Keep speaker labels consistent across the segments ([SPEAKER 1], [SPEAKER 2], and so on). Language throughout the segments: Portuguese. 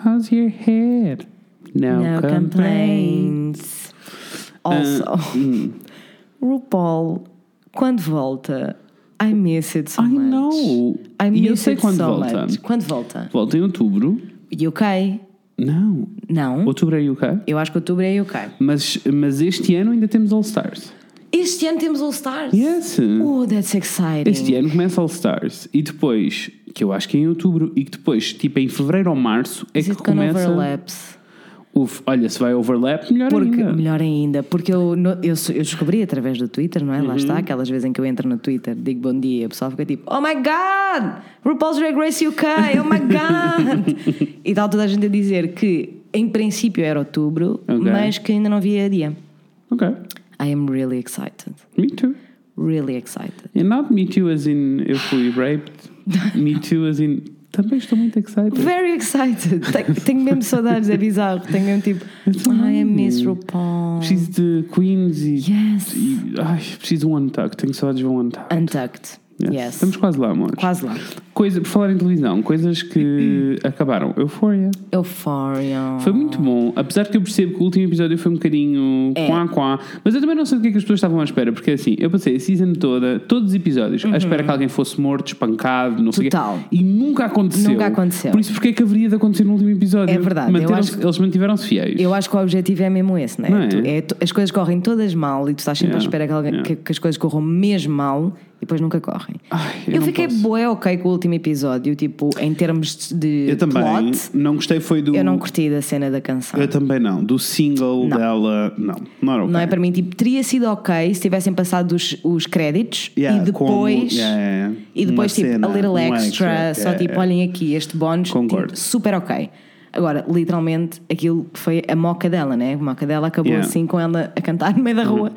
[SPEAKER 1] How's your head? No,
[SPEAKER 2] No complaints. Also,
[SPEAKER 1] Ah, hum.
[SPEAKER 2] RuPaul, quando volta, I miss it so
[SPEAKER 1] I
[SPEAKER 2] much.
[SPEAKER 1] know.
[SPEAKER 2] I
[SPEAKER 1] E eu
[SPEAKER 2] miss
[SPEAKER 1] sei
[SPEAKER 2] it
[SPEAKER 1] quando
[SPEAKER 2] so
[SPEAKER 1] volta.
[SPEAKER 2] much. Quando volta?
[SPEAKER 1] Volta em outubro.
[SPEAKER 2] UK?
[SPEAKER 1] Não.
[SPEAKER 2] Não.
[SPEAKER 1] Outubro é UK.
[SPEAKER 2] Eu acho que outubro é UK.
[SPEAKER 1] Mas, mas este ano ainda temos All Stars.
[SPEAKER 2] Este ano temos All Stars.
[SPEAKER 1] Yes.
[SPEAKER 2] Oh, that's exciting.
[SPEAKER 1] Este ano começa All Stars e depois, que eu acho que é em outubro, e que depois, tipo em fevereiro ou março, é
[SPEAKER 2] Is
[SPEAKER 1] que
[SPEAKER 2] it gonna
[SPEAKER 1] começa.
[SPEAKER 2] overlaps?
[SPEAKER 1] Uf, olha, se vai overlap, melhor
[SPEAKER 2] Porque,
[SPEAKER 1] ainda.
[SPEAKER 2] melhor ainda, porque eu, no- eu, sou- eu descobri através do Twitter, não é? Lá
[SPEAKER 1] Uhum.
[SPEAKER 2] está, aquelas vezes em que eu entro no Twitter, digo bom dia, o pessoal fica tipo, oh my god, RuPaul's Drag Race UK, oh my god! e tal, toda a gente a dizer que em princípio era outubro,
[SPEAKER 1] Ok.
[SPEAKER 2] mas que ainda não havia dia.
[SPEAKER 1] Ok.
[SPEAKER 2] I am really excited,
[SPEAKER 1] Me too.
[SPEAKER 2] really excited.
[SPEAKER 1] And not me too as in eu fui raped. me too as in também estou muito excited.
[SPEAKER 2] Very excited, tenho, tenho mesmo saudades, é bizarro, tenho mesmo tipo, I am Miss RuPaul.
[SPEAKER 1] Preciso de Queens e.
[SPEAKER 2] Yes.
[SPEAKER 1] e- ai, preciso de um untuck. Tenho saudades de um untuck.
[SPEAKER 2] Untucked, yes.
[SPEAKER 1] Estamos quase lá, amor.
[SPEAKER 2] Quase lá.
[SPEAKER 1] Coisa, por falar em televisão, coisas que acabaram. Euphoria.
[SPEAKER 2] Euphoria.
[SPEAKER 1] Foi muito bom, apesar que eu percebo que o último episódio foi um bocadinho
[SPEAKER 2] Ah. É.
[SPEAKER 1] quá, quá, mas eu também não sei do que é que as pessoas estavam à espera, porque assim, eu passei a season toda, todos os episódios, à espera que alguém fosse morto, espancado, não sei o quê,
[SPEAKER 2] Uhum. Total.
[SPEAKER 1] e nunca aconteceu.
[SPEAKER 2] Nunca aconteceu.
[SPEAKER 1] Por isso, porque é que haveria de acontecer no último episódio?
[SPEAKER 2] É verdade, eu
[SPEAKER 1] Manteram-se-
[SPEAKER 2] acho
[SPEAKER 1] Eles mantiveram-se fiéis.
[SPEAKER 2] Eu acho que o objetivo é mesmo esse, não é?
[SPEAKER 1] Não é?
[SPEAKER 2] Tu- é tu- as coisas correm todas mal e tu estás sempre
[SPEAKER 1] Yeah,
[SPEAKER 2] à espera que, alguém-
[SPEAKER 1] yeah.
[SPEAKER 2] que- que as coisas corram mesmo mal e depois nunca correm.
[SPEAKER 1] Ai, eu
[SPEAKER 2] eu
[SPEAKER 1] não
[SPEAKER 2] fiquei
[SPEAKER 1] posso.
[SPEAKER 2] boé ok com o último episódio, tipo, em termos de
[SPEAKER 3] Eu também
[SPEAKER 2] plot,
[SPEAKER 3] não gostei foi do.
[SPEAKER 2] eu não curti da cena da canção.
[SPEAKER 3] Eu também não. Do single
[SPEAKER 2] Ah. Não.
[SPEAKER 3] dela, não. Não era ok.
[SPEAKER 2] Não é para mim, tipo, teria sido ok se tivessem passado os, os créditos
[SPEAKER 3] Yeah,
[SPEAKER 2] e
[SPEAKER 3] como-
[SPEAKER 2] depois.
[SPEAKER 3] yeah, yeah, yeah.
[SPEAKER 2] E depois,
[SPEAKER 3] Uma
[SPEAKER 2] tipo,
[SPEAKER 3] cena,
[SPEAKER 2] a little
[SPEAKER 3] um
[SPEAKER 2] extra,
[SPEAKER 3] extra,
[SPEAKER 2] só
[SPEAKER 3] yeah,
[SPEAKER 2] tipo,
[SPEAKER 3] yeah.
[SPEAKER 2] olhem aqui, este bónus,
[SPEAKER 3] Concordo.
[SPEAKER 2] tipo, super ok. Agora, literalmente, aquilo foi a moca dela, né? A moca dela acabou
[SPEAKER 3] Yeah. Uhum.
[SPEAKER 2] assim com ela a cantar no meio da rua.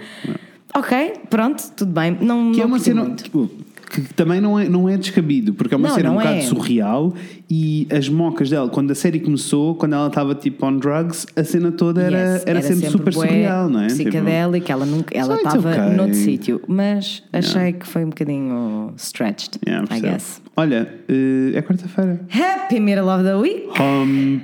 [SPEAKER 2] Ok, pronto, tudo bem. Não,
[SPEAKER 3] Que
[SPEAKER 2] não
[SPEAKER 3] é uma
[SPEAKER 2] curti
[SPEAKER 3] cena
[SPEAKER 2] muito.
[SPEAKER 3] tipo, que também não é, não é descabido, porque é uma
[SPEAKER 2] Não,
[SPEAKER 3] cena um
[SPEAKER 2] não
[SPEAKER 3] bocado
[SPEAKER 2] é.
[SPEAKER 3] surreal e as mocas dela, quando a série começou, quando ela estava tipo on drugs, a cena toda era,
[SPEAKER 2] Yes,
[SPEAKER 3] era, sempre, super
[SPEAKER 2] bué
[SPEAKER 3] surreal, não é? Tipo,
[SPEAKER 2] Psicadélica, ela nunca, ela
[SPEAKER 3] So it's
[SPEAKER 2] estava
[SPEAKER 3] okay.
[SPEAKER 2] noutro sítio, mas achei que foi um bocadinho stretched,
[SPEAKER 3] yeah,
[SPEAKER 2] I
[SPEAKER 3] percebo.
[SPEAKER 2] guess.
[SPEAKER 3] Olha, eh, é quarta-feira.
[SPEAKER 2] Happy Middle of the Week!
[SPEAKER 3] Home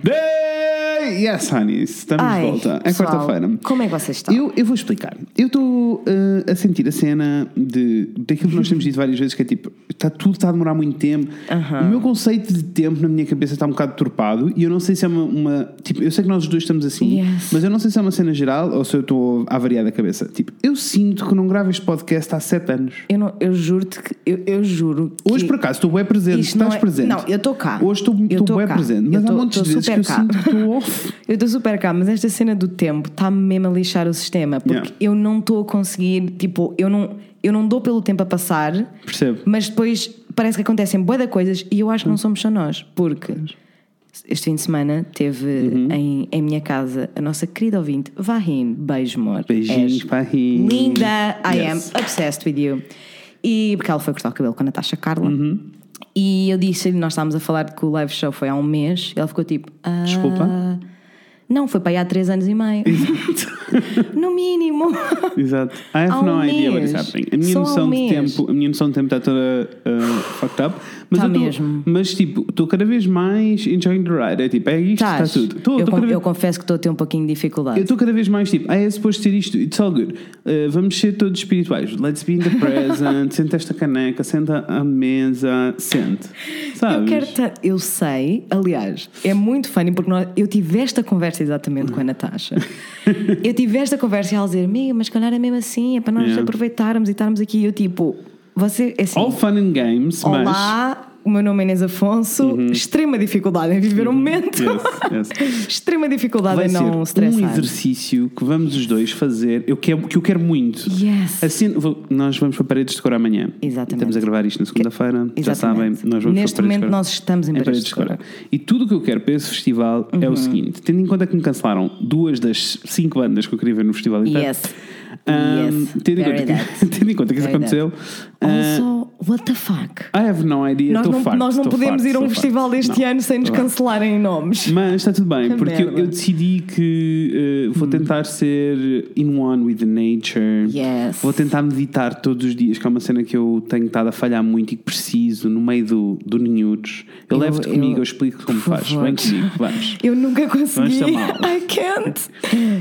[SPEAKER 3] Day! Yes, honey, estamos
[SPEAKER 2] Ai,
[SPEAKER 3] de volta. É
[SPEAKER 2] pessoal,
[SPEAKER 3] quarta-feira.
[SPEAKER 2] Como é que vocês estão?
[SPEAKER 3] Eu, eu vou explicar. Eu estou eh, a sentir a cena de, daquilo que nós temos dito várias vezes, que é tipo, está tudo está a demorar muito tempo.
[SPEAKER 2] Aham.
[SPEAKER 3] O meu conceito de tempo na minha cabeça está um bocado turpado e eu não sei se é uma. uma- tipo, eu sei que nós os dois estamos assim,
[SPEAKER 2] Yes.
[SPEAKER 3] mas eu não sei se é uma cena geral ou se eu estou a variar da cabeça. Tipo, eu sinto que não gravo este podcast há sete anos.
[SPEAKER 2] Eu, não- eu juro-te que. Eu, eu juro. que-
[SPEAKER 3] Hoje, por acaso, estou bem presente.
[SPEAKER 2] Isto não
[SPEAKER 3] Estás
[SPEAKER 2] é-
[SPEAKER 3] presente.
[SPEAKER 2] não, eu estou cá.
[SPEAKER 3] Hoje estou
[SPEAKER 2] Eu
[SPEAKER 3] estou
[SPEAKER 2] estou
[SPEAKER 3] bem
[SPEAKER 2] cá.
[SPEAKER 3] presente.
[SPEAKER 2] Eu
[SPEAKER 3] Mas há
[SPEAKER 2] estou-
[SPEAKER 3] montes de
[SPEAKER 2] estou
[SPEAKER 3] vezes que eu
[SPEAKER 2] super cá.
[SPEAKER 3] sinto que estou off.
[SPEAKER 2] Eu estou super cá, mas esta cena do tempo está-me mesmo a lixar o sistema, porque
[SPEAKER 3] Yeah.
[SPEAKER 2] eu não estou a conseguir. Tipo, eu não, eu não dou pelo tempo a passar,
[SPEAKER 3] Percebo.
[SPEAKER 2] mas depois parece que acontecem boa de coisas e eu acho que não somos só nós, porque. Este fim de semana teve
[SPEAKER 3] Uhum.
[SPEAKER 2] em, em minha casa a nossa querida ouvinte, Vahin. Beijo, amor.
[SPEAKER 3] Beijinhos,
[SPEAKER 2] És
[SPEAKER 3] Vahin.
[SPEAKER 2] Linda, I
[SPEAKER 3] Yes.
[SPEAKER 2] am obsessed with you. E porque ela foi cortar o cabelo com a Natasha Carla.
[SPEAKER 3] Uhum.
[SPEAKER 2] E eu disse-lhe, nós estávamos a falar de que o live show foi há um mês. Ela ficou tipo, "Ah,
[SPEAKER 3] Desculpa?
[SPEAKER 2] Não, foi para aí há três anos e meio. no mínimo.
[SPEAKER 3] Exato. I have
[SPEAKER 2] Há um
[SPEAKER 3] no idea what is
[SPEAKER 2] mês.
[SPEAKER 3] happening. A minha,
[SPEAKER 2] Só há
[SPEAKER 3] noção de
[SPEAKER 2] um mês.
[SPEAKER 3] tempo, a minha noção de tempo está toda uh, fucked up. Mas,
[SPEAKER 2] Tá
[SPEAKER 3] eu tô-
[SPEAKER 2] mesmo.
[SPEAKER 3] mas tipo, estou cada vez mais enjoying the ride. É tipo, é isto, está
[SPEAKER 2] Estás.
[SPEAKER 3] tudo. Tô- tô
[SPEAKER 2] eu, con-
[SPEAKER 3] cada vez-
[SPEAKER 2] eu confesso que estou a ter um pouquinho de dificuldade.
[SPEAKER 3] eu estou cada vez mais tipo, ah, é suposto ser isto, it's all good. Uh, vamos ser todos espirituais. Let's be in the present, senta esta caneca, senta à mesa, sente. Sabes?
[SPEAKER 2] Eu quero tanto. Eu sei, aliás, é muito funny porque nós- eu tive esta conversa exatamente com a Natasha. eu tive esta conversa e ela dizer, amiga, mas calhar é mesmo assim, é para nós
[SPEAKER 3] Yeah.
[SPEAKER 2] aproveitarmos e estarmos aqui. E eu tipo, você é assim.
[SPEAKER 3] All fun and games, mas. Uhum.
[SPEAKER 2] Olá, o meu nome é Inês Afonso, extrema dificuldade em viver o momento.
[SPEAKER 3] Yes, yes.
[SPEAKER 2] extrema dificuldade
[SPEAKER 3] Vai
[SPEAKER 2] em
[SPEAKER 3] ser
[SPEAKER 2] não
[SPEAKER 3] um
[SPEAKER 2] estressar.
[SPEAKER 3] exercício que vamos os dois fazer, eu quero, que eu quero muito.
[SPEAKER 2] Yes.
[SPEAKER 3] Assim, vou- nós vamos para Paredes de Cor amanhã.
[SPEAKER 2] Exatamente.
[SPEAKER 3] Estamos a gravar isto na segunda-feira, já sabem.
[SPEAKER 2] Exatamente.
[SPEAKER 3] Nós vamos para Paredes
[SPEAKER 2] Neste
[SPEAKER 3] de
[SPEAKER 2] momento
[SPEAKER 3] Cor. É
[SPEAKER 2] nós estamos em Paredes de Cor. Uhum.
[SPEAKER 3] E tudo o que eu quero para esse festival é o seguinte: tendo em conta que me cancelaram duas das cinco bandas que eu queria ver no festival inteiro,
[SPEAKER 2] Yes.
[SPEAKER 3] tá? ahm,
[SPEAKER 2] Yes.
[SPEAKER 3] Tendo, em
[SPEAKER 2] Very
[SPEAKER 3] conta que, tendo em conta que isso
[SPEAKER 2] Very that.
[SPEAKER 3] aconteceu, ah, uh,
[SPEAKER 2] Also, what the fuck?
[SPEAKER 3] I have no idea.
[SPEAKER 2] Nós
[SPEAKER 3] Tô
[SPEAKER 2] não,
[SPEAKER 3] farto,
[SPEAKER 2] nós não
[SPEAKER 3] tô
[SPEAKER 2] podemos
[SPEAKER 3] farto,
[SPEAKER 2] ir a um
[SPEAKER 3] tô
[SPEAKER 2] festival
[SPEAKER 3] farto.
[SPEAKER 2] deste
[SPEAKER 3] Não.
[SPEAKER 2] ano sem nos cancelarem nomes.
[SPEAKER 3] Mas está tudo bem,
[SPEAKER 2] Que
[SPEAKER 3] porque eu,
[SPEAKER 2] merda. Hum.
[SPEAKER 3] eu decidi que eh, vou tentar ser in one with nature.
[SPEAKER 2] Yes.
[SPEAKER 3] Vou tentar meditar todos os dias, que é uma cena que eu tenho estado a falhar muito e que preciso no meio do, do ninhudos. Eu,
[SPEAKER 2] Eu-
[SPEAKER 3] levo-te comigo, eu,
[SPEAKER 2] eu-
[SPEAKER 3] explico como
[SPEAKER 2] Por
[SPEAKER 3] faz.
[SPEAKER 2] favor.
[SPEAKER 3] Vem comigo, vamos.
[SPEAKER 2] Eu nunca consegui.
[SPEAKER 3] Vamos chamá-lo.
[SPEAKER 2] I can't.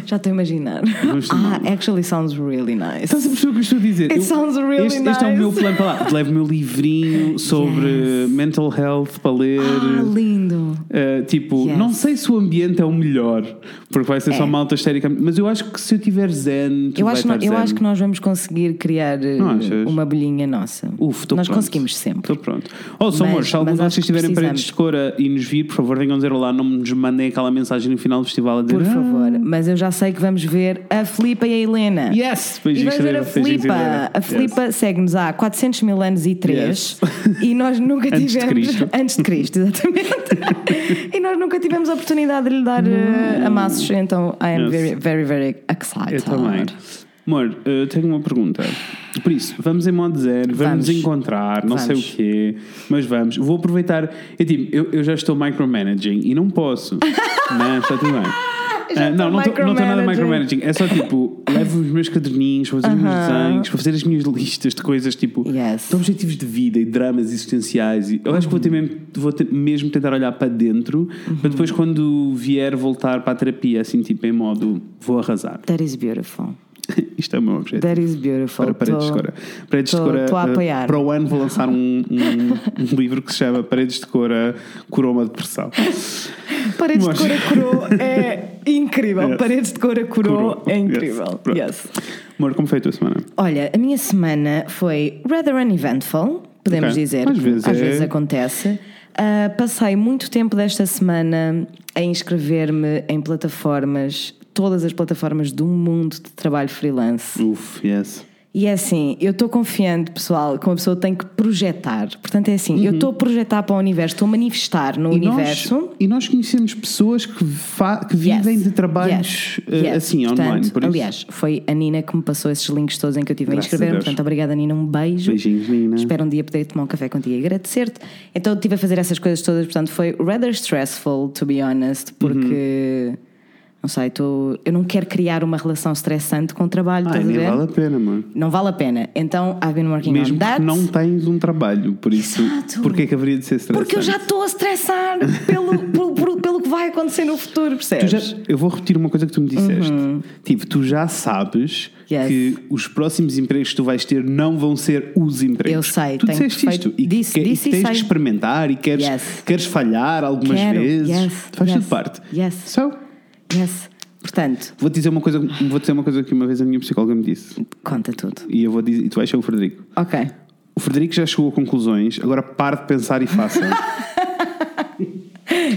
[SPEAKER 2] Já estou a imaginar.
[SPEAKER 3] Vamos Tá
[SPEAKER 2] Ah, actually sounds really nice.
[SPEAKER 3] Estás a perceber o que eu estou a dizer?
[SPEAKER 2] It
[SPEAKER 3] Eu-
[SPEAKER 2] sounds really
[SPEAKER 3] este, este é o
[SPEAKER 2] nice.
[SPEAKER 3] meu plano para lá. Levo o meu livrinho sobre eh,
[SPEAKER 2] Yes.
[SPEAKER 3] mental health para ler.
[SPEAKER 2] Ah, lindo.
[SPEAKER 3] Uh, tipo,
[SPEAKER 2] Yes.
[SPEAKER 3] não sei se o ambiente é o melhor, porque vai ser só
[SPEAKER 2] É.
[SPEAKER 3] malta histérica, mas eu acho que se eu tiver zen, tudo
[SPEAKER 2] Eu
[SPEAKER 3] vai
[SPEAKER 2] acho, que
[SPEAKER 3] estar
[SPEAKER 2] nós- eu
[SPEAKER 3] zen.
[SPEAKER 2] acho que nós vamos conseguir criar eh,
[SPEAKER 3] Não achas?
[SPEAKER 2] uma bolhinha nossa.
[SPEAKER 3] Uf, tô
[SPEAKER 2] nós
[SPEAKER 3] pronto.
[SPEAKER 2] conseguimos sempre.
[SPEAKER 3] Estou pronto. Oh, são
[SPEAKER 2] Mas-
[SPEAKER 3] amores, se algum de
[SPEAKER 2] mas acho
[SPEAKER 3] vocês
[SPEAKER 2] que
[SPEAKER 3] tiverem paredes
[SPEAKER 2] precisamos.
[SPEAKER 3] de cor e nos vir, por favor, venham dizer olá, não nos mandem aquela mensagem no final do festival a dizer
[SPEAKER 2] Por
[SPEAKER 3] "Ah,
[SPEAKER 2] favor. Mas eu já sei que vamos ver a Filipa e a Helena.
[SPEAKER 3] "Ah, Yes!
[SPEAKER 2] E
[SPEAKER 3] Beijinhos,
[SPEAKER 2] vamos ver a
[SPEAKER 3] Helena. Beijinhos,
[SPEAKER 2] Filipa.
[SPEAKER 3] Helena.
[SPEAKER 2] A Filipa segue-nos há 400 mil anos e 3 e nós nunca
[SPEAKER 3] Antes de
[SPEAKER 2] tivemos.
[SPEAKER 3] Cristo.
[SPEAKER 2] antes de Cristo, exatamente. e nós nunca tivemos a oportunidade de lhe dar eh, amassos, então I am
[SPEAKER 3] Yes.
[SPEAKER 2] very, very, very excited.
[SPEAKER 3] Eu também. Amor, eu tenho uma pergunta. Por isso, vamos em modo zero, vamos,
[SPEAKER 2] Vamos.
[SPEAKER 3] nos encontrar, não sei o
[SPEAKER 2] Vamos.
[SPEAKER 3] quê, mas vamos. Vou aproveitar. Eu, tipo, eu, eu já estou micromanaging e não posso. mas está tudo bem.
[SPEAKER 2] Já
[SPEAKER 3] Ah, não,
[SPEAKER 2] estou
[SPEAKER 3] não estou não estou nada
[SPEAKER 2] micromanaging.
[SPEAKER 3] micromanaging. É só tipo, levo os meus caderninhos, vou fazer os meus
[SPEAKER 2] Aham.
[SPEAKER 3] desenhos, vou fazer as minhas listas de coisas tipo
[SPEAKER 2] Yes. Uhum.
[SPEAKER 3] de objetivos de vida e dramas existenciais. E eu acho que vou, ter mesmo, vou ter- mesmo tentar olhar para dentro, para depois, quando vier voltar para a terapia, assim, tipo, em modo vou arrasar.
[SPEAKER 2] That is beautiful.
[SPEAKER 3] Isto é o meu objetivo.
[SPEAKER 2] That is beautiful.
[SPEAKER 3] Para paredes de
[SPEAKER 2] Tô-
[SPEAKER 3] cora. Paredes de
[SPEAKER 2] tô-
[SPEAKER 3] cora.
[SPEAKER 2] tô a
[SPEAKER 3] eh,
[SPEAKER 2] apoiar.
[SPEAKER 3] Para o ano vou lançar um, um- um livro que se chama Paredes de Cora Coroma de Pressão.
[SPEAKER 2] Paredes
[SPEAKER 3] Mas-
[SPEAKER 2] de cora coroa é incrível.
[SPEAKER 3] Yes.
[SPEAKER 2] Paredes de cora coroa
[SPEAKER 3] Coroa.
[SPEAKER 2] é
[SPEAKER 3] Yes.
[SPEAKER 2] incrível.
[SPEAKER 3] Pronto.
[SPEAKER 2] yes.
[SPEAKER 3] Amor, como foi a tua semana?
[SPEAKER 2] Olha, a minha semana foi rather uneventful, podemos
[SPEAKER 3] Ok.
[SPEAKER 2] dizer.
[SPEAKER 3] Às vezes é.
[SPEAKER 2] acontece. Ah, passei muito tempo desta semana a inscrever-me em plataformas, todas as plataformas do mundo de trabalho freelance.
[SPEAKER 3] Uf, yes.
[SPEAKER 2] E é assim, eu estou confiante, pessoal, que uma pessoa tem que projetar. Portanto, é assim, eu estou a projetar para o universo, estou a manifestar no
[SPEAKER 3] Uhum. E nós-
[SPEAKER 2] universo.
[SPEAKER 3] e nós conhecemos pessoas que, fa- que vivem
[SPEAKER 2] Yes,
[SPEAKER 3] de trabalhos
[SPEAKER 2] yes,
[SPEAKER 3] eh,
[SPEAKER 2] yes.
[SPEAKER 3] assim,
[SPEAKER 2] Portanto,
[SPEAKER 3] online. Por isso.
[SPEAKER 2] Aliás, foi a Nina que me passou esses links todos em que eu tive a
[SPEAKER 3] Graças a
[SPEAKER 2] inscrever.
[SPEAKER 3] Deus.
[SPEAKER 2] Portanto, obrigada, Nina. Um beijo.
[SPEAKER 3] Beijinhos, Nina.
[SPEAKER 2] Espero um dia poder tomar um café contigo e agradecer-te. Então, estive a fazer essas coisas, portanto, foi rather stressful, to be honest, porque.
[SPEAKER 3] Uhum.
[SPEAKER 2] Não sei, tô, eu não quero criar uma relação estressante com o trabalho,
[SPEAKER 3] Ai,
[SPEAKER 2] estás a
[SPEAKER 3] nem
[SPEAKER 2] ver?
[SPEAKER 3] vale a pena, amor.
[SPEAKER 2] Não vale a pena. Então, I've been working
[SPEAKER 3] Mesmo
[SPEAKER 2] on that.
[SPEAKER 3] que não tens um trabalho, por isso,
[SPEAKER 2] Exato.
[SPEAKER 3] porque é que haveria de ser estressante?
[SPEAKER 2] Porque eu já estou a estressar pelo, pelo, pelo, pelo que vai acontecer no futuro,
[SPEAKER 3] Tu
[SPEAKER 2] percebes? Uhum.
[SPEAKER 3] já- eu vou repetir uma coisa que tu me disseste. Tipo, tu já sabes
[SPEAKER 2] Yes.
[SPEAKER 3] que os próximos empregos que tu vais ter não vão ser os empregos.
[SPEAKER 2] Eu sei,
[SPEAKER 3] Tu
[SPEAKER 2] tenho
[SPEAKER 3] disseste
[SPEAKER 2] perfeito-
[SPEAKER 3] isto. E,
[SPEAKER 2] disse-
[SPEAKER 3] que, e
[SPEAKER 2] disse e
[SPEAKER 3] tens
[SPEAKER 2] sei.
[SPEAKER 3] que experimentar e queres,
[SPEAKER 2] Yes.
[SPEAKER 3] queres falhar algumas
[SPEAKER 2] Quero,
[SPEAKER 3] vezes.
[SPEAKER 2] yes,
[SPEAKER 3] Tu Faz
[SPEAKER 2] yes,
[SPEAKER 3] tudo parte.
[SPEAKER 2] yes.
[SPEAKER 3] So,
[SPEAKER 2] Yes. Portanto,
[SPEAKER 3] vou dizer uma coisa, vou dizer uma coisa que uma vez a minha psicóloga me disse.
[SPEAKER 2] conta tudo.
[SPEAKER 3] E eu vou dizer, e tu vais ser o Frederico.
[SPEAKER 2] Ok.
[SPEAKER 3] O Frederico já chegou a conclusões, agora para de pensar e faça.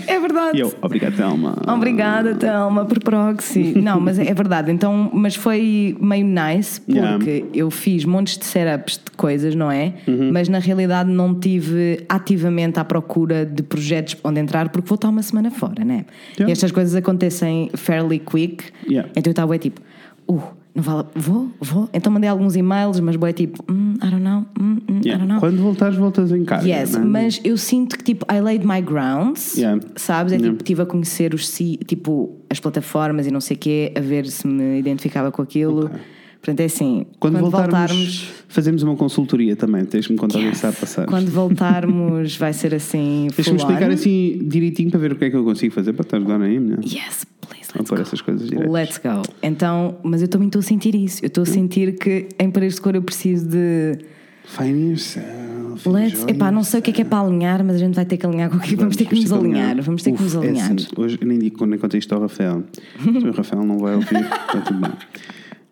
[SPEAKER 2] É verdade.
[SPEAKER 3] e eu, obrigado, Thelma.
[SPEAKER 2] Oh, Obrigada, Thelma, por proxy. Não, mas é é verdade. Então, mas foi meio nice porque
[SPEAKER 3] Yeah.
[SPEAKER 2] eu fiz montes de setups de coisas, não é?
[SPEAKER 3] Uhum.
[SPEAKER 2] Mas na realidade não tive ativamente à procura de projetos onde entrar porque vou estar uma semana fora, né?
[SPEAKER 3] Yeah.
[SPEAKER 2] E estas coisas acontecem fairly quick.
[SPEAKER 3] Yeah.
[SPEAKER 2] Então eu estava bué tipo, uh, não vale, vou, vou. Então mandei alguns e-mails, mas boé tipo, hum, I don't know, hum, hum, I
[SPEAKER 3] Yeah.
[SPEAKER 2] don't know.
[SPEAKER 3] Quando voltares, voltas em casa.
[SPEAKER 2] Yes,
[SPEAKER 3] né?
[SPEAKER 2] mas eu sinto que tipo, I laid my grounds,
[SPEAKER 3] Yeah.
[SPEAKER 2] sabes? É
[SPEAKER 3] Yeah.
[SPEAKER 2] tipo, estive a conhecer os, si- tipo, as plataformas e não sei o quê, a ver se me identificava com aquilo. Portanto, é assim,
[SPEAKER 3] Quando, voltarmos, fazemos uma consultoria também. Tens que me contar o que
[SPEAKER 2] Yes.
[SPEAKER 3] está a passar.
[SPEAKER 2] Quando voltarmos, vai ser assim.
[SPEAKER 3] Tens que me
[SPEAKER 2] full on.
[SPEAKER 3] explicar assim direitinho para ver o que é que eu consigo fazer para te ajudar aí, menina.
[SPEAKER 2] Yes, please,
[SPEAKER 3] Ou
[SPEAKER 2] let's
[SPEAKER 3] pôr
[SPEAKER 2] go.
[SPEAKER 3] essas coisas direto. Hum.
[SPEAKER 2] Let's go. Então, mas eu também estou a sentir isso. Eu estou a sentir que em Paredes de Cor eu preciso de.
[SPEAKER 3] Find yourself.
[SPEAKER 2] Let's.
[SPEAKER 3] enjoy
[SPEAKER 2] Epá, não sei o que é que é para alinhar, mas a gente vai ter que alinhar com o que vamos, ter que nos alinhar. Vamos ter
[SPEAKER 3] Uf,
[SPEAKER 2] que nos
[SPEAKER 3] é
[SPEAKER 2] alinhar.
[SPEAKER 3] assim, hoje eu nem digo quando contei isto ao Rafael. Mas o Rafael não vai ouvir, está tudo bem.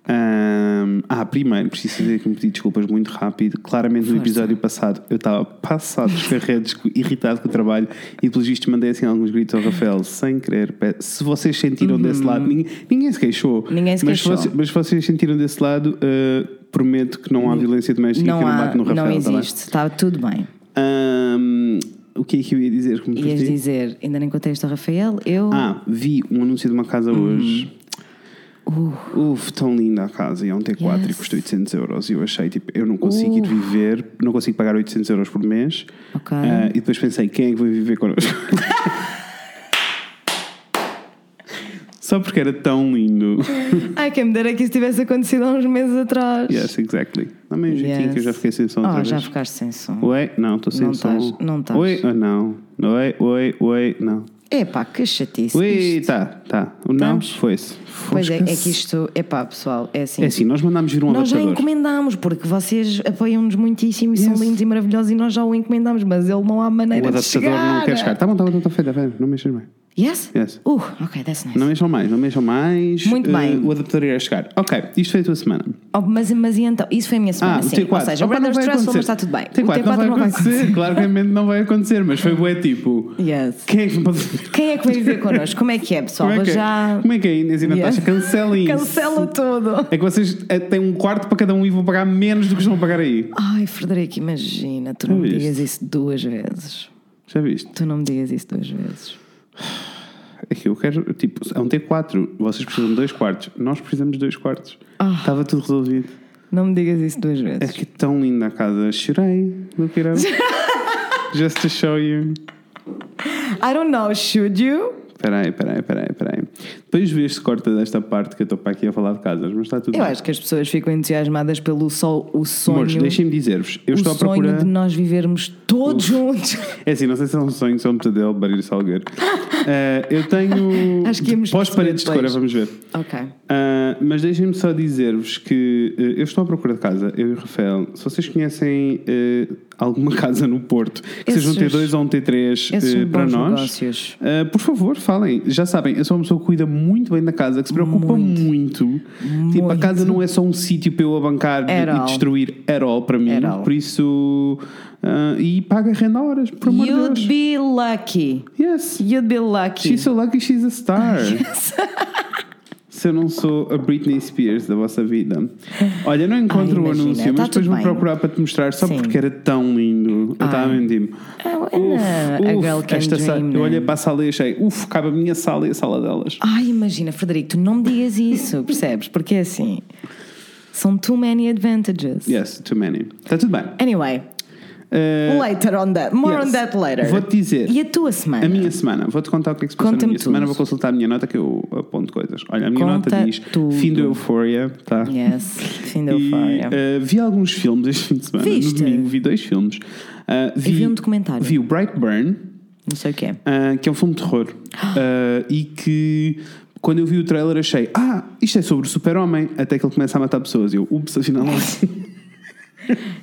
[SPEAKER 3] Ahm, ah, primeiro, preciso dizer que me pedi desculpas muito rápido. Claramente no episódio passado eu estava passado dos carretes, co- irritado com o trabalho e pelos vistos mandei assim alguns gritos ao Rafael sem querer. Pe- Se vocês sentiram desse lado, ninguém, ninguém se queixou.
[SPEAKER 2] Uhum. Ninguém se
[SPEAKER 3] mas
[SPEAKER 2] queixou.
[SPEAKER 3] vocês- mas se vocês sentiram desse lado, ah, prometo que não há violência doméstica e que eu não bato no Rafael.
[SPEAKER 2] não
[SPEAKER 3] tá bem?
[SPEAKER 2] existe, está tudo bem.
[SPEAKER 3] Ahm, o que é que eu ia dizer? que me
[SPEAKER 2] Ias
[SPEAKER 3] perdi?
[SPEAKER 2] dizer, ainda nem contei isto ao Rafael, eu. Uhum.
[SPEAKER 3] Ah, vi um anúncio de uma casa hoje. Uf, tão linda a casa. E é um T4 e
[SPEAKER 2] Uh. Yes. Uh.
[SPEAKER 3] custa 800 euros. E eu achei, tipo, eu não consigo ir viver, não consigo pagar 800 euros por mês.
[SPEAKER 2] Ok.
[SPEAKER 3] Ah, e depois pensei, quem é que vai viver connosco? Só porque era tão lindo.
[SPEAKER 2] Ai, quem me dera que isso tivesse acontecido há uns meses atrás.
[SPEAKER 3] Yes, exactly. Dá meio jeitinho que eu já fiquei sem som outra
[SPEAKER 2] Oh,
[SPEAKER 3] vez.
[SPEAKER 2] já ficaste sem som.
[SPEAKER 3] Oi, não, estou sem
[SPEAKER 2] Não
[SPEAKER 3] som.
[SPEAKER 2] estás, não estás.
[SPEAKER 3] Oi, ah, não. Oi, oi, oi, não.
[SPEAKER 2] Epá, que chatice.
[SPEAKER 3] Ui, tá, tá. O não
[SPEAKER 2] Estamos?
[SPEAKER 3] foi-se.
[SPEAKER 2] Pois é, é
[SPEAKER 3] Fosca-se.
[SPEAKER 2] que isto, epá, pessoal, é assim.
[SPEAKER 3] É assim, nós mandámos vir um
[SPEAKER 2] Nós já
[SPEAKER 3] adaptador.
[SPEAKER 2] encomendámos, porque vocês apoiam-nos muitíssimo e são
[SPEAKER 3] Yes.
[SPEAKER 2] lindos e maravilhosos e nós já o encomendámos, mas ele não há
[SPEAKER 3] O
[SPEAKER 2] maneira de
[SPEAKER 3] Um adaptador
[SPEAKER 2] chegar.
[SPEAKER 3] não quer chegar. Tá bom, tá bom, está feito, velho. Não mexas mais.
[SPEAKER 2] Yes?
[SPEAKER 3] Yes.
[SPEAKER 2] Uh, ok, that's nice.
[SPEAKER 3] Não é? mexam mais, não mexam mais.
[SPEAKER 2] Muito
[SPEAKER 3] Eh,
[SPEAKER 2] bem.
[SPEAKER 3] o adaptador irá chegar. Ok, isto foi a tua semana.
[SPEAKER 2] Oh, mas, mas e então, isso foi a minha semana,
[SPEAKER 3] Ah,
[SPEAKER 2] sim.
[SPEAKER 3] o T4.
[SPEAKER 2] Ou seja,
[SPEAKER 3] Opa,
[SPEAKER 2] rather
[SPEAKER 3] não vai
[SPEAKER 2] stressful,
[SPEAKER 3] acontecer.
[SPEAKER 2] mas está tudo bem.
[SPEAKER 3] T4,
[SPEAKER 2] o T4
[SPEAKER 3] não vai acontecer. Claramente não vai acontecer, mas foi bué tipo.
[SPEAKER 2] Yes.
[SPEAKER 3] Quem é que pode-
[SPEAKER 2] Quem é que vai viver connosco? Como é que é, pessoal?
[SPEAKER 3] Como é que,
[SPEAKER 2] Eu já...
[SPEAKER 3] é? Como é que é, Inês e Natasha?
[SPEAKER 2] Yes.
[SPEAKER 3] Cancelem isso.
[SPEAKER 2] Cancela tudo.
[SPEAKER 3] É que vocês eh, têm um quarto para cada um e vão pagar menos do que estão a pagar aí.
[SPEAKER 2] Ai, Frederico, imagina, tu não me
[SPEAKER 3] viste?
[SPEAKER 2] digas isso duas vezes.
[SPEAKER 3] Já viste?
[SPEAKER 2] Tu não me digas isso duas vezes.
[SPEAKER 3] É que eu quero, tipo, é um T4. Vocês precisam de dois quartos. Nós precisamos de dois quartos.
[SPEAKER 2] Ah.
[SPEAKER 3] Estava tudo resolvido.
[SPEAKER 2] Não me digas isso duas vezes.
[SPEAKER 3] É que tão linda a casa. Chorei. Look it up. Just to show you.
[SPEAKER 2] I don't know, should you?
[SPEAKER 3] Peraí, peraí, peraí, peraí. Depois vês-se corta desta parte que eu estou para aqui a falar de casas, mas está tudo
[SPEAKER 2] Eu
[SPEAKER 3] bem.
[SPEAKER 2] acho que as pessoas ficam entusiasmadas pelo sol, o sonho.
[SPEAKER 3] Amores, deixem-me dizer-vos. Eu
[SPEAKER 2] o
[SPEAKER 3] estou à
[SPEAKER 2] sonho
[SPEAKER 3] procura.
[SPEAKER 2] de nós vivermos todos juntos.
[SPEAKER 3] É assim, não sei se é um sonho, se é um pesadelo, barulho salgueiro. Eh, eu tenho.
[SPEAKER 2] Acho que íamos
[SPEAKER 3] Pós
[SPEAKER 2] perceber
[SPEAKER 3] paredes de cora,
[SPEAKER 2] depois.
[SPEAKER 3] vamos ver.
[SPEAKER 2] ok.
[SPEAKER 3] Ah, mas deixem-me só dizer-vos que eh, eu estou à procura de casa, eu e o Rafael. Se vocês conhecem eh, alguma casa no Porto, que
[SPEAKER 2] Esses-
[SPEAKER 3] seja um T2 ou um T3
[SPEAKER 2] esses
[SPEAKER 3] eh,
[SPEAKER 2] são
[SPEAKER 3] para
[SPEAKER 2] bons
[SPEAKER 3] nós,
[SPEAKER 2] negócios.
[SPEAKER 3] ah, por favor, falem. Já sabem, eu sou uma pessoa que cuida muito bem da casa, que se preocupa muito. Tipo, a casa não é só um sítio para eu abancar e-
[SPEAKER 2] At
[SPEAKER 3] e
[SPEAKER 2] all.
[SPEAKER 3] destruir Erol para mim.
[SPEAKER 2] At all.
[SPEAKER 3] Por isso. ah, e paga renda a horas, por amor de Deus.
[SPEAKER 2] You'd be lucky.
[SPEAKER 3] Yes.
[SPEAKER 2] You'd be lucky.
[SPEAKER 3] She's so lucky she's a star. Se eu não sou a Britney Spears da vossa vida. Olha, eu não encontro
[SPEAKER 2] Ai,
[SPEAKER 3] o
[SPEAKER 2] imagina,
[SPEAKER 3] anúncio, mas
[SPEAKER 2] tá
[SPEAKER 3] depois
[SPEAKER 2] tudo
[SPEAKER 3] vou
[SPEAKER 2] bem.
[SPEAKER 3] procurar para te mostrar, só
[SPEAKER 2] Sim. Ah.
[SPEAKER 3] porque era tão lindo. Eu estava a mentir-me.
[SPEAKER 2] Ana, a girl can
[SPEAKER 3] esta sala.
[SPEAKER 2] dream,
[SPEAKER 3] Eu
[SPEAKER 2] né?
[SPEAKER 3] olhei para a sala e achei, uf, cabe a minha sala e a sala delas.
[SPEAKER 2] Ai, imagina, Frederico, tu não me digas isso, percebes? Porque é assim. São too many advantages.
[SPEAKER 3] Yes, too many. Está tudo bem.
[SPEAKER 2] Anyway,
[SPEAKER 3] Eh,
[SPEAKER 2] later on that. More
[SPEAKER 3] yes.
[SPEAKER 2] on that later.
[SPEAKER 3] Vou-te dizer.
[SPEAKER 2] E a tua semana?
[SPEAKER 3] A minha semana, vou-te contar o que é que se passou na
[SPEAKER 2] Conta-me
[SPEAKER 3] minha semana,
[SPEAKER 2] tudo.
[SPEAKER 3] vou consultar a minha nota que eu aponto coisas. Olha, a minha
[SPEAKER 2] Conta
[SPEAKER 3] nota diz
[SPEAKER 2] tudo.
[SPEAKER 3] fim do Euphoria, tá?
[SPEAKER 2] Yes, fim da
[SPEAKER 3] E,
[SPEAKER 2] eufória.
[SPEAKER 3] eh, vi alguns filmes este fim de semana.
[SPEAKER 2] Viste?
[SPEAKER 3] No domingo vi dois filmes. Ah, vi,
[SPEAKER 2] vi um documentário.
[SPEAKER 3] Vi o Brightburn,
[SPEAKER 2] Não sei o que é.
[SPEAKER 3] ah, que é um filme de terror. Ah, e que quando eu vi o trailer achei, ah, isto é sobre o super-homem, até que ele começa a matar pessoas. E eu, ups, afinal não é assim.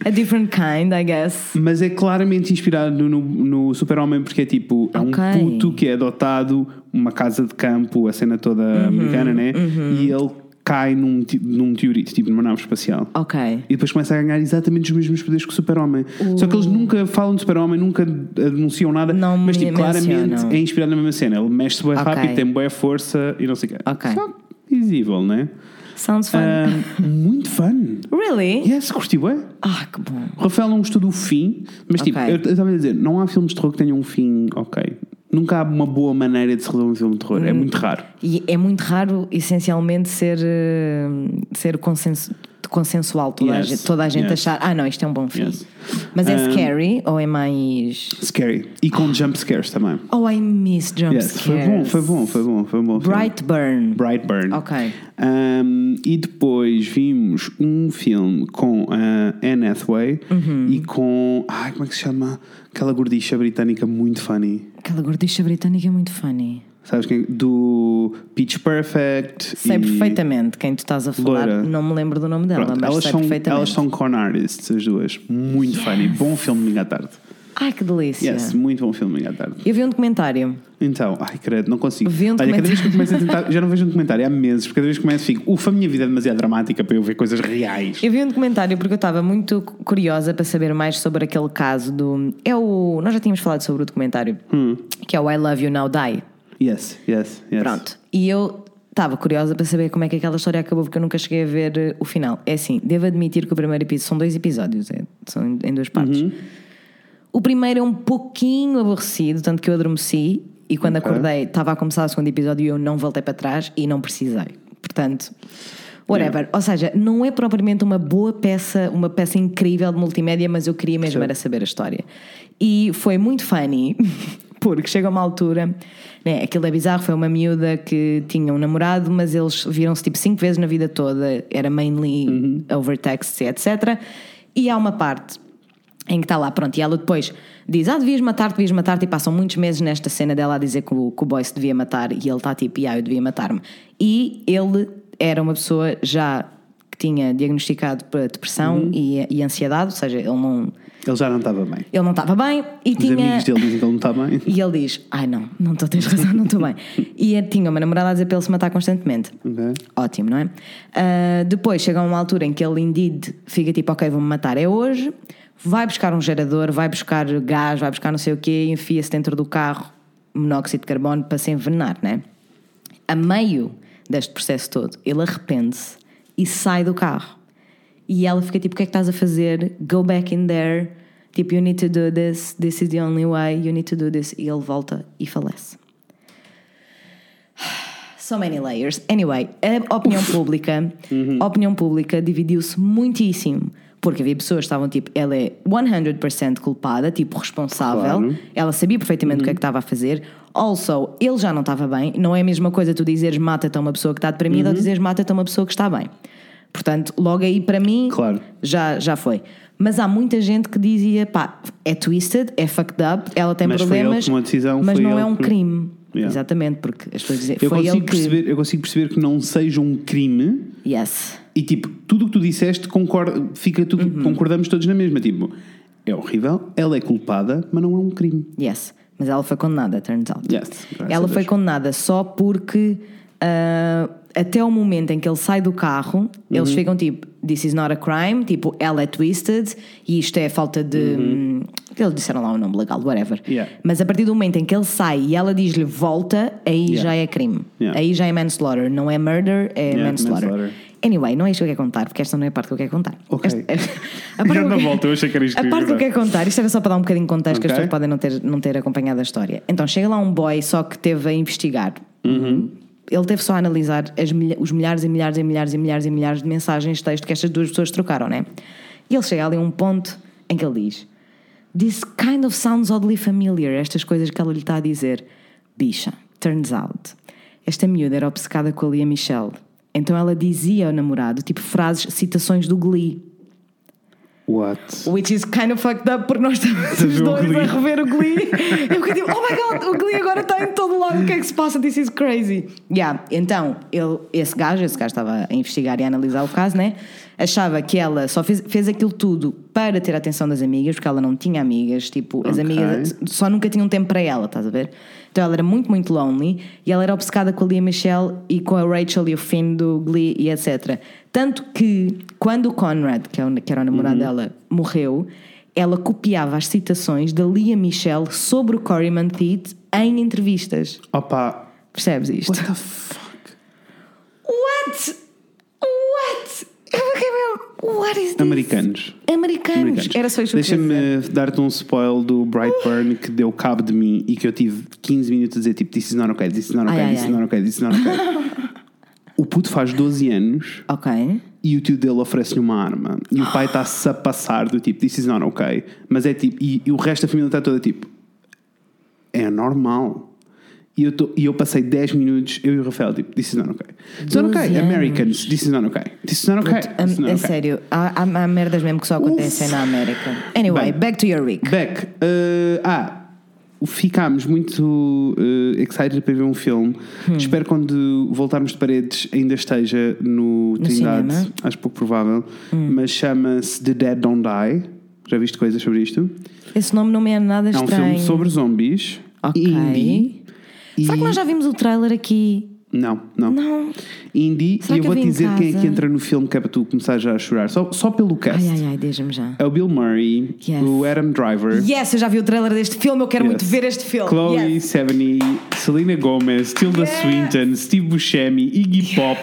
[SPEAKER 2] A different kind, I guess.
[SPEAKER 3] Mas é claramente inspirado no, no Super-Homem, porque é tipo, é um
[SPEAKER 2] Ok.
[SPEAKER 3] puto que é adotado, uma casa de campo, a cena toda
[SPEAKER 2] Uhum,
[SPEAKER 3] americana, né? E ele cai num, ti- num meteorito, tipo numa nave espacial.
[SPEAKER 2] Ok.
[SPEAKER 3] E depois começa a ganhar exatamente os mesmos poderes que o Super-Homem. Só que eles nunca falam de Super-Homem, nunca anunciam nada,
[SPEAKER 2] Uh. Não
[SPEAKER 3] mas
[SPEAKER 2] me
[SPEAKER 3] tipo, claramente
[SPEAKER 2] mencionam.
[SPEAKER 3] é inspirado na mesma cena. Ele mexe-se bem
[SPEAKER 2] Ok.
[SPEAKER 3] rápido, tem boa força e não sei o quê.
[SPEAKER 2] Ok.
[SPEAKER 3] Só visível, né?
[SPEAKER 2] Sounds fun.
[SPEAKER 3] Ah, muito fun.
[SPEAKER 2] really?
[SPEAKER 3] Yes, curti bem.
[SPEAKER 2] Ah, que bom.
[SPEAKER 3] O Rafael não gostou do fim, mas tipo,
[SPEAKER 2] Ok.
[SPEAKER 3] eu eu estava a dizer, não há filmes de terror que tenham um fim ok. Nunca há uma boa maneira de se resolver um filme de terror,
[SPEAKER 2] Hum.
[SPEAKER 3] é muito raro.
[SPEAKER 2] E é muito raro, essencialmente, ser, eh, ser consenso, consensual. Toda,
[SPEAKER 3] Yes,
[SPEAKER 2] a gente, toda a gente
[SPEAKER 3] yes.
[SPEAKER 2] achar, ah, não, isto é um bom filme.
[SPEAKER 3] Yes.
[SPEAKER 2] Mas é
[SPEAKER 3] Um,
[SPEAKER 2] scary ou é mais.
[SPEAKER 3] Scary. E com jump scares também.
[SPEAKER 2] Oh, I miss Ah. jump
[SPEAKER 3] Yes, foi bom,
[SPEAKER 2] scares.
[SPEAKER 3] foi bom, foi bom, foi um bom. filme.
[SPEAKER 2] Bright Burn.
[SPEAKER 3] Brightburn.
[SPEAKER 2] Ok.
[SPEAKER 3] Um, e depois vimos um filme com a Anne Hathaway
[SPEAKER 2] Uhum.
[SPEAKER 3] e com. Ai, como é que se chama? Aquela gordicha britânica muito funny.
[SPEAKER 2] Aquela gordicha britânica é muito funny.
[SPEAKER 3] Sabes quem? Do Pitch Perfect.
[SPEAKER 2] Sei
[SPEAKER 3] e-
[SPEAKER 2] perfeitamente quem tu estás a falar.
[SPEAKER 3] Loira.
[SPEAKER 2] Não me lembro do nome dela,
[SPEAKER 3] Pronto,
[SPEAKER 2] mas
[SPEAKER 3] elas,
[SPEAKER 2] sei
[SPEAKER 3] são,
[SPEAKER 2] perfeitamente.
[SPEAKER 3] elas são con artists, as duas. Muito funny. Bom filme domingo à tarde.
[SPEAKER 2] Ai, que delícia.
[SPEAKER 3] Yes, muito bom filme domingo à tarde.
[SPEAKER 2] Eu vi um documentário.
[SPEAKER 3] Então, ai credo, não consigo.
[SPEAKER 2] Vi um
[SPEAKER 3] Olha, cada
[SPEAKER 2] documentário.
[SPEAKER 3] vez que eu começo a tentar, já não vejo um documentário há meses, porque cada vez que começo fico, ufa, a minha vida é demasiado dramática para eu ver coisas reais.
[SPEAKER 2] Eu vi um documentário porque eu estava muito cu- curiosa para saber mais sobre aquele caso do. É o. Nós já tínhamos falado sobre o documentário,
[SPEAKER 3] Hum.
[SPEAKER 2] que é o I Love You Now Die.
[SPEAKER 3] Yes, yes, yes.
[SPEAKER 2] Pronto. E eu estava curiosa para saber como é que aquela história acabou, porque eu nunca cheguei a ver eh, o final. É assim, devo admitir que o primeiro episódio. São dois episódios, é, são em, em duas partes. O primeiro é um pouquinho aborrecido, tanto que eu adormeci e quando
[SPEAKER 3] Ok.
[SPEAKER 2] acordei estava a começar o segundo episódio e eu não voltei para trás e não precisei. Portanto, whatever. Ou seja, não é propriamente uma boa peça, uma peça incrível de multimédia, mas eu queria mesmo
[SPEAKER 3] Sim.
[SPEAKER 2] era saber a história. E foi muito funny, porque chega uma altura, né, aquilo é bizarro, foi uma miúda que tinha um namorado, mas eles viram-se tipo cinco vezes na vida toda, era mainly
[SPEAKER 3] Uhum.
[SPEAKER 2] overtext, etc. E há uma parte em que está lá, pronto, e ela depois diz, ah, devias matar-te, devias matar-te, e passam muitos meses nesta cena dela a dizer que o, que o boy se devia matar, e ele está tipo, ah, eu devia matar-me. E ele era uma pessoa já que tinha diagnosticado para depressão
[SPEAKER 3] Uhum.
[SPEAKER 2] e, e ansiedade, ou seja, ele não
[SPEAKER 3] Ele já não estava bem.
[SPEAKER 2] ele não estava bem e
[SPEAKER 3] Os
[SPEAKER 2] tinha...
[SPEAKER 3] amigos dele dizem que ele não está bem.
[SPEAKER 2] E ele diz, ai não, não estou, tens razão, não estou bem. e ele tinha uma namorada a dizer para ele se matar constantemente.
[SPEAKER 3] Ok.
[SPEAKER 2] Ótimo, não é? Ah, depois chega uma altura em que ele indeed fica tipo, ok, vou-me matar, é hoje. Vai buscar um gerador, vai buscar gás, vai buscar não sei o quê, enfia-se dentro do carro monóxido de carbono para se envenenar, né? A meio deste processo todo, ele arrepende-se e sai do carro. E ela fica tipo, o que é que estás a fazer? Go back in there. Tipo, you need to do this. This is the only way. You need to do this. E ele volta e falece. So many layers. Anyway, a opinião pública,
[SPEAKER 3] Uhum.
[SPEAKER 2] a opinião pública dividiu-se muitíssimo. Porque havia pessoas que estavam tipo, ela é 100% culpada, tipo, responsável.
[SPEAKER 3] Claro. Uhum.
[SPEAKER 2] Ela sabia perfeitamente o que é que estava a fazer. Also, ele já não estava bem. Não é a mesma coisa tu dizeres mata-te a uma pessoa que está deprimida
[SPEAKER 3] Uhum.
[SPEAKER 2] ou dizeres mata-te a uma pessoa que está bem. Portanto, logo aí para mim,
[SPEAKER 3] Claro.
[SPEAKER 2] já, já foi. Mas há muita gente que dizia, pá, é twisted, é fucked up, ela tem
[SPEAKER 3] Mas foi ele que
[SPEAKER 2] problemas,
[SPEAKER 3] tomou a decisão,
[SPEAKER 2] mas
[SPEAKER 3] foi
[SPEAKER 2] não
[SPEAKER 3] ele
[SPEAKER 2] é um
[SPEAKER 3] que-
[SPEAKER 2] crime.
[SPEAKER 3] Yeah.
[SPEAKER 2] Exatamente, porque as pessoas dizem,
[SPEAKER 3] Eu
[SPEAKER 2] foi ele
[SPEAKER 3] consigo,
[SPEAKER 2] que...
[SPEAKER 3] perceber, eu consigo perceber que não seja um crime
[SPEAKER 2] Yes.
[SPEAKER 3] e tipo, tudo o que tu disseste concorda, fica tudo,
[SPEAKER 2] Uhum.
[SPEAKER 3] concordamos todos na mesma. Tipo, é horrível, ela é culpada, mas não é um crime.
[SPEAKER 2] Yes. Mas ela foi condenada, turns out.
[SPEAKER 3] Yes, graças a
[SPEAKER 2] ela foi
[SPEAKER 3] Deus.
[SPEAKER 2] condenada só porque ah, até o momento em que ele sai do carro, eles
[SPEAKER 3] Uhum.
[SPEAKER 2] ficam tipo, this is not a crime, tipo, ela é twisted e isto é falta de. hum, Eles disseram lá o nome legal, whatever.
[SPEAKER 3] Uhum. Yeah.
[SPEAKER 2] Mas a partir do momento em que ele sai e ela diz-lhe volta, aí
[SPEAKER 3] Yeah.
[SPEAKER 2] já é crime.
[SPEAKER 3] Yeah.
[SPEAKER 2] Aí já é manslaughter. Não é murder, é
[SPEAKER 3] Yeah,
[SPEAKER 2] manslaughter.
[SPEAKER 3] manslaughter.
[SPEAKER 2] Anyway, não é isto que eu quero contar, porque esta não é a parte que eu quero contar.
[SPEAKER 3] Ok.
[SPEAKER 2] Esta- a parte
[SPEAKER 3] Já
[SPEAKER 2] que
[SPEAKER 3] na
[SPEAKER 2] quero-
[SPEAKER 3] volta, eu achei que era isto
[SPEAKER 2] A
[SPEAKER 3] que eu
[SPEAKER 2] parte
[SPEAKER 3] ia
[SPEAKER 2] que eu
[SPEAKER 3] contar.
[SPEAKER 2] quero contar, isto era só para dar um bocadinho de contexto que as
[SPEAKER 3] Ok.
[SPEAKER 2] pessoas podem não ter, não ter acompanhado a história. Então chega lá um boy só que teve a investigar.
[SPEAKER 3] Uhum.
[SPEAKER 2] Ele teve só a analisar as milha- os milhares e milhares e milhares e milhares e milhares de mensagens de texto que estas duas pessoas trocaram, né? E ele chega ali a um ponto em que ele diz: This kind of sounds oddly familiar. Estas coisas que ela lhe está a dizer. Bicha, turns out. Esta miúda era obcecada com a Lia Michelle. Então ela dizia ao namorado, tipo, frases, citações do Glee.
[SPEAKER 3] What?
[SPEAKER 2] Which is kind of fucked up porque nós estamos os
[SPEAKER 3] ver o
[SPEAKER 2] dois
[SPEAKER 3] Glee.
[SPEAKER 2] a rever o Glee. Eu fiquei tipo, oh my god, o Glee agora está em todo lado, o que é que se passa? This is crazy. Yeah, então, ele, esse gajo, esse gajo estava a investigar e a analisar o caso, né? Achava que ela só fez, fez aquilo tudo para ter a atenção das amigas, porque ela não tinha amigas, tipo, as
[SPEAKER 3] Ok.
[SPEAKER 2] amigas só nunca tinham tempo para ela, estás a ver? Então ela era muito, muito lonely e ela era obcecada com a Lia Michelle e com a Rachel e o Finn do Glee e etc. Tanto que quando o Conrad, que, é o, que era o
[SPEAKER 3] Uhum.
[SPEAKER 2] namorado dela, morreu, ela copiava as citações da Lia Michelle sobre o Cory Monteith em entrevistas.
[SPEAKER 3] Opa,
[SPEAKER 2] Percebes isto?
[SPEAKER 3] what the fuck?
[SPEAKER 2] What? What? Eu fiquei mesmo, What is this?
[SPEAKER 3] Americanos.
[SPEAKER 2] Americanos.
[SPEAKER 3] Americanos.
[SPEAKER 2] Era só isso que eu queria dizer.
[SPEAKER 3] Deixa-me dar-te um spoil do Brightburn que deu cabo de mim e que eu tive 15 minutos a dizer tipo, this is not okay, this is not okay,
[SPEAKER 2] Ai, ai,
[SPEAKER 3] this is
[SPEAKER 2] ai.
[SPEAKER 3] not okay, this is not okay. o puto faz 12 anos
[SPEAKER 2] Ok.
[SPEAKER 3] e o tio dele oferece-lhe uma arma e o pai está-se a passar do tipo this is not okay mas é tipo e, e o resto da família está toda tipo é normal e eu, tô- e eu passei 10 minutos eu e o Rafael tipo this is not okay this is not okay
[SPEAKER 2] 12 anos.
[SPEAKER 3] Americans this is not okay this is not okay
[SPEAKER 2] Am-
[SPEAKER 3] this is not
[SPEAKER 2] é
[SPEAKER 3] okay."
[SPEAKER 2] sério, há, há- há merdas mesmo que só acontecem na América. Anyway,
[SPEAKER 3] Bem.
[SPEAKER 2] back to your week.
[SPEAKER 3] Beck eh, ah ficámos muito eh, excited para ver um filme
[SPEAKER 2] Hum.
[SPEAKER 3] espero que quando voltarmos de paredes ainda esteja no, Trindade
[SPEAKER 2] cinema? Hum.
[SPEAKER 3] acho pouco provável mas chama-se The Dead Don't Die já viste coisas sobre isto?
[SPEAKER 2] Esse nome não me é nada
[SPEAKER 3] É um
[SPEAKER 2] estranho.
[SPEAKER 3] filme sobre zombies.
[SPEAKER 2] Ok.
[SPEAKER 3] Indie.
[SPEAKER 2] Será que nós já vimos o trailer aqui?
[SPEAKER 3] Não, não.
[SPEAKER 2] Não.
[SPEAKER 3] Indie.
[SPEAKER 2] Será
[SPEAKER 3] e eu
[SPEAKER 2] que eu
[SPEAKER 3] vou
[SPEAKER 2] vi
[SPEAKER 3] te
[SPEAKER 2] em
[SPEAKER 3] dizer quem é que
[SPEAKER 2] casa?
[SPEAKER 3] entra no filme que é para tu começar já a chorar. Só, só pelo cast.
[SPEAKER 2] Ai, ai, ai, deixa-me já.
[SPEAKER 3] É o Bill Murray,
[SPEAKER 2] Yes.
[SPEAKER 3] o Adam Driver,
[SPEAKER 2] Yes, eu já vi o trailer deste filme, eu quero
[SPEAKER 3] Yes.
[SPEAKER 2] muito ver este filme.
[SPEAKER 3] Chloe
[SPEAKER 2] Yes.
[SPEAKER 3] Sevigny, Selena Gomez, Tilda
[SPEAKER 2] Yes.
[SPEAKER 3] Swinton, Steve Buscemi, Iggy Pop.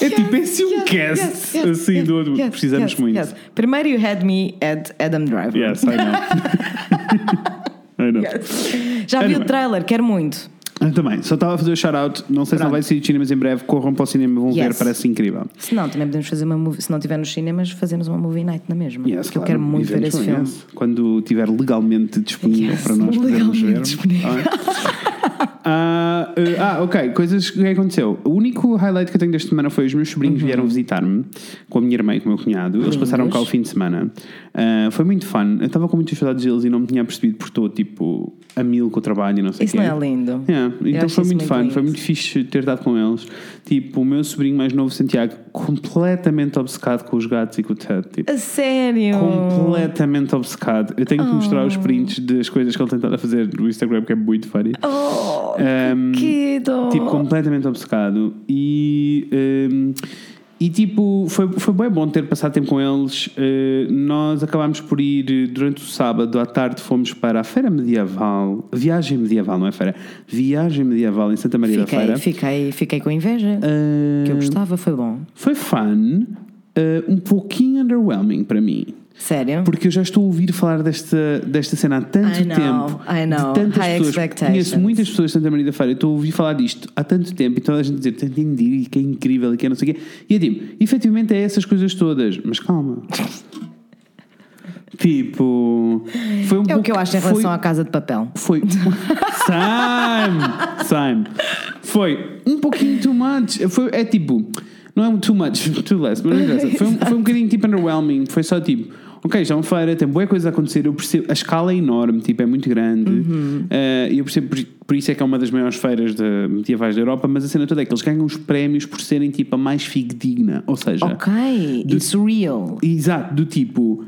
[SPEAKER 3] É
[SPEAKER 2] Yes,
[SPEAKER 3] tipo esse um
[SPEAKER 2] yes,
[SPEAKER 3] cast
[SPEAKER 2] yes, yes,
[SPEAKER 3] assim
[SPEAKER 2] yes,
[SPEAKER 3] do outro.
[SPEAKER 2] yes,
[SPEAKER 3] Precisamos
[SPEAKER 2] yes,
[SPEAKER 3] muito.
[SPEAKER 2] yes. Primeiro, you had me at Adam Driver.
[SPEAKER 3] Yes, I know. I know.
[SPEAKER 2] Já vi
[SPEAKER 3] Anyway.
[SPEAKER 2] o trailer, quero muito.
[SPEAKER 3] Eu também, só estava a fazer o shout-out. Não sei se não vai sair de cinemas em breve. Corram para o cinema, vão ver,
[SPEAKER 2] Yes.
[SPEAKER 3] parece incrível.
[SPEAKER 2] Se não, também podemos fazer uma movie. Se não tiver nos cinemas, fazemos uma movie night na mesma.
[SPEAKER 3] Yes,
[SPEAKER 2] porque
[SPEAKER 3] claro,
[SPEAKER 2] eu quero muito ver esse filme.
[SPEAKER 3] eventualmente. Quando estiver legalmente disponível
[SPEAKER 2] Yes,
[SPEAKER 3] para nós podermos
[SPEAKER 2] legalmente
[SPEAKER 3] ver.
[SPEAKER 2] disponível.
[SPEAKER 3] Ah, é? Ah, eh, ah, ok, coisas que aconteceu. O único highlight que eu tenho desta semana foi os meus sobrinhos
[SPEAKER 2] Uhum.
[SPEAKER 3] vieram visitar-me com a minha irmã e com o meu cunhado. Eles passaram cá o fim de semana. Ah, foi muito fun. Eu estava com muitas saudades deles e não me tinha percebido porque estou tipo a mil com o trabalho e não sei o
[SPEAKER 2] Isso
[SPEAKER 3] quê.
[SPEAKER 2] não é lindo?
[SPEAKER 3] É, Então
[SPEAKER 2] acho
[SPEAKER 3] foi
[SPEAKER 2] isso
[SPEAKER 3] muito
[SPEAKER 2] muito
[SPEAKER 3] fun,
[SPEAKER 2] lindo.
[SPEAKER 3] foi muito fixe ter dado com eles. Tipo, o meu sobrinho mais novo, Santiago, completamente obcecado com os gatos e com o Ted. Tipo,
[SPEAKER 2] A sério?
[SPEAKER 3] completamente obcecado. Eu tenho que mostrar
[SPEAKER 2] Oh.
[SPEAKER 3] os prints das coisas que ele tem estado a fazer no Instagram, que é muito funny.
[SPEAKER 2] Oh,
[SPEAKER 3] Um,
[SPEAKER 2] que dó.
[SPEAKER 3] Tipo, completamente obcecado. E. um, e tipo, foi, foi bem bom ter passado tempo com eles. Uh, nós acabámos por ir eh, durante o sábado à tarde, fomos para a Feira Medieval, Viagem Medieval, não é Feira? Viagem Medieval em Santa Maria da Feira.
[SPEAKER 2] fiquei, fiquei, fiquei com inveja.
[SPEAKER 3] Uh,
[SPEAKER 2] que eu gostava, foi bom.
[SPEAKER 3] Foi fun, uh, um pouquinho underwhelming para mim.
[SPEAKER 2] Sério?
[SPEAKER 3] Porque eu já estou a ouvir falar desta, desta cena há tanto
[SPEAKER 2] I know,
[SPEAKER 3] tempo.
[SPEAKER 2] I know.
[SPEAKER 3] De tantas
[SPEAKER 2] High
[SPEAKER 3] pessoas.
[SPEAKER 2] expectations.
[SPEAKER 3] Conheço muitas pessoas de Santa Maria da Feira. Eu Estou a ouvir falar disto há tanto tempo e toda a gente dizer "Tem de entendido e que é incrível e que é não sei o quê. E eu digo, efetivamente é essas coisas todas. Mas calma. tipo. Foi um
[SPEAKER 2] É o que eu
[SPEAKER 3] pouco-
[SPEAKER 2] acho em
[SPEAKER 3] foi-
[SPEAKER 2] relação à Casa de Papel.
[SPEAKER 3] foi. Sam! Sam! Foi um pouquinho too much. Foi, é tipo. Não é um too much, too less, mas não interessa. Foi, um- foi um bocadinho tipo underwhelming. Foi só tipo. Ok, já é uma feira, tem boa coisa a acontecer. Eu percebo, a escala é enorme, tipo, é muito grande. Eh, E eu percebo, por, por isso é que é uma das maiores feiras de medievais da Europa. Mas a cena toda é que eles ganham os prémios por serem, tipo, a mais fidedigna. Ou seja,
[SPEAKER 2] Ok, it's real.
[SPEAKER 3] Exato, do tipo,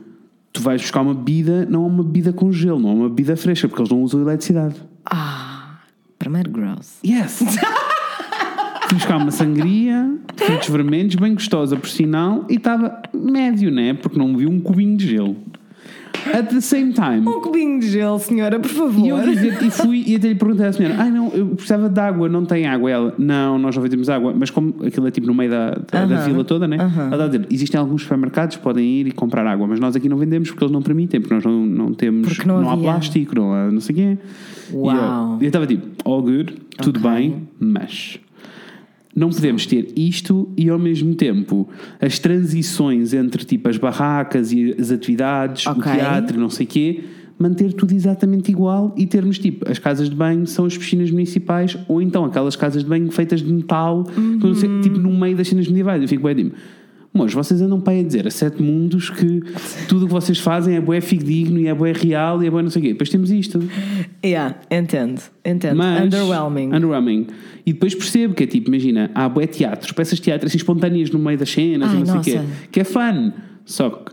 [SPEAKER 3] tu vais buscar uma bebida, não é uma bebida com gelo, não é uma bebida fresca, porque eles não usam eletricidade.
[SPEAKER 2] Ah, primeiro gross.
[SPEAKER 3] Yes! Fui buscar uma sangria, de frutos vermelhos, bem gostosa por sinal, e estava médio, né? Porque não vi um cubinho de gelo. At the same time.
[SPEAKER 2] Um cubinho de gelo, senhora, por favor.
[SPEAKER 3] E eu dizer, e fui e até lhe perguntei à senhora: Ai não, eu precisava de água, não tem água. Ela, não, nós já vendemos água. Mas como aquilo é tipo no meio da, da, da
[SPEAKER 2] Aham.
[SPEAKER 3] vila toda, né?
[SPEAKER 2] Aham.
[SPEAKER 3] Ela está a dizer: existem alguns supermercados, podem ir e comprar água, mas nós aqui não vendemos porque eles não permitem, porque nós não, não temos.
[SPEAKER 2] Porque não
[SPEAKER 3] há
[SPEAKER 2] havia.
[SPEAKER 3] plástico, não há não sei o quê. E eu-
[SPEAKER 2] Uau.
[SPEAKER 3] E eu estava tipo: all good, tudo
[SPEAKER 2] Ok.
[SPEAKER 3] bem, mas. Não podemos ter isto e ao mesmo tempo as transições entre tipo as barracas e as atividades,
[SPEAKER 2] Ok.
[SPEAKER 3] o teatro, não sei quê, manter tudo exatamente igual e termos tipo as casas de banho são as piscinas municipais ou então aquelas casas de banho feitas de metal, que não sei, tipo no meio das cenas medievais. Eu fico bem tipo, mas vocês andam para aí a dizer a sete mundos que tudo o que vocês fazem é bué digno e é bué real e é bué não sei o quê. Depois temos isto.
[SPEAKER 2] Yeah, entendo, entendo.
[SPEAKER 3] Mas,
[SPEAKER 2] Underwhelming.
[SPEAKER 3] Underwhelming. E depois percebo que é tipo, imagina, há bué teatros, peças de teatro assim espontâneas no meio das cenas,
[SPEAKER 2] Ai,
[SPEAKER 3] não sei o
[SPEAKER 2] nossa.
[SPEAKER 3] quê, que é fun. Só que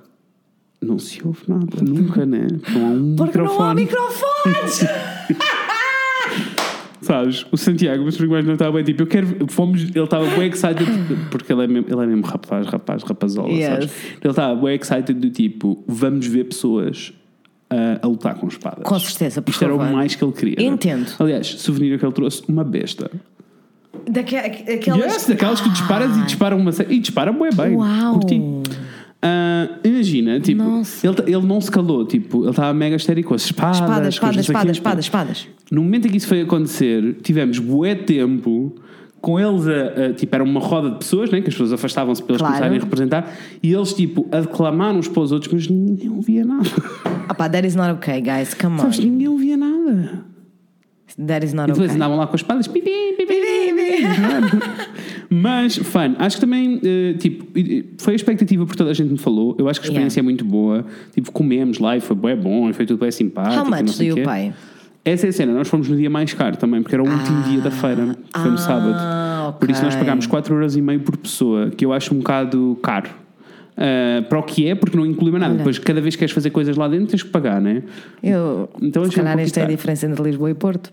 [SPEAKER 3] não se ouve nada, nunca, né? Não há um
[SPEAKER 2] Porque não há
[SPEAKER 3] microfone.
[SPEAKER 2] microfones!
[SPEAKER 3] Sabes? O Santiago, mas por igual não estava bem tipo, eu quero. Fomos, ele estava bem excited, porque ele é mesmo, ele é mesmo rapaz, rapaz, rapazola,
[SPEAKER 2] Yes.
[SPEAKER 3] sabes? Ele estava bem excited do tipo, vamos ver pessoas. ah, a lutar com espadas.
[SPEAKER 2] Com certeza, por
[SPEAKER 3] Isto era o
[SPEAKER 2] favor.
[SPEAKER 3] mais que ele queria. não é?
[SPEAKER 2] Entendo.
[SPEAKER 3] Aliás, souvenir que ele trouxe, uma besta.
[SPEAKER 2] Daque, aquelas...
[SPEAKER 3] Yes, daquelas que disparas e disparam uma série. E dispara bué bem.
[SPEAKER 2] Uau.
[SPEAKER 3] Curti. Ah, imagina, tipo,
[SPEAKER 2] Nossa.
[SPEAKER 3] ele, ele não se calou, tipo, ele estava mega estéril com as espadas,
[SPEAKER 2] Espadas,
[SPEAKER 3] com as
[SPEAKER 2] espadas,
[SPEAKER 3] não sei o quê.
[SPEAKER 2] espadas, espadas, espadas.
[SPEAKER 3] No momento em que isso foi acontecer, tivemos bué tempo com eles a, a- tipo, era uma roda de pessoas, né, que as pessoas afastavam-se para eles
[SPEAKER 2] Claro.
[SPEAKER 3] começarem a representar, e eles tipo a declamar uns para os outros, mas ninguém ouvia nada.
[SPEAKER 2] Ah pá, that is not okay, guys, come on.
[SPEAKER 3] Sabes, ninguém ouvia nada.
[SPEAKER 2] That is
[SPEAKER 3] E
[SPEAKER 2] not
[SPEAKER 3] depois
[SPEAKER 2] okay.
[SPEAKER 3] andavam lá com as espadas. Pi, pi, pi, pi, pi, pi. Mas, fun. Acho que também, eh, tipo, eh, foi a expectativa porque toda a gente me falou. Eu acho que a experiência é muito boa. Tipo, comemos lá e foi bem bom, e foi tudo bem simpático.
[SPEAKER 2] How
[SPEAKER 3] Ah, tipo, não
[SPEAKER 2] much do
[SPEAKER 3] sei o
[SPEAKER 2] you
[SPEAKER 3] quê.
[SPEAKER 2] pay?
[SPEAKER 3] Essa é a cena. Nós fomos no dia mais caro também, porque era o último
[SPEAKER 2] Ah.
[SPEAKER 3] dia da feira. Foi no
[SPEAKER 2] Ah,
[SPEAKER 3] sábado. Por isso nós
[SPEAKER 2] ok.
[SPEAKER 3] pagámos 4,5€ por pessoa, que eu acho um bocado caro. Ah, para o que é, porque não inclui mais nada.
[SPEAKER 2] Olha.
[SPEAKER 3] Depois, cada vez que queres fazer coisas lá dentro, tens que pagar, né?
[SPEAKER 2] Eu,
[SPEAKER 3] Então,
[SPEAKER 2] se
[SPEAKER 3] achei um
[SPEAKER 2] calhar
[SPEAKER 3] pouco
[SPEAKER 2] esta é a
[SPEAKER 3] caro.
[SPEAKER 2] diferença entre Lisboa e Porto.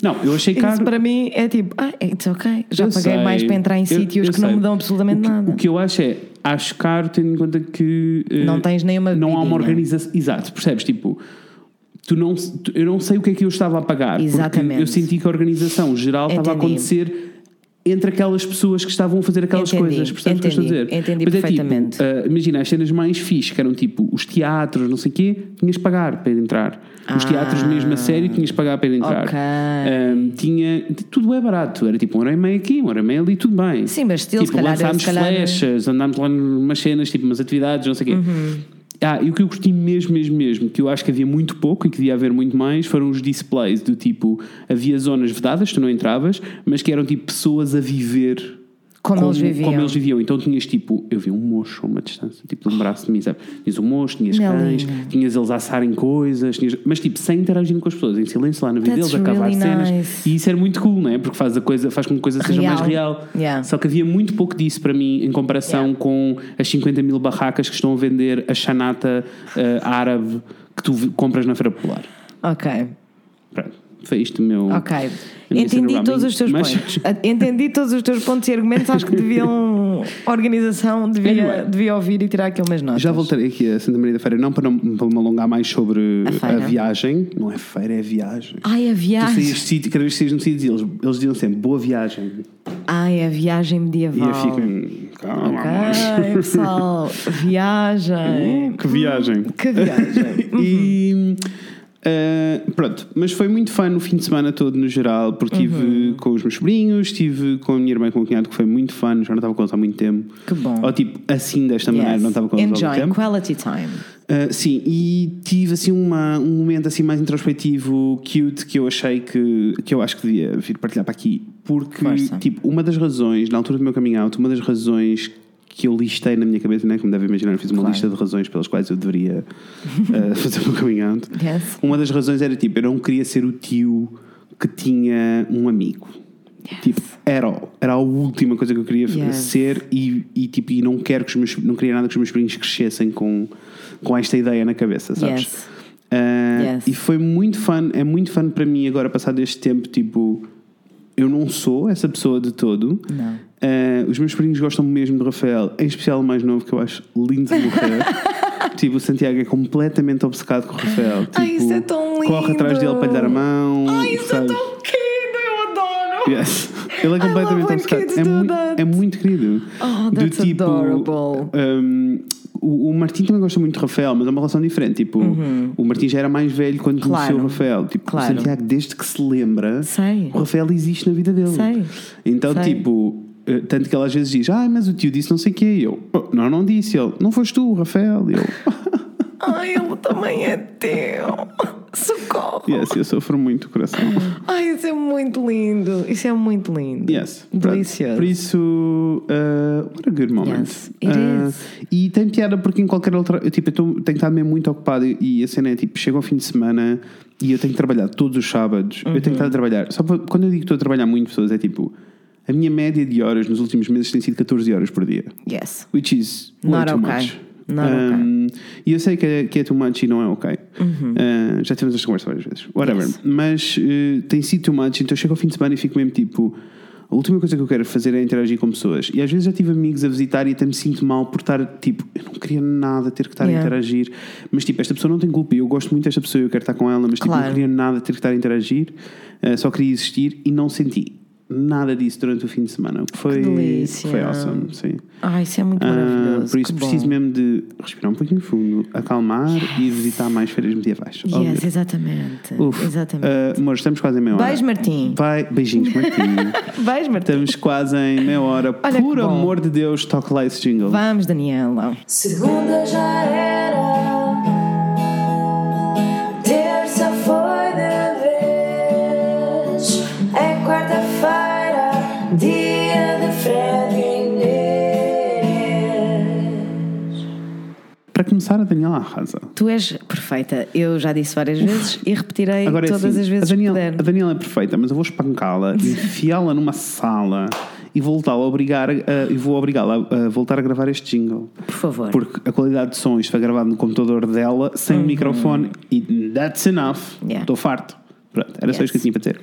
[SPEAKER 3] Não, eu achei caro.
[SPEAKER 2] Isso para mim é tipo, ah, it's ok. Já
[SPEAKER 3] Eu
[SPEAKER 2] paguei mais
[SPEAKER 3] sei.
[SPEAKER 2] para entrar em
[SPEAKER 3] Eu-
[SPEAKER 2] sítios
[SPEAKER 3] eu
[SPEAKER 2] que não
[SPEAKER 3] sei.
[SPEAKER 2] me dão absolutamente
[SPEAKER 3] o que,
[SPEAKER 2] nada.
[SPEAKER 3] O que eu acho é, acho caro tendo em conta que. eh,
[SPEAKER 2] Não tens nenhuma
[SPEAKER 3] Não há uma
[SPEAKER 2] bebidinha.
[SPEAKER 3] organização. Exato, percebes? Tipo. Tu não, tu- eu não sei o que é que eu estava a pagar. porque
[SPEAKER 2] Exatamente.
[SPEAKER 3] Eu senti que a organização geral estava a
[SPEAKER 2] Entendi.
[SPEAKER 3] acontecer
[SPEAKER 1] entre aquelas pessoas que estavam a fazer aquelas
[SPEAKER 2] Entendi,
[SPEAKER 1] coisas, percebes o que eu estou a dizer?
[SPEAKER 2] entendi, entendi
[SPEAKER 1] Mas é tipo,
[SPEAKER 2] perfeitamente.
[SPEAKER 1] ah, imagina, as cenas mais fixe, que eram tipo os teatros, não sei o quê, tinhas de pagar para entrar. Os
[SPEAKER 2] Ah.
[SPEAKER 1] teatros mesmo a sério, tinhas de pagar para entrar.
[SPEAKER 2] Ok.
[SPEAKER 1] Ahm, tinha, tudo é barato, era tipo uma hora e meia aqui, uma hora e meia ali, tudo bem.
[SPEAKER 2] Sim, mas still,
[SPEAKER 1] tipo,
[SPEAKER 2] se calhar-
[SPEAKER 1] lançámos
[SPEAKER 2] se calhar-
[SPEAKER 1] flechas, andámos lá numas cenas, tipo umas atividades, não sei o quê.
[SPEAKER 2] Uhum.
[SPEAKER 1] Ah, e o que eu curti mesmo, mesmo, mesmo, que eu acho que havia muito pouco e que devia haver muito mais, foram os displays do tipo, havia zonas vedadas, tu não entravas, mas que eram tipo pessoas a viver
[SPEAKER 2] Como eles viviam.
[SPEAKER 1] como eles viviam. Então tinhas tipo, eu vi um mocho a uma distância, tipo de um braço de mim, sabe? Tinhas um mocho, tinhas
[SPEAKER 2] Não é
[SPEAKER 1] cães,
[SPEAKER 2] lindo?
[SPEAKER 1] tinhas eles a assarem coisas, tinhas- mas tipo, sem interagir com as pessoas, em silêncio lá na vida
[SPEAKER 2] That's
[SPEAKER 1] deles, a cavar
[SPEAKER 2] really
[SPEAKER 1] cenas.
[SPEAKER 2] nice.
[SPEAKER 1] E isso era muito cool, não é? Porque faz, a coisa, faz com que a coisa seja
[SPEAKER 2] Real.
[SPEAKER 1] mais real.
[SPEAKER 2] Yeah.
[SPEAKER 1] Só que havia muito pouco disso para mim em comparação
[SPEAKER 2] Yeah.
[SPEAKER 1] com as 50 mil barracas que estão a vender a chanata eh, árabe que tu v- compras na Feira Popular.
[SPEAKER 2] Ok.
[SPEAKER 1] Pronto, foi isto o meu.
[SPEAKER 2] Ok.
[SPEAKER 1] a minha cena
[SPEAKER 2] Entendi
[SPEAKER 1] rambling.
[SPEAKER 2] todos os teus
[SPEAKER 1] Mas-
[SPEAKER 2] pontos. Entendi todos os teus pontos e argumentos. Acho que deviam. A organização devia,
[SPEAKER 1] Anyway.
[SPEAKER 2] devia ouvir e tirar aqui umas notas.
[SPEAKER 3] Já voltarei aqui a Santa Maria da Feira, não para, não- para me alongar mais sobre
[SPEAKER 2] A
[SPEAKER 3] a,
[SPEAKER 2] feira.
[SPEAKER 3] viagem. Não é feira, é viagem.
[SPEAKER 2] Ai, a
[SPEAKER 3] Tu saías de
[SPEAKER 2] viagem.
[SPEAKER 3] sítio- cada vez que saías no sítio, eles, eles diziam sempre boa viagem.
[SPEAKER 2] Ai, a viagem
[SPEAKER 3] E
[SPEAKER 2] medieval.
[SPEAKER 3] eu fico. "Hum, Calma, amor."
[SPEAKER 2] Ok, pessoal. Viagem.
[SPEAKER 3] Que viagem.
[SPEAKER 2] Que viagem. Uhum.
[SPEAKER 3] E eh, pronto, mas foi muito fã no fim de semana todo no geral, porque estive
[SPEAKER 2] Uhum.
[SPEAKER 3] com os meus sobrinhos, estive com a minha irmã e com o cunhado que foi muito fã, já não estava com eles há muito tempo.
[SPEAKER 2] Que bom.
[SPEAKER 3] Ou tipo, assim desta maneira,
[SPEAKER 2] Yes.
[SPEAKER 3] não estava com eles há muito
[SPEAKER 2] Enjoy
[SPEAKER 3] tempo.
[SPEAKER 2] quality time.
[SPEAKER 3] Uh, sim, e tive assim uma- um momento assim mais introspectivo, cute, que eu achei que, que eu acho que devia vir partilhar para aqui. Porque,
[SPEAKER 2] Força.
[SPEAKER 3] tipo, uma das razões, na altura do meu coming out, uma das razões que eu listei na minha cabeça, né? como deve imaginar, eu fiz uma
[SPEAKER 2] Claro.
[SPEAKER 3] lista de razões pelas quais eu deveria uh, fazer o meu coming out.
[SPEAKER 2] Yes.
[SPEAKER 3] Uma das razões era, tipo, eu não queria ser o tio que tinha um amigo. Tipo, era, era a última coisa que eu queria
[SPEAKER 2] Yes.
[SPEAKER 3] ser ter e, e, tipo, e não quero que os meus, não queria nada que os meus sobrinhos crescessem com, com esta ideia na cabeça, sabes?
[SPEAKER 2] Yes.
[SPEAKER 3] Ah,
[SPEAKER 2] Yes.
[SPEAKER 3] E foi muito fun, é muito fun para mim agora passado este tempo, tipo, eu não sou essa pessoa de todo.
[SPEAKER 2] Não.
[SPEAKER 3] Ah, os meus sobrinhos gostam mesmo do Rafael, em especial o mais novo, que eu acho lindo de morrer. tipo, o Santiago é completamente obcecado com o Rafael. Tipo,
[SPEAKER 2] Ai, isso é tão
[SPEAKER 3] Corre atrás
[SPEAKER 2] lindo.
[SPEAKER 3] dele para lhe dar a mão.
[SPEAKER 2] Ai, isso é
[SPEAKER 3] Um, sabes?
[SPEAKER 2] tão querido, eu adoro.
[SPEAKER 3] Yes. Ele é
[SPEAKER 2] I
[SPEAKER 3] completamente
[SPEAKER 2] love when
[SPEAKER 3] obcecado.
[SPEAKER 2] kids
[SPEAKER 3] É,
[SPEAKER 2] do
[SPEAKER 3] mui-
[SPEAKER 2] that.
[SPEAKER 3] é muito querido.
[SPEAKER 2] Oh, that's adorable.
[SPEAKER 3] um, o, o Martim também gosta muito de Rafael, mas é uma relação diferente. Tipo, o Martim já era mais velho quando
[SPEAKER 2] Uhum. Claro.
[SPEAKER 3] conheceu o Rafael. Tipo,
[SPEAKER 2] Claro.
[SPEAKER 3] o Santiago, desde que se lembra,
[SPEAKER 2] Sei.
[SPEAKER 3] o Rafael existe na vida dele.
[SPEAKER 2] Sei.
[SPEAKER 3] Então,
[SPEAKER 2] Sei.
[SPEAKER 3] tipo. eh, Tanto que ele às vezes diz, ah, mas o tio disse não sei o quê. E eu, "Oh, não, não disse. Ele, não foste tu, Rafael. E eu,
[SPEAKER 2] Ai, ele também é teu. Socorro.
[SPEAKER 3] yes, eu sofro muito, coração.
[SPEAKER 2] Ai, isso é muito lindo. Isso é muito lindo.
[SPEAKER 3] Yes. pronto.
[SPEAKER 2] Delicioso.
[SPEAKER 3] Por isso, uh, what a good moment.
[SPEAKER 2] Yes, it
[SPEAKER 3] Uh,
[SPEAKER 2] is.
[SPEAKER 3] E tem piada porque em qualquer outra. Eu, tipo, eu tô- tenho estado mesmo muito ocupado e- e a cena é tipo: chega ao fim de semana e eu tenho que trabalhar todos os sábados. Eu tenho
[SPEAKER 2] Uhum.
[SPEAKER 3] estado a trabalhar. Só para- quando eu digo que estou a trabalhar muito, pessoas, é tipo: a minha média de horas nos últimos meses tem sido 14 horas por dia.
[SPEAKER 2] Yes.
[SPEAKER 3] Which is way
[SPEAKER 2] Not
[SPEAKER 3] too
[SPEAKER 2] okay.
[SPEAKER 3] much.
[SPEAKER 2] Not
[SPEAKER 3] Um, E eu sei que é, que é too much e não é ok. Uh, já tivemos esta conversa várias vezes. Whatever.
[SPEAKER 2] Yes.
[SPEAKER 3] Mas uh, tem sido too much, então eu chego ao fim de semana e fico mesmo tipo. A última coisa que eu quero fazer é interagir com pessoas. E às vezes já tive amigos a visitar e até me sinto mal por estar tipo, eu não queria nada ter que estar a
[SPEAKER 2] Yeah.
[SPEAKER 3] interagir. Mas tipo, esta pessoa não tem culpa. e Eu gosto muito desta pessoa, eu quero estar com ela, mas tipo,
[SPEAKER 2] Claro.
[SPEAKER 3] não queria nada ter que estar a interagir. Uh, só queria existir e não senti nada disso durante o fim de semana. o que Foi,
[SPEAKER 2] delícia.
[SPEAKER 3] foi awesome, sim.
[SPEAKER 2] Ai, isso é muito
[SPEAKER 3] Ah,
[SPEAKER 2] maravilhoso.
[SPEAKER 3] por isso
[SPEAKER 2] que
[SPEAKER 3] preciso
[SPEAKER 2] bom.
[SPEAKER 3] mesmo de respirar um pouquinho fundo, acalmar e visitar mais feiras medievais.
[SPEAKER 2] Yes, exatamente.
[SPEAKER 3] Uf.
[SPEAKER 2] Exatamente.
[SPEAKER 3] Ah, amor, estamos quase em meia hora.
[SPEAKER 2] Beijo, Martim.
[SPEAKER 3] Vai, beijinhos, Martim.
[SPEAKER 2] Beijo, Martim.
[SPEAKER 3] estamos quase em meia hora.
[SPEAKER 2] Olha que
[SPEAKER 3] Por
[SPEAKER 2] bom.
[SPEAKER 3] amor de Deus, toque lá esse jingle.
[SPEAKER 2] Vamos, Daniela.
[SPEAKER 4] Segunda já era, terça foi de vez, é quarta-feira, dia de Fred e Inês.
[SPEAKER 3] Para começar, a Daniela arrasa.
[SPEAKER 2] Tu és perfeita. Eu já disse várias vezes e repetirei
[SPEAKER 3] Agora é
[SPEAKER 2] todas
[SPEAKER 3] assim,
[SPEAKER 2] as vezes
[SPEAKER 3] a Daniela,
[SPEAKER 2] que puder.
[SPEAKER 3] a Daniela é perfeita, mas eu vou espancá-la, enfiá-la numa sala e voltá-la a obrigar a- e vou obrigá-la a, a voltar a gravar este jingle.
[SPEAKER 2] Por favor. Uhum.
[SPEAKER 3] Porque a qualidade de som, isto foi gravado no computador dela, sem o microfone, e that's enough. Estou
[SPEAKER 2] Yeah.
[SPEAKER 3] farto. Pronto, era só
[SPEAKER 2] Yes.
[SPEAKER 3] isso que eu tinha para dizer.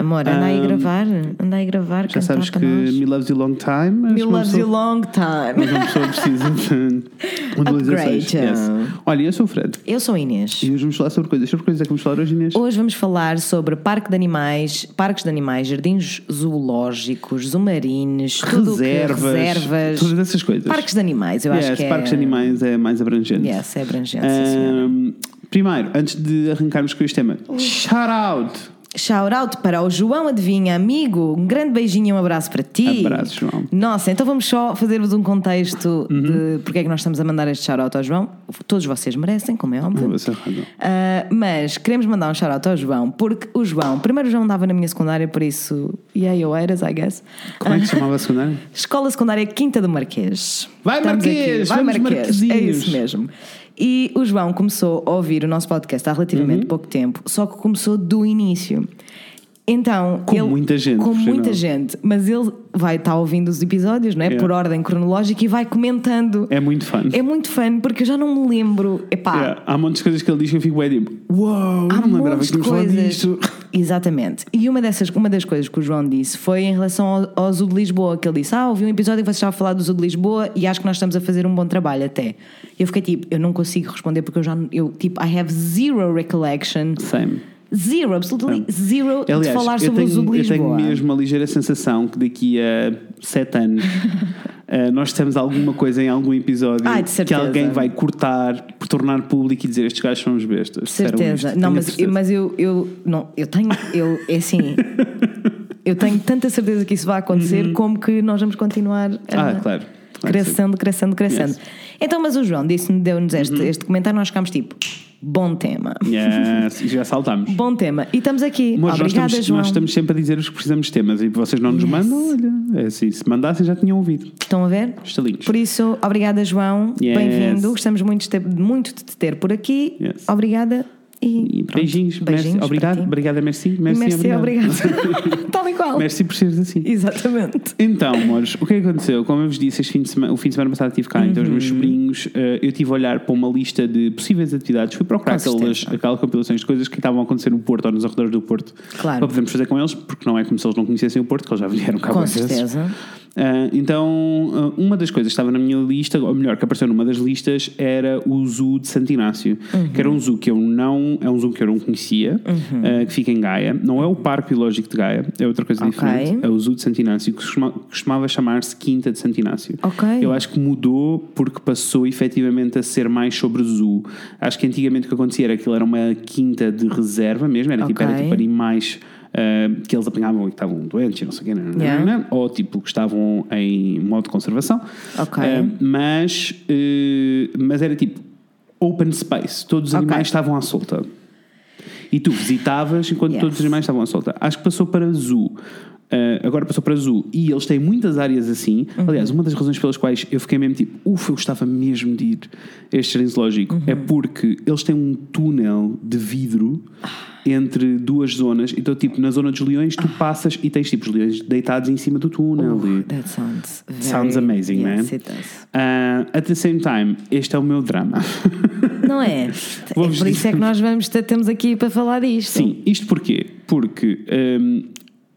[SPEAKER 2] Amor, anda aí
[SPEAKER 3] Ahm,
[SPEAKER 2] gravar. Anda aí gravar.
[SPEAKER 3] Já
[SPEAKER 2] cantar
[SPEAKER 3] sabes que
[SPEAKER 2] para nós.
[SPEAKER 3] me loves you long time, mas
[SPEAKER 2] Me
[SPEAKER 3] uma
[SPEAKER 2] loves you
[SPEAKER 3] pessoa,
[SPEAKER 2] long time.
[SPEAKER 3] mas uma pessoa precisa de atualizações.
[SPEAKER 2] Upgrade.
[SPEAKER 3] Yes. Olha, eu sou o Fred.
[SPEAKER 2] Eu sou a Inês.
[SPEAKER 3] E hoje vamos falar sobre coisas. Sobre coisas é que vamos falar hoje, Inês?
[SPEAKER 2] Hoje vamos falar sobre parque de animais, parques de animais, jardins zoológicos, zumarines, tudo o que- é
[SPEAKER 3] Reservas,
[SPEAKER 2] reservas,
[SPEAKER 3] todas essas coisas.
[SPEAKER 2] Parques de animais, eu acho
[SPEAKER 3] Yes,
[SPEAKER 2] que é.
[SPEAKER 3] parques de animais é mais abrangente.
[SPEAKER 2] Yes, é abrangente. sim, senhora.
[SPEAKER 3] Ahm, primeiro, antes de arrancarmos com este tema, shout out!
[SPEAKER 2] Shout out para o João Adivinha, amigo. Um grande beijinho e um abraço para ti.
[SPEAKER 3] Abraço, João. Uhum.
[SPEAKER 2] Nossa, então vamos só fazer-vos um contexto de porque é que nós estamos a mandar este shout out ao João. Todos vocês merecem, como é óbvio.
[SPEAKER 3] Você tem razão.
[SPEAKER 2] Ah, mas queremos mandar um shout-out ao João, porque o João, primeiro o João andava na minha secundária, por isso, yeah, eu eras, I guess.
[SPEAKER 3] Como é que se chamava a secundária?
[SPEAKER 2] Escola Secundária Quinta do Marquês.
[SPEAKER 3] Vai,
[SPEAKER 2] Estamos
[SPEAKER 3] Marquês!
[SPEAKER 2] aqui. Vai
[SPEAKER 3] Vamos,
[SPEAKER 2] Marquês! É
[SPEAKER 3] Marquesinhos!
[SPEAKER 2] isso mesmo. E o João começou a ouvir o nosso podcast há
[SPEAKER 3] Uhum.
[SPEAKER 2] relativamente pouco tempo, só que começou do início. Então,
[SPEAKER 3] Com
[SPEAKER 2] ele-
[SPEAKER 3] muita gente,
[SPEAKER 2] Com
[SPEAKER 3] por
[SPEAKER 2] muita
[SPEAKER 3] sinal.
[SPEAKER 2] gente, mas ele vai estar ouvindo os episódios, não é?
[SPEAKER 3] É.
[SPEAKER 2] Por ordem cronológica e vai comentando.
[SPEAKER 3] É muito fun.
[SPEAKER 2] É muito fã, porque eu já não me lembro. Epá,
[SPEAKER 3] Yeah, há montes de coisas que ele diz que eu fico bem tipo, uou, eu
[SPEAKER 2] Há
[SPEAKER 3] não me lembrava
[SPEAKER 2] montes
[SPEAKER 3] que tínhamos
[SPEAKER 2] de
[SPEAKER 3] falado
[SPEAKER 2] coisas.
[SPEAKER 3] disto.
[SPEAKER 2] Exatamente. E uma, dessas, uma das coisas que o João disse foi em relação ao, ao Zoo de Lisboa, que ele disse: Ah, ouvi um episódio que vocês estavam a falar do Zoo de Lisboa e acho que nós estamos a fazer um bom trabalho até. E eu fiquei tipo, eu não consigo responder porque eu já eu tipo, I have zero recollection.
[SPEAKER 3] Same.
[SPEAKER 2] Zero, absolutely zero de
[SPEAKER 3] Aliás,
[SPEAKER 2] falar
[SPEAKER 3] eu,
[SPEAKER 2] sobre
[SPEAKER 3] tenho,
[SPEAKER 2] o Zoo de
[SPEAKER 3] eu tenho
[SPEAKER 2] Lisboa.
[SPEAKER 3] mesmo uma ligeira sensação que daqui a sete anos eh, nós temos alguma coisa em algum episódio
[SPEAKER 2] Ai, de
[SPEAKER 3] que
[SPEAKER 2] certeza.
[SPEAKER 3] alguém vai cortar por tornar público e dizer estes gajos são os bestas. disseram
[SPEAKER 2] certeza.
[SPEAKER 3] isto."
[SPEAKER 2] Não,
[SPEAKER 3] Tenho
[SPEAKER 2] mas,
[SPEAKER 3] certeza.
[SPEAKER 2] mas eu, eu não, eu tenho, eu é assim. Eu tenho tanta certeza que isso vai acontecer como que nós vamos continuar a,
[SPEAKER 3] Uhum. Ah, claro. Claro que sim.
[SPEAKER 2] crescendo, crescendo, crescendo.
[SPEAKER 3] Yes. Uhum.
[SPEAKER 2] Então, mas o João disse-me, deu-nos este, este comentário, nós ficámos tipo, bom tema.
[SPEAKER 3] Yes, e já saltámos.
[SPEAKER 2] Bom tema. E estamos aqui.
[SPEAKER 3] Mas nós,
[SPEAKER 2] Obrigada,
[SPEAKER 3] estamos,
[SPEAKER 2] João.
[SPEAKER 3] nós estamos sempre a dizer-vos que precisamos de temas e vocês não nos
[SPEAKER 2] Yes.
[SPEAKER 3] mandam, olha, é assim, se mandassem já tinham ouvido.
[SPEAKER 2] Estão a ver?
[SPEAKER 3] Estalinhos.
[SPEAKER 2] Por isso, obrigada, João.
[SPEAKER 3] Yes.
[SPEAKER 2] Bem-vindo. Gostamos muito de, ter, muito de te ter por aqui.
[SPEAKER 3] Yes.
[SPEAKER 2] Obrigada. E,
[SPEAKER 3] E
[SPEAKER 2] pronto.
[SPEAKER 3] beijinhos,
[SPEAKER 2] Beijinhos
[SPEAKER 3] merci,
[SPEAKER 2] para
[SPEAKER 3] obrigado,
[SPEAKER 2] ti.
[SPEAKER 3] obrigada, merci, merci,
[SPEAKER 2] Merci,
[SPEAKER 3] obrigado.
[SPEAKER 2] obrigada. Tal e qual.
[SPEAKER 3] merci por seres assim.
[SPEAKER 2] Exatamente.
[SPEAKER 3] Então, amores, o que é que aconteceu? Como eu vos disse, este fim de semana, o fim de semana passado estive cá, então os meus
[SPEAKER 2] Uhum.
[SPEAKER 3] sobrinhos, eh, eu tive a olhar para uma lista de possíveis atividades, fui procurar
[SPEAKER 2] Com
[SPEAKER 3] aquelas,
[SPEAKER 2] certeza.
[SPEAKER 3] aquelas compilações de coisas que estavam a acontecer no Porto ou nos arredores do Porto
[SPEAKER 2] Claro.
[SPEAKER 3] para podermos fazer com eles, porque não é como se eles não conhecessem o Porto, que eles já vieram cá
[SPEAKER 2] Com
[SPEAKER 3] várias vezes.
[SPEAKER 2] certeza.
[SPEAKER 3] Ah, então, ah, uma das coisas que estava na minha lista, ou melhor, que apareceu numa das listas, era o Zoo de Santo Inácio, que era um zoo que eu não, é um zoo que eu não conhecia,
[SPEAKER 2] Uhum.
[SPEAKER 3] ah, que fica em Gaia. Não é o Parque Biológico de Gaia, é outra coisa
[SPEAKER 2] Ok.
[SPEAKER 3] diferente. É o Zoo de Santo Inácio, que costuma- costumava chamar-se Quinta de Santo Inácio.
[SPEAKER 2] Ok.
[SPEAKER 3] Eu acho que mudou porque passou efetivamente a ser mais sobre zoo. Acho que antigamente o que acontecia era que aquilo era uma quinta de reserva mesmo, era, tipo, era
[SPEAKER 2] Ok.
[SPEAKER 3] tipo animais ah, que eles apanhavam e que estavam doentes e não sei o quê. nananana,
[SPEAKER 2] Yeah.
[SPEAKER 3] ou tipo que estavam em modo de conservação.
[SPEAKER 2] Ok.
[SPEAKER 3] Ah, mas, eh, mas era tipo open space, todos os
[SPEAKER 2] Ok.
[SPEAKER 3] animais estavam à solta. E tu visitavas enquanto
[SPEAKER 2] Yes.
[SPEAKER 3] todos os animais estavam à solta. Acho que passou para zoo. Ah, agora passou para zoo. E eles têm muitas áreas assim.
[SPEAKER 2] Uhum.
[SPEAKER 3] Aliás, uma das razões pelas quais eu fiquei mesmo tipo, ufa, eu gostava mesmo de ir a este jardim zoológico
[SPEAKER 2] Uhum.
[SPEAKER 3] é porque eles têm um túnel de vidro entre duas zonas. Então, tipo, na zona dos leões, tu passas e tens tipo os leões deitados em cima do túnel. e-
[SPEAKER 2] That sounds very...
[SPEAKER 3] Sounds amazing, né?
[SPEAKER 2] yes, it does.
[SPEAKER 3] Ah, at the same time, este é o meu drama.
[SPEAKER 2] Não é? É por
[SPEAKER 3] Vamos
[SPEAKER 2] isso é que nós vamos, estamos aqui para falar disto.
[SPEAKER 3] Sim, isto porquê? Porque hum,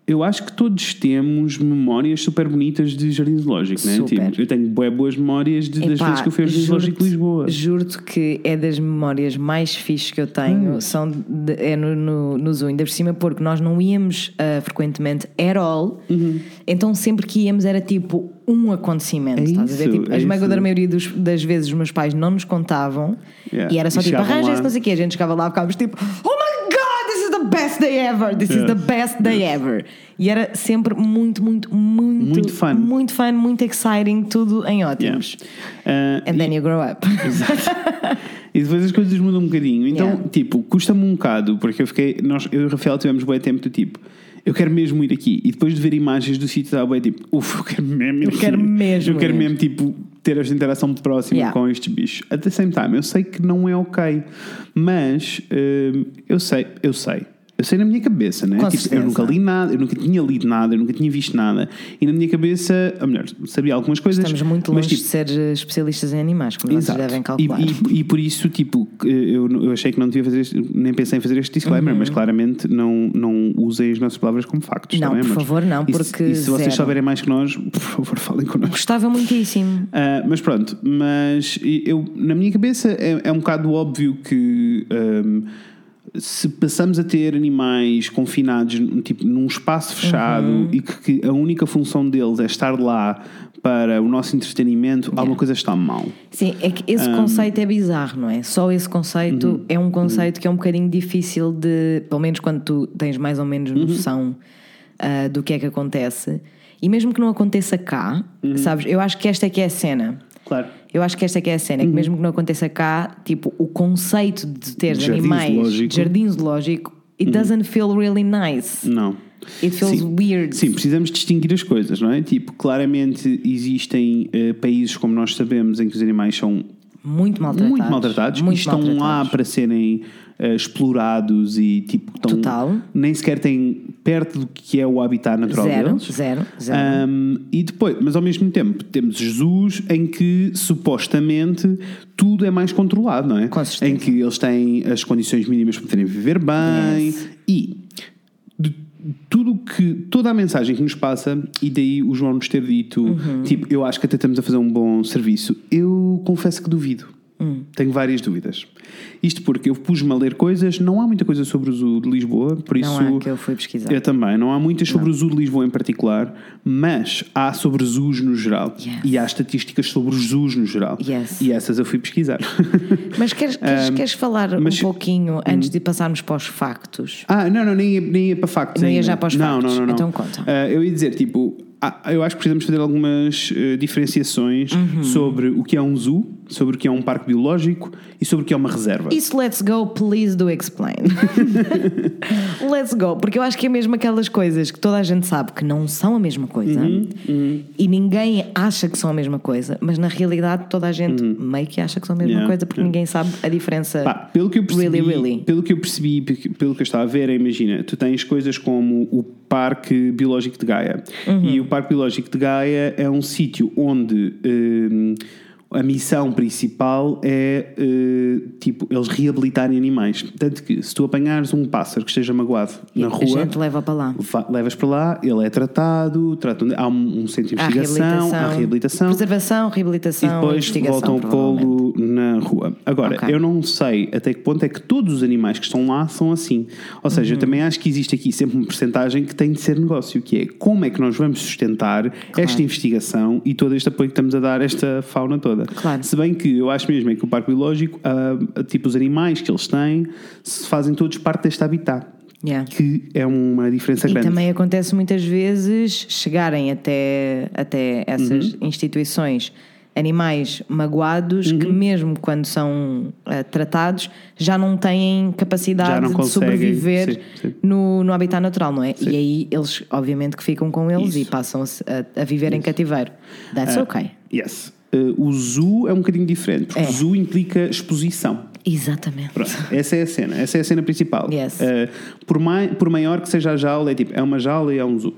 [SPEAKER 3] eu acho que todos temos memórias super bonitas de jardim zoológico, não é?
[SPEAKER 2] Super.
[SPEAKER 3] Tipo, eu tenho bué boas memórias de- das
[SPEAKER 2] Epá,
[SPEAKER 3] vezes que eu fui ao jardim zoológico de
[SPEAKER 2] juro-te-
[SPEAKER 3] Lisboa.
[SPEAKER 2] Juro-te que é das memórias mais fixes que eu
[SPEAKER 3] Hum.
[SPEAKER 2] tenho, são de- é no, no, no Zoo, ainda por cima, porque nós não íamos ah, frequentemente at all,
[SPEAKER 3] Uhum.
[SPEAKER 2] então sempre que íamos era tipo um acontecimento.
[SPEAKER 3] É
[SPEAKER 2] estás a ver?
[SPEAKER 3] isso,
[SPEAKER 2] Tipo,
[SPEAKER 3] é
[SPEAKER 2] a esmagadora
[SPEAKER 3] isso.
[SPEAKER 2] maioria dos- das vezes os meus pais não nos contavam
[SPEAKER 3] Yeah.
[SPEAKER 2] e era só
[SPEAKER 3] E
[SPEAKER 2] tipo
[SPEAKER 3] chegavam
[SPEAKER 2] arranja-se,
[SPEAKER 3] lá.
[SPEAKER 2] não sei o quê. A gente chegava lá e ficávamos tipo, oh my god, this is the best day ever, this is
[SPEAKER 3] Yeah.
[SPEAKER 2] the best day ever. E era sempre muito, muito, muito,
[SPEAKER 3] Muito fun.
[SPEAKER 2] muito fun, muito exciting, tudo em
[SPEAKER 3] Yeah.
[SPEAKER 2] ótimos.
[SPEAKER 3] Ah,
[SPEAKER 2] And then you grow up.
[SPEAKER 3] E depois as coisas mudam um bocadinho. Então,
[SPEAKER 2] Yeah.
[SPEAKER 3] tipo, custa-me um bocado, porque eu fiquei. Nós, eu e o Rafael tivemos bem tempo do tipo. Eu quero mesmo ir aqui. E depois de ver imagens do sítio, estava bem tipo, ufa, eu quero mesmo ir
[SPEAKER 2] Eu quero
[SPEAKER 3] aqui.
[SPEAKER 2] mesmo
[SPEAKER 3] Eu quero
[SPEAKER 2] ir.
[SPEAKER 3] mesmo, tipo, ter esta interação próxima
[SPEAKER 2] Yeah.
[SPEAKER 3] com estes bichos. At the same time, eu sei que não é ok. Mas, hum, eu sei, eu sei. Eu sei na minha cabeça, né?
[SPEAKER 2] Com
[SPEAKER 3] Tipo, eu
[SPEAKER 2] certeza.
[SPEAKER 3] nunca li nada, eu nunca tinha lido nada, eu nunca tinha visto nada. E na minha cabeça, ou melhor, sabia algumas coisas.
[SPEAKER 2] Estamos muito
[SPEAKER 3] mas,
[SPEAKER 2] longe
[SPEAKER 3] tipo,
[SPEAKER 2] de ser eh, especialistas em animais, como vocês
[SPEAKER 3] Exato.
[SPEAKER 2] devem
[SPEAKER 3] E,
[SPEAKER 2] calcular.
[SPEAKER 3] e- e por isso, tipo, que eu, eu achei que não devia fazer este, nem pensei em fazer este disclaimer,
[SPEAKER 2] Uhum.
[SPEAKER 3] mas claramente não, não usem as nossas palavras como factos.
[SPEAKER 2] Não,
[SPEAKER 3] tá bem,
[SPEAKER 2] por
[SPEAKER 3] mas-
[SPEAKER 2] favor, não,
[SPEAKER 3] e se-
[SPEAKER 2] porque
[SPEAKER 3] E, se vocês
[SPEAKER 2] zero.
[SPEAKER 3] souberem mais que nós, por favor, falem connosco.
[SPEAKER 2] Gostava muitíssimo.
[SPEAKER 3] Ah, mas pronto, mas eu, na minha cabeça é, é um bocado óbvio que ahm, se passamos a ter animais confinados num- tipo, num espaço fechado
[SPEAKER 2] Uhum.
[SPEAKER 3] e que, que a única função deles é estar lá para o nosso entretenimento, alguma coisa está mal.
[SPEAKER 2] Sim, é que esse conceito é bizarro, não é? Só esse conceito
[SPEAKER 3] Uhum.
[SPEAKER 2] é um conceito que é um bocadinho difícil de, pelo menos quando tu tens mais ou menos
[SPEAKER 3] Uhum.
[SPEAKER 2] noção ah, do que é que acontece. E mesmo que não aconteça cá,
[SPEAKER 3] Uhum.
[SPEAKER 2] sabes? Eu acho que esta é que é a cena.
[SPEAKER 3] Claro.
[SPEAKER 2] Eu acho que esta é que é a cena,
[SPEAKER 3] Uhum.
[SPEAKER 2] é que mesmo que não aconteça cá, tipo, o conceito de ter
[SPEAKER 3] Jardim
[SPEAKER 2] animais
[SPEAKER 3] zoológico.
[SPEAKER 2] de jardim zoológico, it doesn't feel really nice.
[SPEAKER 3] Não.
[SPEAKER 2] It feels
[SPEAKER 3] Uhum. Sim.
[SPEAKER 2] weird.
[SPEAKER 3] Sim, precisamos distinguir as coisas, não é? Tipo, claramente existem eh, países, como nós sabemos, em que os animais são
[SPEAKER 2] Muito maltratados.
[SPEAKER 3] muito maltratados
[SPEAKER 2] Muito
[SPEAKER 3] e estão lá
[SPEAKER 2] maltratados.
[SPEAKER 3] para serem eh, explorados e tipo estão
[SPEAKER 2] Total.
[SPEAKER 3] nem sequer têm perto do que é o habitat natural
[SPEAKER 2] Zero,
[SPEAKER 3] deles.
[SPEAKER 2] zero, zero.
[SPEAKER 3] Ahm, e depois, mas ao mesmo tempo temos Jesus em que supostamente tudo é mais controlado, não é?
[SPEAKER 2] Com certeza.
[SPEAKER 3] Em que eles têm as condições mínimas para poderem viver bem
[SPEAKER 2] Yes.
[SPEAKER 3] e de tudo o que toda a mensagem que nos passa e daí o João nos ter dito
[SPEAKER 2] Uhum.
[SPEAKER 3] tipo eu acho que até estamos a fazer um bom serviço eu confesso que duvido
[SPEAKER 2] Hum.
[SPEAKER 3] tenho várias dúvidas isto porque eu pus-me a ler coisas não há muita coisa sobre o Zoo de Lisboa por isso
[SPEAKER 2] não há que eu fui pesquisar.
[SPEAKER 3] eu também, não há muitas sobre o Zoo de Lisboa em particular, mas há sobre zoos no geral.
[SPEAKER 2] Yes.
[SPEAKER 3] E há estatísticas sobre os zoos no geral.
[SPEAKER 2] Yes.
[SPEAKER 3] E essas eu fui pesquisar.
[SPEAKER 2] Mas queres, queres, queres falar
[SPEAKER 3] mas- Uhum.
[SPEAKER 2] um pouquinho antes de passarmos para os factos?
[SPEAKER 3] Ah, não, não, nem ia, nem ia para factos.
[SPEAKER 2] Não ia
[SPEAKER 3] ainda.
[SPEAKER 2] já para os
[SPEAKER 3] não,
[SPEAKER 2] factos.
[SPEAKER 3] Não, não, não.
[SPEAKER 2] Então conta.
[SPEAKER 3] Ah, eu ia dizer, tipo, ah, eu acho que precisamos fazer algumas eh, diferenciações
[SPEAKER 2] Uhum.
[SPEAKER 3] sobre o que é um zoo, sobre o que é um parque biológico e sobre o que é uma reserva.
[SPEAKER 2] Isso, let's go, please do explain. let's go, porque eu acho que é mesmo aquelas coisas que toda a gente sabe que não são a mesma coisa
[SPEAKER 3] Uhum,
[SPEAKER 2] e ninguém acha que são a mesma coisa, mas na realidade toda a gente meio que acha que são a mesma
[SPEAKER 3] Uhum. Yeah,
[SPEAKER 2] coisa porque
[SPEAKER 3] yeah.
[SPEAKER 2] ninguém sabe a diferença.
[SPEAKER 3] Pá, pelo que eu percebi,
[SPEAKER 2] Really, really.
[SPEAKER 3] pelo que eu percebi, pe- pelo que eu estava a ver, é, imagina, tu tens coisas como o Parque Biológico de Gaia.
[SPEAKER 2] Uhum.
[SPEAKER 3] E o Parque Biológico de Gaia é um sítio onde hum, a missão principal é eh, tipo eles reabilitarem animais. Tanto que se tu apanhares um pássaro que esteja magoado na
[SPEAKER 2] a
[SPEAKER 3] rua,
[SPEAKER 2] gente leva para lá.
[SPEAKER 3] va- levas para lá, ele é tratado, tratam de- há um, um centro de investigação, há reabilitação
[SPEAKER 2] Preservação, reabilitação,
[SPEAKER 3] e depois
[SPEAKER 2] investigação.
[SPEAKER 3] voltam a
[SPEAKER 2] provavelmente.
[SPEAKER 3] pô-lo na rua. Agora,
[SPEAKER 2] Ok.
[SPEAKER 3] eu não sei até que ponto é que todos os animais que estão lá são assim. Ou seja,
[SPEAKER 2] Hum.
[SPEAKER 3] eu também acho que existe aqui sempre uma porcentagem que tem de ser negócio, que é como é que nós vamos sustentar esta investigação e todo este apoio que estamos a dar a esta fauna toda.
[SPEAKER 2] Claro.
[SPEAKER 3] Se bem que eu acho mesmo é que o parque biológico, ah, tipo os animais que eles têm, se fazem todos parte deste habitat,
[SPEAKER 2] Yeah.
[SPEAKER 3] que é uma diferença
[SPEAKER 2] E
[SPEAKER 3] grande.
[SPEAKER 2] também acontece muitas vezes chegarem até, até essas
[SPEAKER 3] Uhum.
[SPEAKER 2] instituições animais magoados
[SPEAKER 3] Uhum.
[SPEAKER 2] que mesmo quando são eh, tratados já não têm
[SPEAKER 3] Já
[SPEAKER 2] capacidade
[SPEAKER 3] não
[SPEAKER 2] de
[SPEAKER 3] conseguem,
[SPEAKER 2] sobreviver
[SPEAKER 3] sim, sim.
[SPEAKER 2] No, no habitat natural, não é? E aí eles obviamente que ficam com eles e passam a, a viver em cativeiro. That's ok.
[SPEAKER 3] Ah, Yes. Ah, o zoo é um bocadinho diferente, porque
[SPEAKER 2] É.
[SPEAKER 3] o zoo implica exposição.
[SPEAKER 2] Exatamente.
[SPEAKER 3] Pronto, essa é a cena, essa é a cena principal.
[SPEAKER 2] Yes.
[SPEAKER 3] Eh, por, mai, por maior que seja a jaula, é tipo, é uma jaula e é um zoo.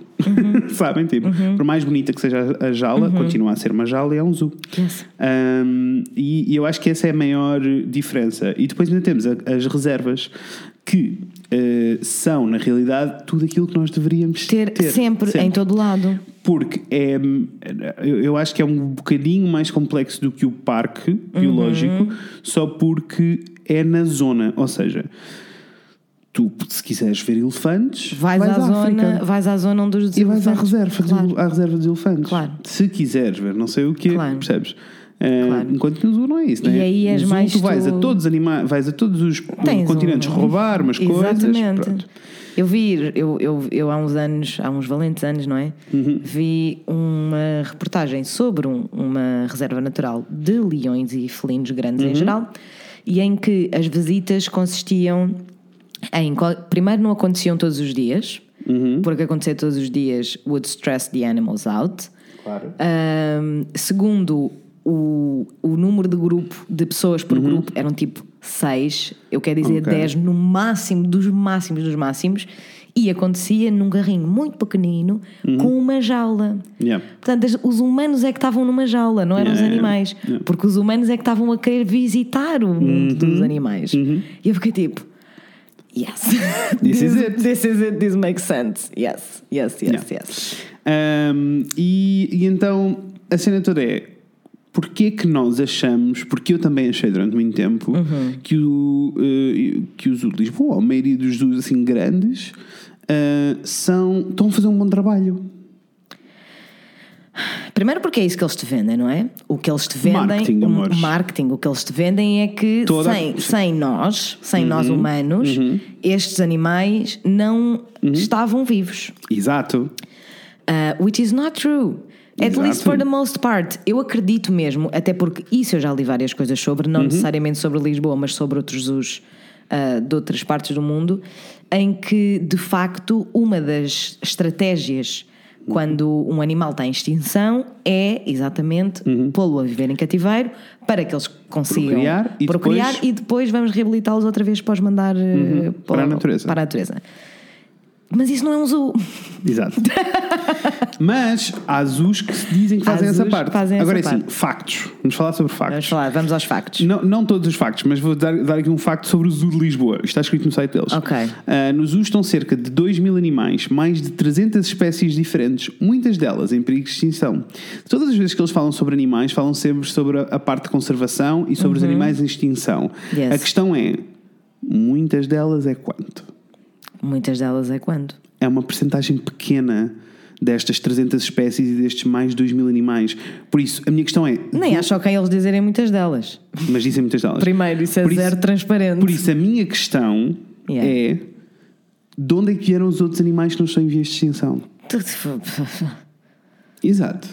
[SPEAKER 2] Uhum.
[SPEAKER 3] Sabem? Tipo, por mais bonita que seja a jaula, continua a ser uma jaula e é um zoo.
[SPEAKER 2] Yes.
[SPEAKER 3] Ahm, e, e eu acho que essa é a maior diferença. E depois ainda temos a- as reservas que eh, são, na realidade, tudo aquilo que nós deveríamos
[SPEAKER 2] Ter, sempre, em todo lado.
[SPEAKER 3] porque é, eu, eu acho que é um bocadinho mais complexo do que o parque biológico,
[SPEAKER 2] Uhum.
[SPEAKER 3] só porque é na zona. Ou seja, tu, se quiseres ver elefantes,
[SPEAKER 2] Vais, à, zona,
[SPEAKER 3] África.
[SPEAKER 2] vais à zona onde os
[SPEAKER 3] E vais à
[SPEAKER 2] elefantes-
[SPEAKER 3] reserva,
[SPEAKER 2] Claro.
[SPEAKER 3] do, à reserva dos elefantes.
[SPEAKER 2] Claro.
[SPEAKER 3] Se quiseres ver não sei o quê,
[SPEAKER 2] Claro.
[SPEAKER 3] percebes? Ah,
[SPEAKER 2] Claro.
[SPEAKER 3] Enquanto no zoo não é isso,
[SPEAKER 2] E
[SPEAKER 3] né?
[SPEAKER 2] aí és
[SPEAKER 3] No zoo
[SPEAKER 2] mais
[SPEAKER 3] tu vais
[SPEAKER 2] tu-
[SPEAKER 3] a todos os anima- vais a todos os
[SPEAKER 2] Tens
[SPEAKER 3] continentes
[SPEAKER 2] um-
[SPEAKER 3] roubar umas coisas. Pronto.
[SPEAKER 2] Eu vi, eu, eu, eu há uns anos, há uns valentes anos, não é?
[SPEAKER 3] Uhum.
[SPEAKER 2] Vi uma reportagem sobre um- uma reserva natural de leões e felinos grandes
[SPEAKER 3] Uhum.
[SPEAKER 2] em geral, e em que as visitas consistiam em. qual- Primeiro, não aconteciam todos os dias,
[SPEAKER 3] Uhum.
[SPEAKER 2] porque acontecer todos os dias would stress the animals out.
[SPEAKER 3] Claro.
[SPEAKER 2] Ahm, segundo, o, o número de grupo de pessoas por grupo eram tipo seis, eu quero dizer
[SPEAKER 3] Uhum. Ok.
[SPEAKER 2] dez no máximo, dos máximos dos máximos, e acontecia num garrinho muito pequenino com uma jaula.
[SPEAKER 3] Uhum. Yeah.
[SPEAKER 2] Portanto, as- os humanos é que estavam numa jaula, não eram os
[SPEAKER 3] Yeah,
[SPEAKER 2] animais.
[SPEAKER 3] yeah. Uhum.
[SPEAKER 2] Porque os humanos é que estavam a querer visitar o mundo dos animais. E eu fiquei tipo. Yes.
[SPEAKER 3] This is it.
[SPEAKER 2] This is it. This makes sense. Yes, yes, yes,
[SPEAKER 3] Yeah.
[SPEAKER 2] yes.
[SPEAKER 3] Um, e, e então a cena toda é porque que nós achamos, porque eu também achei durante muito tempo
[SPEAKER 2] Uhum.
[SPEAKER 3] que, o, eh, que o Zoo de Lisboa, ou a maioria dos zoos assim grandes, eh, são, estão a fazer um bom trabalho.
[SPEAKER 2] Primeiro porque é isso que eles te vendem, não é? O que eles te vendem,
[SPEAKER 3] Marketing,
[SPEAKER 2] o
[SPEAKER 3] amores.
[SPEAKER 2] marketing, o que eles te vendem é que
[SPEAKER 3] Toda- Uhum.
[SPEAKER 2] sem, sem nós, sem nós humanos, estes animais não
[SPEAKER 3] Uhum.
[SPEAKER 2] estavam vivos.
[SPEAKER 3] Exato.
[SPEAKER 2] Uh, which is not true. At
[SPEAKER 3] Exato.
[SPEAKER 2] least for the most part. Eu acredito mesmo, até porque isso eu já li várias coisas sobre,
[SPEAKER 3] Uhum.
[SPEAKER 2] não necessariamente sobre Lisboa, mas sobre outros zoos uh, de outras partes do mundo, em que de facto uma das estratégias quando um animal está em extinção é exatamente
[SPEAKER 3] Uhum.
[SPEAKER 2] pô-lo a viver em cativeiro para que eles consigam
[SPEAKER 3] Procriar e
[SPEAKER 2] procriar
[SPEAKER 3] depois- Uhum.
[SPEAKER 2] e depois vamos reabilitá-los outra vez para os mandar uh,
[SPEAKER 3] Para a natureza.
[SPEAKER 2] para a natureza. Mas isso não é um zoo.
[SPEAKER 3] Exato. Mas há zoos que se dizem que
[SPEAKER 2] Há
[SPEAKER 3] fazem essa
[SPEAKER 2] zoos que
[SPEAKER 3] parte.
[SPEAKER 2] fazem essa
[SPEAKER 3] Agora é assim,
[SPEAKER 2] parte.
[SPEAKER 3] factos. Vamos falar sobre
[SPEAKER 2] Vamos
[SPEAKER 3] factos.
[SPEAKER 2] falar, vamos aos factos.
[SPEAKER 3] Não, não todos os factos, mas vou dar, dar aqui um facto sobre o Zoo de Lisboa. Isto está escrito no site deles.
[SPEAKER 2] Ok.
[SPEAKER 3] Ah, no zoo estão cerca de 2 mil animais, mais de 300 espécies diferentes, muitas delas em perigo de extinção. Todas as vezes que eles falam sobre animais, falam sempre sobre a, a parte de conservação e sobre os animais em extinção.
[SPEAKER 2] Uhum. Yes.
[SPEAKER 3] A questão é, muitas delas é quanto?
[SPEAKER 2] Muitas delas é quando?
[SPEAKER 3] é uma percentagem pequena destas 300 espécies e destes mais 2 mil animais. Por isso, a minha questão é.
[SPEAKER 2] Nem acho ok eles dizerem muitas delas.
[SPEAKER 3] Mas dizem muitas delas.
[SPEAKER 2] Primeiro, isso é
[SPEAKER 3] Por isso-
[SPEAKER 2] zero transparente.
[SPEAKER 3] Por isso, a minha questão
[SPEAKER 2] Yeah.
[SPEAKER 3] é. De onde é que vieram os outros animais que não estão em vias de extinção? Exato.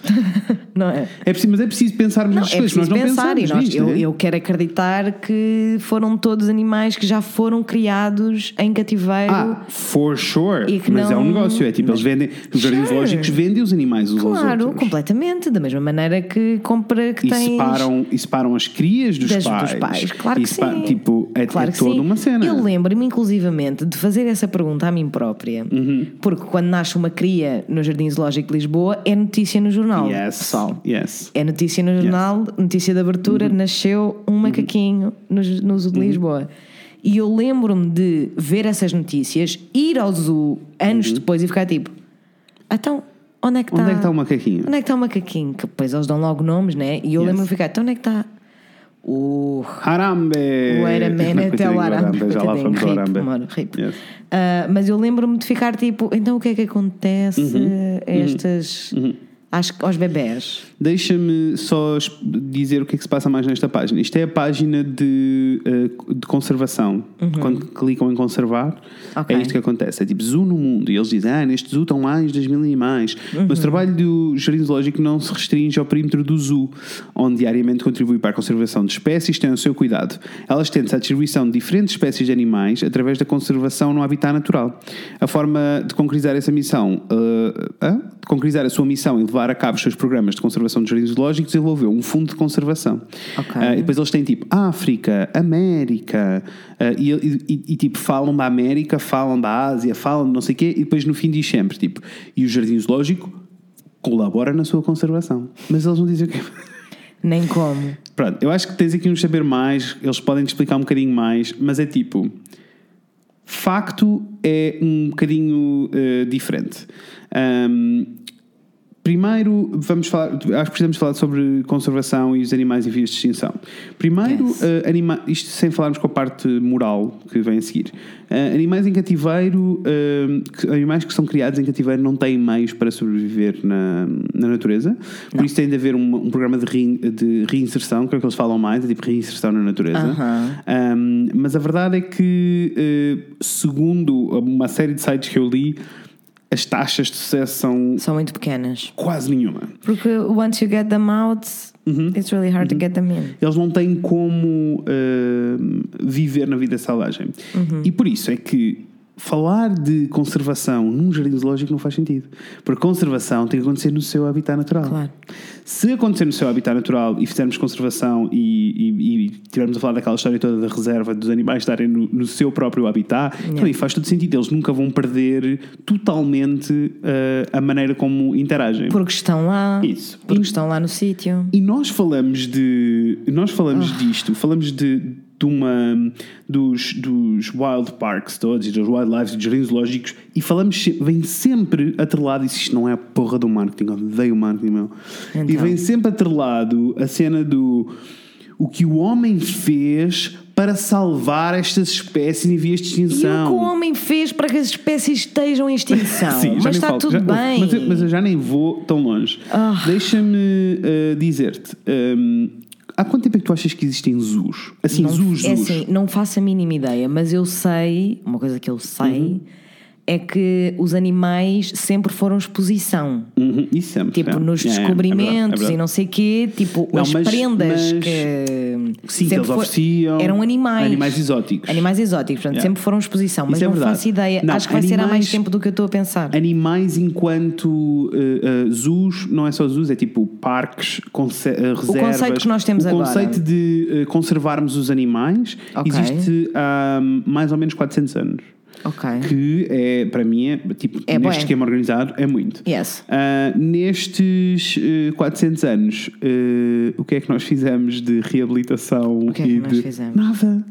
[SPEAKER 2] Não é?
[SPEAKER 3] É preciso, mas é preciso pensarmos
[SPEAKER 2] Não,
[SPEAKER 3] nas
[SPEAKER 2] é
[SPEAKER 3] coisas, nós
[SPEAKER 2] preciso
[SPEAKER 3] não
[SPEAKER 2] pensar e
[SPEAKER 3] pensamos
[SPEAKER 2] nós,
[SPEAKER 3] nisto,
[SPEAKER 2] eu,
[SPEAKER 3] né?
[SPEAKER 2] eu quero acreditar que foram todos animais que já foram criados em cativeiro.
[SPEAKER 3] Ah, for sure.
[SPEAKER 2] E que
[SPEAKER 3] Mas é um
[SPEAKER 2] não-
[SPEAKER 3] negócio, é tipo, eles vendem, os jardins
[SPEAKER 2] Sure.
[SPEAKER 3] zoológicos vendem os animais uns aos
[SPEAKER 2] claro,
[SPEAKER 3] outros.
[SPEAKER 2] completamente. Da mesma maneira que compra que
[SPEAKER 3] E
[SPEAKER 2] tens.
[SPEAKER 3] separam, e separam as crias dos,
[SPEAKER 2] das-
[SPEAKER 3] pais.
[SPEAKER 2] dos pais, claro
[SPEAKER 3] E
[SPEAKER 2] que
[SPEAKER 3] separam-
[SPEAKER 2] sim.
[SPEAKER 3] Tipo, é,
[SPEAKER 2] Claro
[SPEAKER 3] é
[SPEAKER 2] que
[SPEAKER 3] toda
[SPEAKER 2] sim.
[SPEAKER 3] uma cena.
[SPEAKER 2] Eu lembro-me, inclusivamente, de fazer essa pergunta a mim própria,
[SPEAKER 3] Uhum.
[SPEAKER 2] porque quando nasce uma cria no Jardim Zoológico de Lisboa, é notícia no jornal,
[SPEAKER 3] Yes.
[SPEAKER 2] pessoal.
[SPEAKER 3] Yes. Uhum.
[SPEAKER 2] É notícia no jornal, notícia de abertura, nasceu um macaquinho no, no Zoo de Lisboa. E eu lembro-me de ver essas notícias, ir ao zoo anos depois e ficar tipo: então, onde é que
[SPEAKER 3] Uhum.
[SPEAKER 2] está?
[SPEAKER 3] Onde é que está o macaquinho?
[SPEAKER 2] Onde é que está o macaquinho? Que depois eles dão logo nomes, né? E eu
[SPEAKER 3] Yes.
[SPEAKER 2] lembro-me de ficar: então, onde é que está? O.
[SPEAKER 3] Harambe! É,
[SPEAKER 2] Wait a minute, até
[SPEAKER 3] Coitadinho
[SPEAKER 2] o
[SPEAKER 3] do
[SPEAKER 2] Arambe.
[SPEAKER 3] Já lá
[SPEAKER 2] coitadinho,
[SPEAKER 3] fomos ao
[SPEAKER 2] rip,
[SPEAKER 3] Harambe.
[SPEAKER 2] amor, rip.
[SPEAKER 3] Yes.
[SPEAKER 2] Ah, mas eu lembro-me de ficar tipo, então o que é que acontece
[SPEAKER 3] Uhum.
[SPEAKER 2] a estas. às- aos bebés?
[SPEAKER 3] Deixa-me só es- dizer o que é que se passa mais nesta página. Isto é a página de, eh, de conservação. Quando clicam em conservar,
[SPEAKER 2] Ok.
[SPEAKER 3] é isto que acontece. É tipo zoo no mundo. E eles dizem, ah, neste zoo estão mais 2 mil animais. Mas o trabalho do Jardim Zoológico não se restringe ao perímetro do zoo, onde diariamente contribui para a conservação de espécies, tem o seu cuidado. Elas tendem-se à distribuição de diferentes espécies de animais através da conservação no habitat natural. A forma de concretizar essa missão, eh, hã? de concretizar a sua missão e levar a cabo os seus programas de conservação dos jardins zoológicos, desenvolveu um fundo de conservação.
[SPEAKER 2] Ok.
[SPEAKER 3] Eh, e depois eles têm tipo África, América, eh, e, e- e, tipo falam da América, falam da Ásia, falam de não sei o quê, e depois no fim diz sempre tipo, e o jardim zoológico colabora na sua conservação. Mas eles não dizem o quê.
[SPEAKER 2] Nem como.
[SPEAKER 3] Pronto, eu acho que tens aqui um saber mais, eles podem te explicar um bocadinho mais, mas é tipo. Facto é um bocadinho eh, diferente. Ahm, primeiro, vamos falar, acho que precisamos falar sobre conservação e os animais em vias de extinção. Primeiro,
[SPEAKER 2] Yes.
[SPEAKER 3] eh, anima- isto sem falarmos com a parte moral que vem a seguir. Eh, animais em cativeiro, eh, que- animais que são criados em cativeiro não têm meios para sobreviver na, na natureza, por isso tem de haver um, um programa de, rein- de reinserção, que é o que eles falam mais, é tipo reinserção na natureza.
[SPEAKER 2] Aham.
[SPEAKER 3] Um, mas a verdade é que, eh, segundo uma série de sites que eu li, as taxas de sucesso são
[SPEAKER 2] São muito pequenas.
[SPEAKER 3] quase nenhuma.
[SPEAKER 2] Porque once you get them out,
[SPEAKER 3] Uhum.
[SPEAKER 2] it's really hard to get them in.
[SPEAKER 3] Eles não têm como eh, viver na vida selvagem. E por isso é que falar de conservação num jardim zoológico não faz sentido. Porque conservação tem que acontecer no seu habitat natural.
[SPEAKER 2] Claro.
[SPEAKER 3] Se acontecer no seu habitat natural e fizermos conservação e, e, e tivermos a falar daquela história toda da reserva dos animais estarem no, no seu próprio habitat, então aí faz todo sentido. Eles nunca vão perder totalmente eh, a maneira como interagem.
[SPEAKER 2] Porque estão lá.
[SPEAKER 3] Isso.
[SPEAKER 2] Porque
[SPEAKER 3] E-
[SPEAKER 2] estão lá no sítio.
[SPEAKER 3] E nós falamos de. Nós falamos
[SPEAKER 2] Ah.
[SPEAKER 3] disto, falamos de, de uma. Dos, dos wild parks todos, e dos wildlife, dos jardins zoológicos, e falamos. se- Vem sempre atrelado, e se isto não é a porra do marketing, odeio o marketing meu. E
[SPEAKER 2] Então.
[SPEAKER 3] vem sempre atrelado a cena do. O que o homem fez para salvar estas espécies em vias de
[SPEAKER 2] E o
[SPEAKER 3] extinção.
[SPEAKER 2] que o homem fez para que as espécies estejam em extinção?
[SPEAKER 3] Sim, já
[SPEAKER 2] mas
[SPEAKER 3] nem
[SPEAKER 2] está
[SPEAKER 3] falo.
[SPEAKER 2] tudo
[SPEAKER 3] Já-
[SPEAKER 2] bem.
[SPEAKER 3] Mas eu, mas eu já nem vou tão longe.
[SPEAKER 2] Ah.
[SPEAKER 3] Deixa-me eh, dizer-te. hum, há quanto tempo é que tu achas que existem zoos? Assim,
[SPEAKER 2] não,
[SPEAKER 3] zoos, zoos.
[SPEAKER 2] é assim, não faço a mínima ideia, mas eu sei, uma coisa que eu sei,
[SPEAKER 3] Uhum.
[SPEAKER 2] é que os animais sempre foram exposição.
[SPEAKER 3] Uhum, isso sempre.
[SPEAKER 2] Tipo,
[SPEAKER 3] é.
[SPEAKER 2] nos
[SPEAKER 3] É, é, é
[SPEAKER 2] descobrimentos
[SPEAKER 3] verdade, é
[SPEAKER 2] e não sei quê, tipo,
[SPEAKER 3] Não,
[SPEAKER 2] as
[SPEAKER 3] mas-
[SPEAKER 2] prendas
[SPEAKER 3] mas-
[SPEAKER 2] que.
[SPEAKER 3] Sim, que
[SPEAKER 2] sempre
[SPEAKER 3] eles
[SPEAKER 2] fo-
[SPEAKER 3] ofereciam.
[SPEAKER 2] Eram animais.
[SPEAKER 3] Animais exóticos.
[SPEAKER 2] Animais exóticos, portanto,
[SPEAKER 3] Yeah.
[SPEAKER 2] sempre foram exposição, mas
[SPEAKER 3] Isso é
[SPEAKER 2] não
[SPEAKER 3] verdade.
[SPEAKER 2] faço ideia.
[SPEAKER 3] Não,
[SPEAKER 2] Acho que vai ser há mais
[SPEAKER 3] animais-
[SPEAKER 2] tempo do que eu estou a pensar.
[SPEAKER 3] Animais enquanto eh, eh, zoos, não é só zoos, é tipo parques, conce- eh, reservas.
[SPEAKER 2] conceito que nós temos
[SPEAKER 3] o
[SPEAKER 2] agora.
[SPEAKER 3] conceito de eh, conservarmos os animais
[SPEAKER 2] Ok.
[SPEAKER 3] existe há mais ou menos 400 anos.
[SPEAKER 2] Ok.
[SPEAKER 3] que é, para mim, é, tipo,
[SPEAKER 2] É
[SPEAKER 3] neste
[SPEAKER 2] bué.
[SPEAKER 3] esquema organizado, é muito.
[SPEAKER 2] Yes.
[SPEAKER 3] Ah, nestes eh, 400 anos, eh, o que é que nós fizemos de reabilitação
[SPEAKER 2] O que é
[SPEAKER 3] e
[SPEAKER 2] que nós
[SPEAKER 3] de.
[SPEAKER 2] fizemos?
[SPEAKER 3] Nada.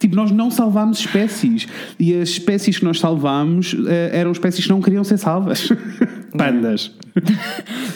[SPEAKER 3] Tipo, nós não salvámos espécies. E as espécies que nós salvámos eh, eram espécies que não queriam ser salvas. Pandas.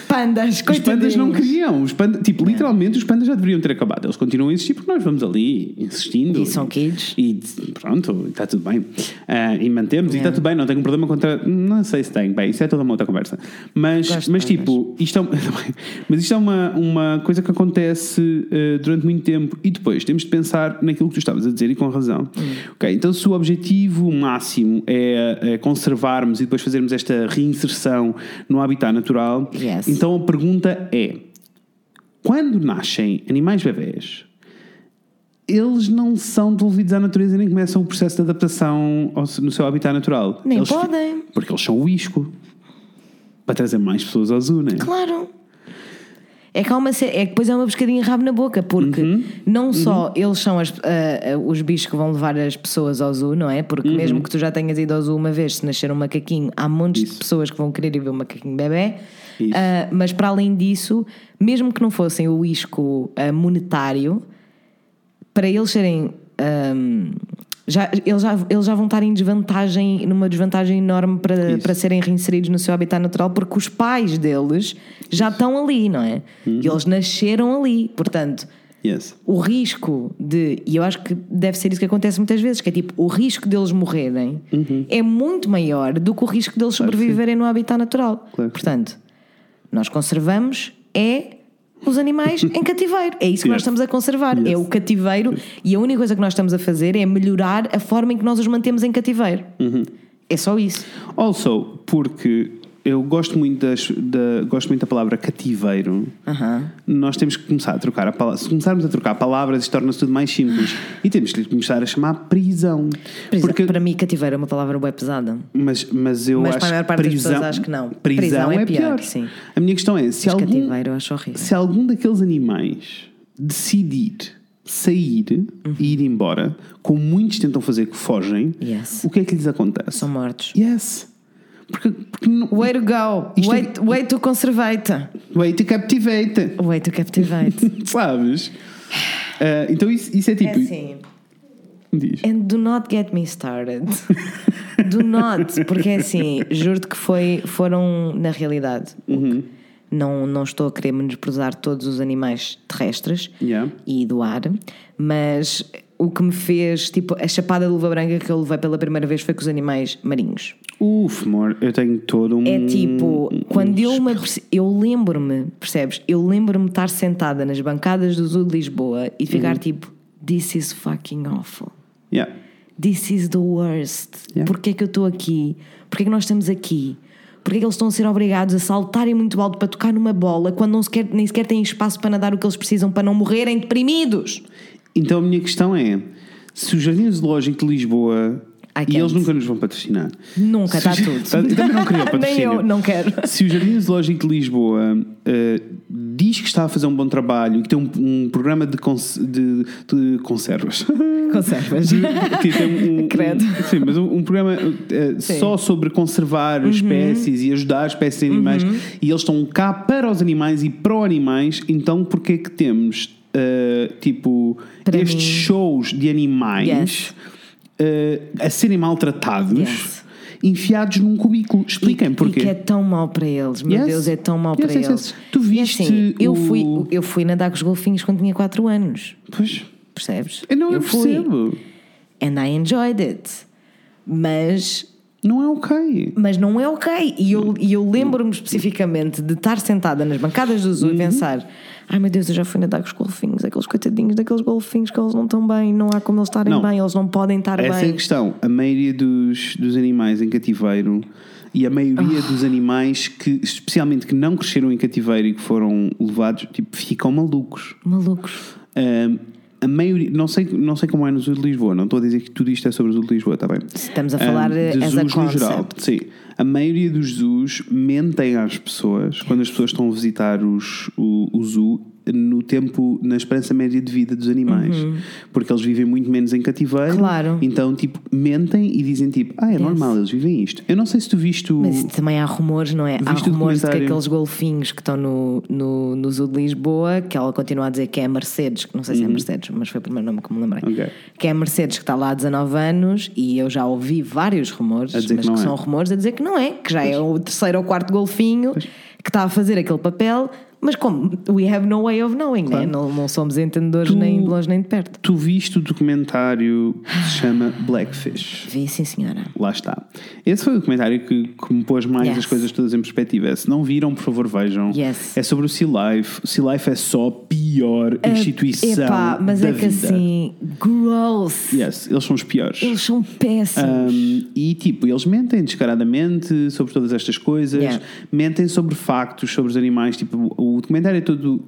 [SPEAKER 2] Pandas,
[SPEAKER 3] Os pandas não
[SPEAKER 2] coitadinhos. É.
[SPEAKER 3] queriam. Os panda- tipo, literalmente, os pandas já deveriam ter acabado. Eles continuam a existir porque nós vamos ali insistindo.
[SPEAKER 2] E são kids.
[SPEAKER 3] E pronto, está tudo bem. Ah, e mantemos,
[SPEAKER 2] É.
[SPEAKER 3] e está tudo bem, não tenho um problema contra. Não sei se tem. Bem, isso é toda uma outra conversa. Mas,
[SPEAKER 2] Gosto
[SPEAKER 3] mas
[SPEAKER 2] de
[SPEAKER 3] tipo, isto é, um- mas isto é uma, uma coisa que acontece eh, durante muito tempo. E depois temos de pensar naquilo que tu estavas a dizer e com razão.
[SPEAKER 2] Hum.
[SPEAKER 3] Ok, então se o objetivo máximo é, é conservarmos e depois fazermos esta reinserção no habitat natural,
[SPEAKER 2] Yes.
[SPEAKER 3] então a pergunta é: quando nascem animais bebés, eles não são devolvidos à natureza nem começam o processo de adaptação ao se- no seu habitat natural.
[SPEAKER 2] Nem
[SPEAKER 3] Eles fi-
[SPEAKER 2] podem.
[SPEAKER 3] Porque eles são o isco. Para trazer mais pessoas ao zoo, né?
[SPEAKER 2] Claro. É que, há uma, sé- é que depois é uma pescadinha rabo na boca, porque
[SPEAKER 3] Uhum.
[SPEAKER 2] não só eles são as- ah, ah, os bichos que vão levar as pessoas ao zoo, não é?
[SPEAKER 3] Uhum.
[SPEAKER 2] Porque mesmo que tu já tenhas ido ao zoo uma vez, se nascer um macaquinho, há montes de
[SPEAKER 3] Isso.
[SPEAKER 2] pessoas que vão querer ir ver um macaquinho bebê.
[SPEAKER 3] Isso.
[SPEAKER 2] Ah, mas para além disso, mesmo que não fossem o isco ah, monetário, para eles serem. ahm, já, eles, já, eles já vão estar em desvantagem, numa desvantagem enorme para,
[SPEAKER 3] Isso.
[SPEAKER 2] para serem reinseridos no seu habitat natural, porque os pais deles já estão ali, não é? Eles nasceram ali. Portanto,
[SPEAKER 3] Yes.
[SPEAKER 2] o risco de. E eu acho que deve ser isso que acontece muitas vezes, que é tipo, o risco deles morrerem é muito maior do que o risco deles
[SPEAKER 3] Uhum. que
[SPEAKER 2] sobreviverem no habitat natural.
[SPEAKER 3] Claro que
[SPEAKER 2] Portanto, nós conservamos é os animais em cativeiro. É isso que nós
[SPEAKER 3] Yes.
[SPEAKER 2] estamos a conservar.
[SPEAKER 3] Yes.
[SPEAKER 2] É o cativeiro e a única coisa que nós estamos a fazer é melhorar a forma em que nós os mantemos em cativeiro.
[SPEAKER 3] Uhum.
[SPEAKER 2] É só isso.
[SPEAKER 3] Also, porque eu gosto muito, das, da, gosto muito da palavra cativeiro. Nós temos que começar a trocar a palavra. Se começarmos a trocar palavras, isto torna-se tudo mais simples. E temos que lhe começar a chamar prisão.
[SPEAKER 2] Prisão.
[SPEAKER 3] Porque-
[SPEAKER 2] Para mim, cativeiro é uma palavra bem pesada.
[SPEAKER 3] Mas, mas eu
[SPEAKER 2] Mas
[SPEAKER 3] acho
[SPEAKER 2] para a maior parte
[SPEAKER 3] que
[SPEAKER 2] das
[SPEAKER 3] prisão,
[SPEAKER 2] pessoas acho que não.
[SPEAKER 3] Prisão,
[SPEAKER 2] Prisão
[SPEAKER 3] é,
[SPEAKER 2] é
[SPEAKER 3] pior.
[SPEAKER 2] pior, sim.
[SPEAKER 3] A minha questão é: se
[SPEAKER 2] Mas
[SPEAKER 3] algum,
[SPEAKER 2] cativeiro eu acho horrível.
[SPEAKER 3] se algum daqueles animais decidir sair
[SPEAKER 2] Uhum.
[SPEAKER 3] e ir embora, como muitos tentam fazer que fogem,
[SPEAKER 2] Yes.
[SPEAKER 3] o que é que lhes acontece?
[SPEAKER 2] São mortos.
[SPEAKER 3] Yes. Porque, porque não.
[SPEAKER 2] Way to go!
[SPEAKER 3] Isto-
[SPEAKER 2] Way, to- way to conservate!
[SPEAKER 3] Wait to captivate.
[SPEAKER 2] Way to captivate.
[SPEAKER 3] Sabes? Ah, então isso, isso é
[SPEAKER 2] é
[SPEAKER 3] tipo.
[SPEAKER 2] assim.
[SPEAKER 3] diz.
[SPEAKER 2] And do not get me started. do not, porque é assim, juro-te que foi, foram na realidade. o que-
[SPEAKER 3] Uhum.
[SPEAKER 2] Não, não estou a querer menosprezar todos os animais terrestres
[SPEAKER 3] Yeah.
[SPEAKER 2] e do ar, mas o que me fez, tipo, a chapada de luva branca que eu levei pela primeira vez foi com os animais marinhos.
[SPEAKER 3] Uf, amor, eu tenho todo um.
[SPEAKER 2] É tipo, quando eu me aperce- eu lembro-me, percebes? Eu lembro-me de estar sentada nas bancadas do Zoo de Lisboa e ficar
[SPEAKER 3] Hum.
[SPEAKER 2] tipo, this is fucking awful.
[SPEAKER 3] Yeah.
[SPEAKER 2] This is the worst.
[SPEAKER 3] Yeah.
[SPEAKER 2] Porquê é que eu estou aqui? Porquê é que nós estamos aqui? Porquê é que eles estão a ser obrigados a saltarem muito alto para tocar numa bola quando não sequer, nem sequer têm espaço para nadar o que eles precisam para não morrerem deprimidos?
[SPEAKER 3] Então a minha questão é: se o Jardim Zoológico de Lisboa
[SPEAKER 2] I
[SPEAKER 3] E eles
[SPEAKER 2] can't.
[SPEAKER 3] nunca nos vão patrocinar.
[SPEAKER 2] Nunca, está
[SPEAKER 3] Se-
[SPEAKER 2] tudo.
[SPEAKER 3] Eu também não queria um patrocínio.
[SPEAKER 2] Nem eu, não quero.
[SPEAKER 3] Se o Jardim Zoológico de Lisboa eh, diz que está a fazer um bom trabalho e que tem um, um programa de, cons- de- de conservas.
[SPEAKER 2] Conservas.
[SPEAKER 3] Que tem um- um-
[SPEAKER 2] Credo.
[SPEAKER 3] um- sim, mas um, um programa eh,
[SPEAKER 2] Sim. Uhum.
[SPEAKER 3] só sobre conservar espécies e ajudar espécies de animais. E eles estão cá para os animais e pro animais. Então, porquê que temos eh, tipo
[SPEAKER 2] Para
[SPEAKER 3] estes
[SPEAKER 2] mim.
[SPEAKER 3] shows de animais
[SPEAKER 2] Yes.
[SPEAKER 3] eh, a serem maltratados,
[SPEAKER 2] Yes.
[SPEAKER 3] enfiados num cubículo? Expliquem
[SPEAKER 2] E-
[SPEAKER 3] porquê.
[SPEAKER 2] E que é tão mau para eles, meu
[SPEAKER 3] Yes.
[SPEAKER 2] Deus, é tão mau
[SPEAKER 3] Yes,
[SPEAKER 2] para
[SPEAKER 3] yes,
[SPEAKER 2] eles.
[SPEAKER 3] yes. Tu
[SPEAKER 2] E
[SPEAKER 3] viste
[SPEAKER 2] assim, eu,
[SPEAKER 3] o-
[SPEAKER 2] fui, eu fui nadar com os golfinhos quando tinha 4 anos,
[SPEAKER 3] Pois,
[SPEAKER 2] percebes?
[SPEAKER 3] eu não eu
[SPEAKER 2] fui.
[SPEAKER 3] percebo.
[SPEAKER 2] And I enjoyed it. Mas
[SPEAKER 3] Não é ok.
[SPEAKER 2] mas não é ok. E eu, e eu lembro-me especificamente de estar sentada nas bancadas do
[SPEAKER 3] Uhum.
[SPEAKER 2] zoo e pensar: ai meu Deus, eu já fui nadar com os golfinhos, aqueles coitadinhos daqueles golfinhos que eles não estão bem, não há como eles estarem
[SPEAKER 3] Não.
[SPEAKER 2] bem, eles não podem estar
[SPEAKER 3] Essa é a
[SPEAKER 2] bem.
[SPEAKER 3] questão. A maioria dos, dos animais em cativeiro e a maioria dos animais que, especialmente que não cresceram em cativeiro e que foram levados, tipo, ficam malucos.
[SPEAKER 2] Malucos.
[SPEAKER 3] Ahm, a maioria, não sei, não sei como é no Zoo de Lisboa, não estou a dizer que tudo isto é sobre o Zoo de Lisboa, está bem?
[SPEAKER 2] Estamos a falar eh,
[SPEAKER 3] Ahm, Hum, de
[SPEAKER 2] as a
[SPEAKER 3] zoos no geral.
[SPEAKER 2] concept.
[SPEAKER 3] Sim. A maioria dos zoos mentem às pessoas quando as pessoas estão a visitar os, o, o zoo no tempo, na esperança média de vida dos animais. Porque eles vivem muito menos em cativeiro.
[SPEAKER 2] Uhum. Claro.
[SPEAKER 3] Então, tipo, mentem e dizem tipo, ah, é normal, eles vivem isto. Eu não sei se tu viste o...
[SPEAKER 2] Mas também há rumores, não é? Há
[SPEAKER 3] Viste o
[SPEAKER 2] rumores de que
[SPEAKER 3] documentário?
[SPEAKER 2] aqueles golfinhos que estão no, no, no Zoo de Lisboa, que ela continua a dizer que é a Mercedes, que não sei se é Mercedes, mas foi o primeiro nome que me lembrei.
[SPEAKER 3] Uhum. Ok.
[SPEAKER 2] Que é a Mercedes que está lá há 19 anos e eu já ouvi vários rumores,
[SPEAKER 3] A dizer que
[SPEAKER 2] mas que,
[SPEAKER 3] não é.
[SPEAKER 2] são rumores a dizer que não é, que já é o terceiro ou quarto golfinho que está a fazer aquele papel, mas como we have no way of knowing, né? não, não somos entendedores
[SPEAKER 3] Tu-
[SPEAKER 2] nem de longe nem de perto.
[SPEAKER 3] Tu viste o documentário que se chama Blackfish.
[SPEAKER 2] Vi, sim, senhora.
[SPEAKER 3] Lá está. Esse foi o comentário que, que me pôs mais
[SPEAKER 2] Yes.
[SPEAKER 3] as coisas todas em perspectiva. Se não viram, por favor, vejam.
[SPEAKER 2] Yes. É,
[SPEAKER 3] É sobre o Sea Life. O Sea Life é só a pior instituição.
[SPEAKER 2] Epá, mas
[SPEAKER 3] da
[SPEAKER 2] é que
[SPEAKER 3] vida.
[SPEAKER 2] assim, gross.
[SPEAKER 3] Yes, eles são os piores.
[SPEAKER 2] Eles são péssimos.
[SPEAKER 3] Um, e tipo, eles mentem descaradamente sobre todas estas coisas,
[SPEAKER 2] Yeah.
[SPEAKER 3] mentem sobre factos, sobre os animais. Tipo, o o documentário é todo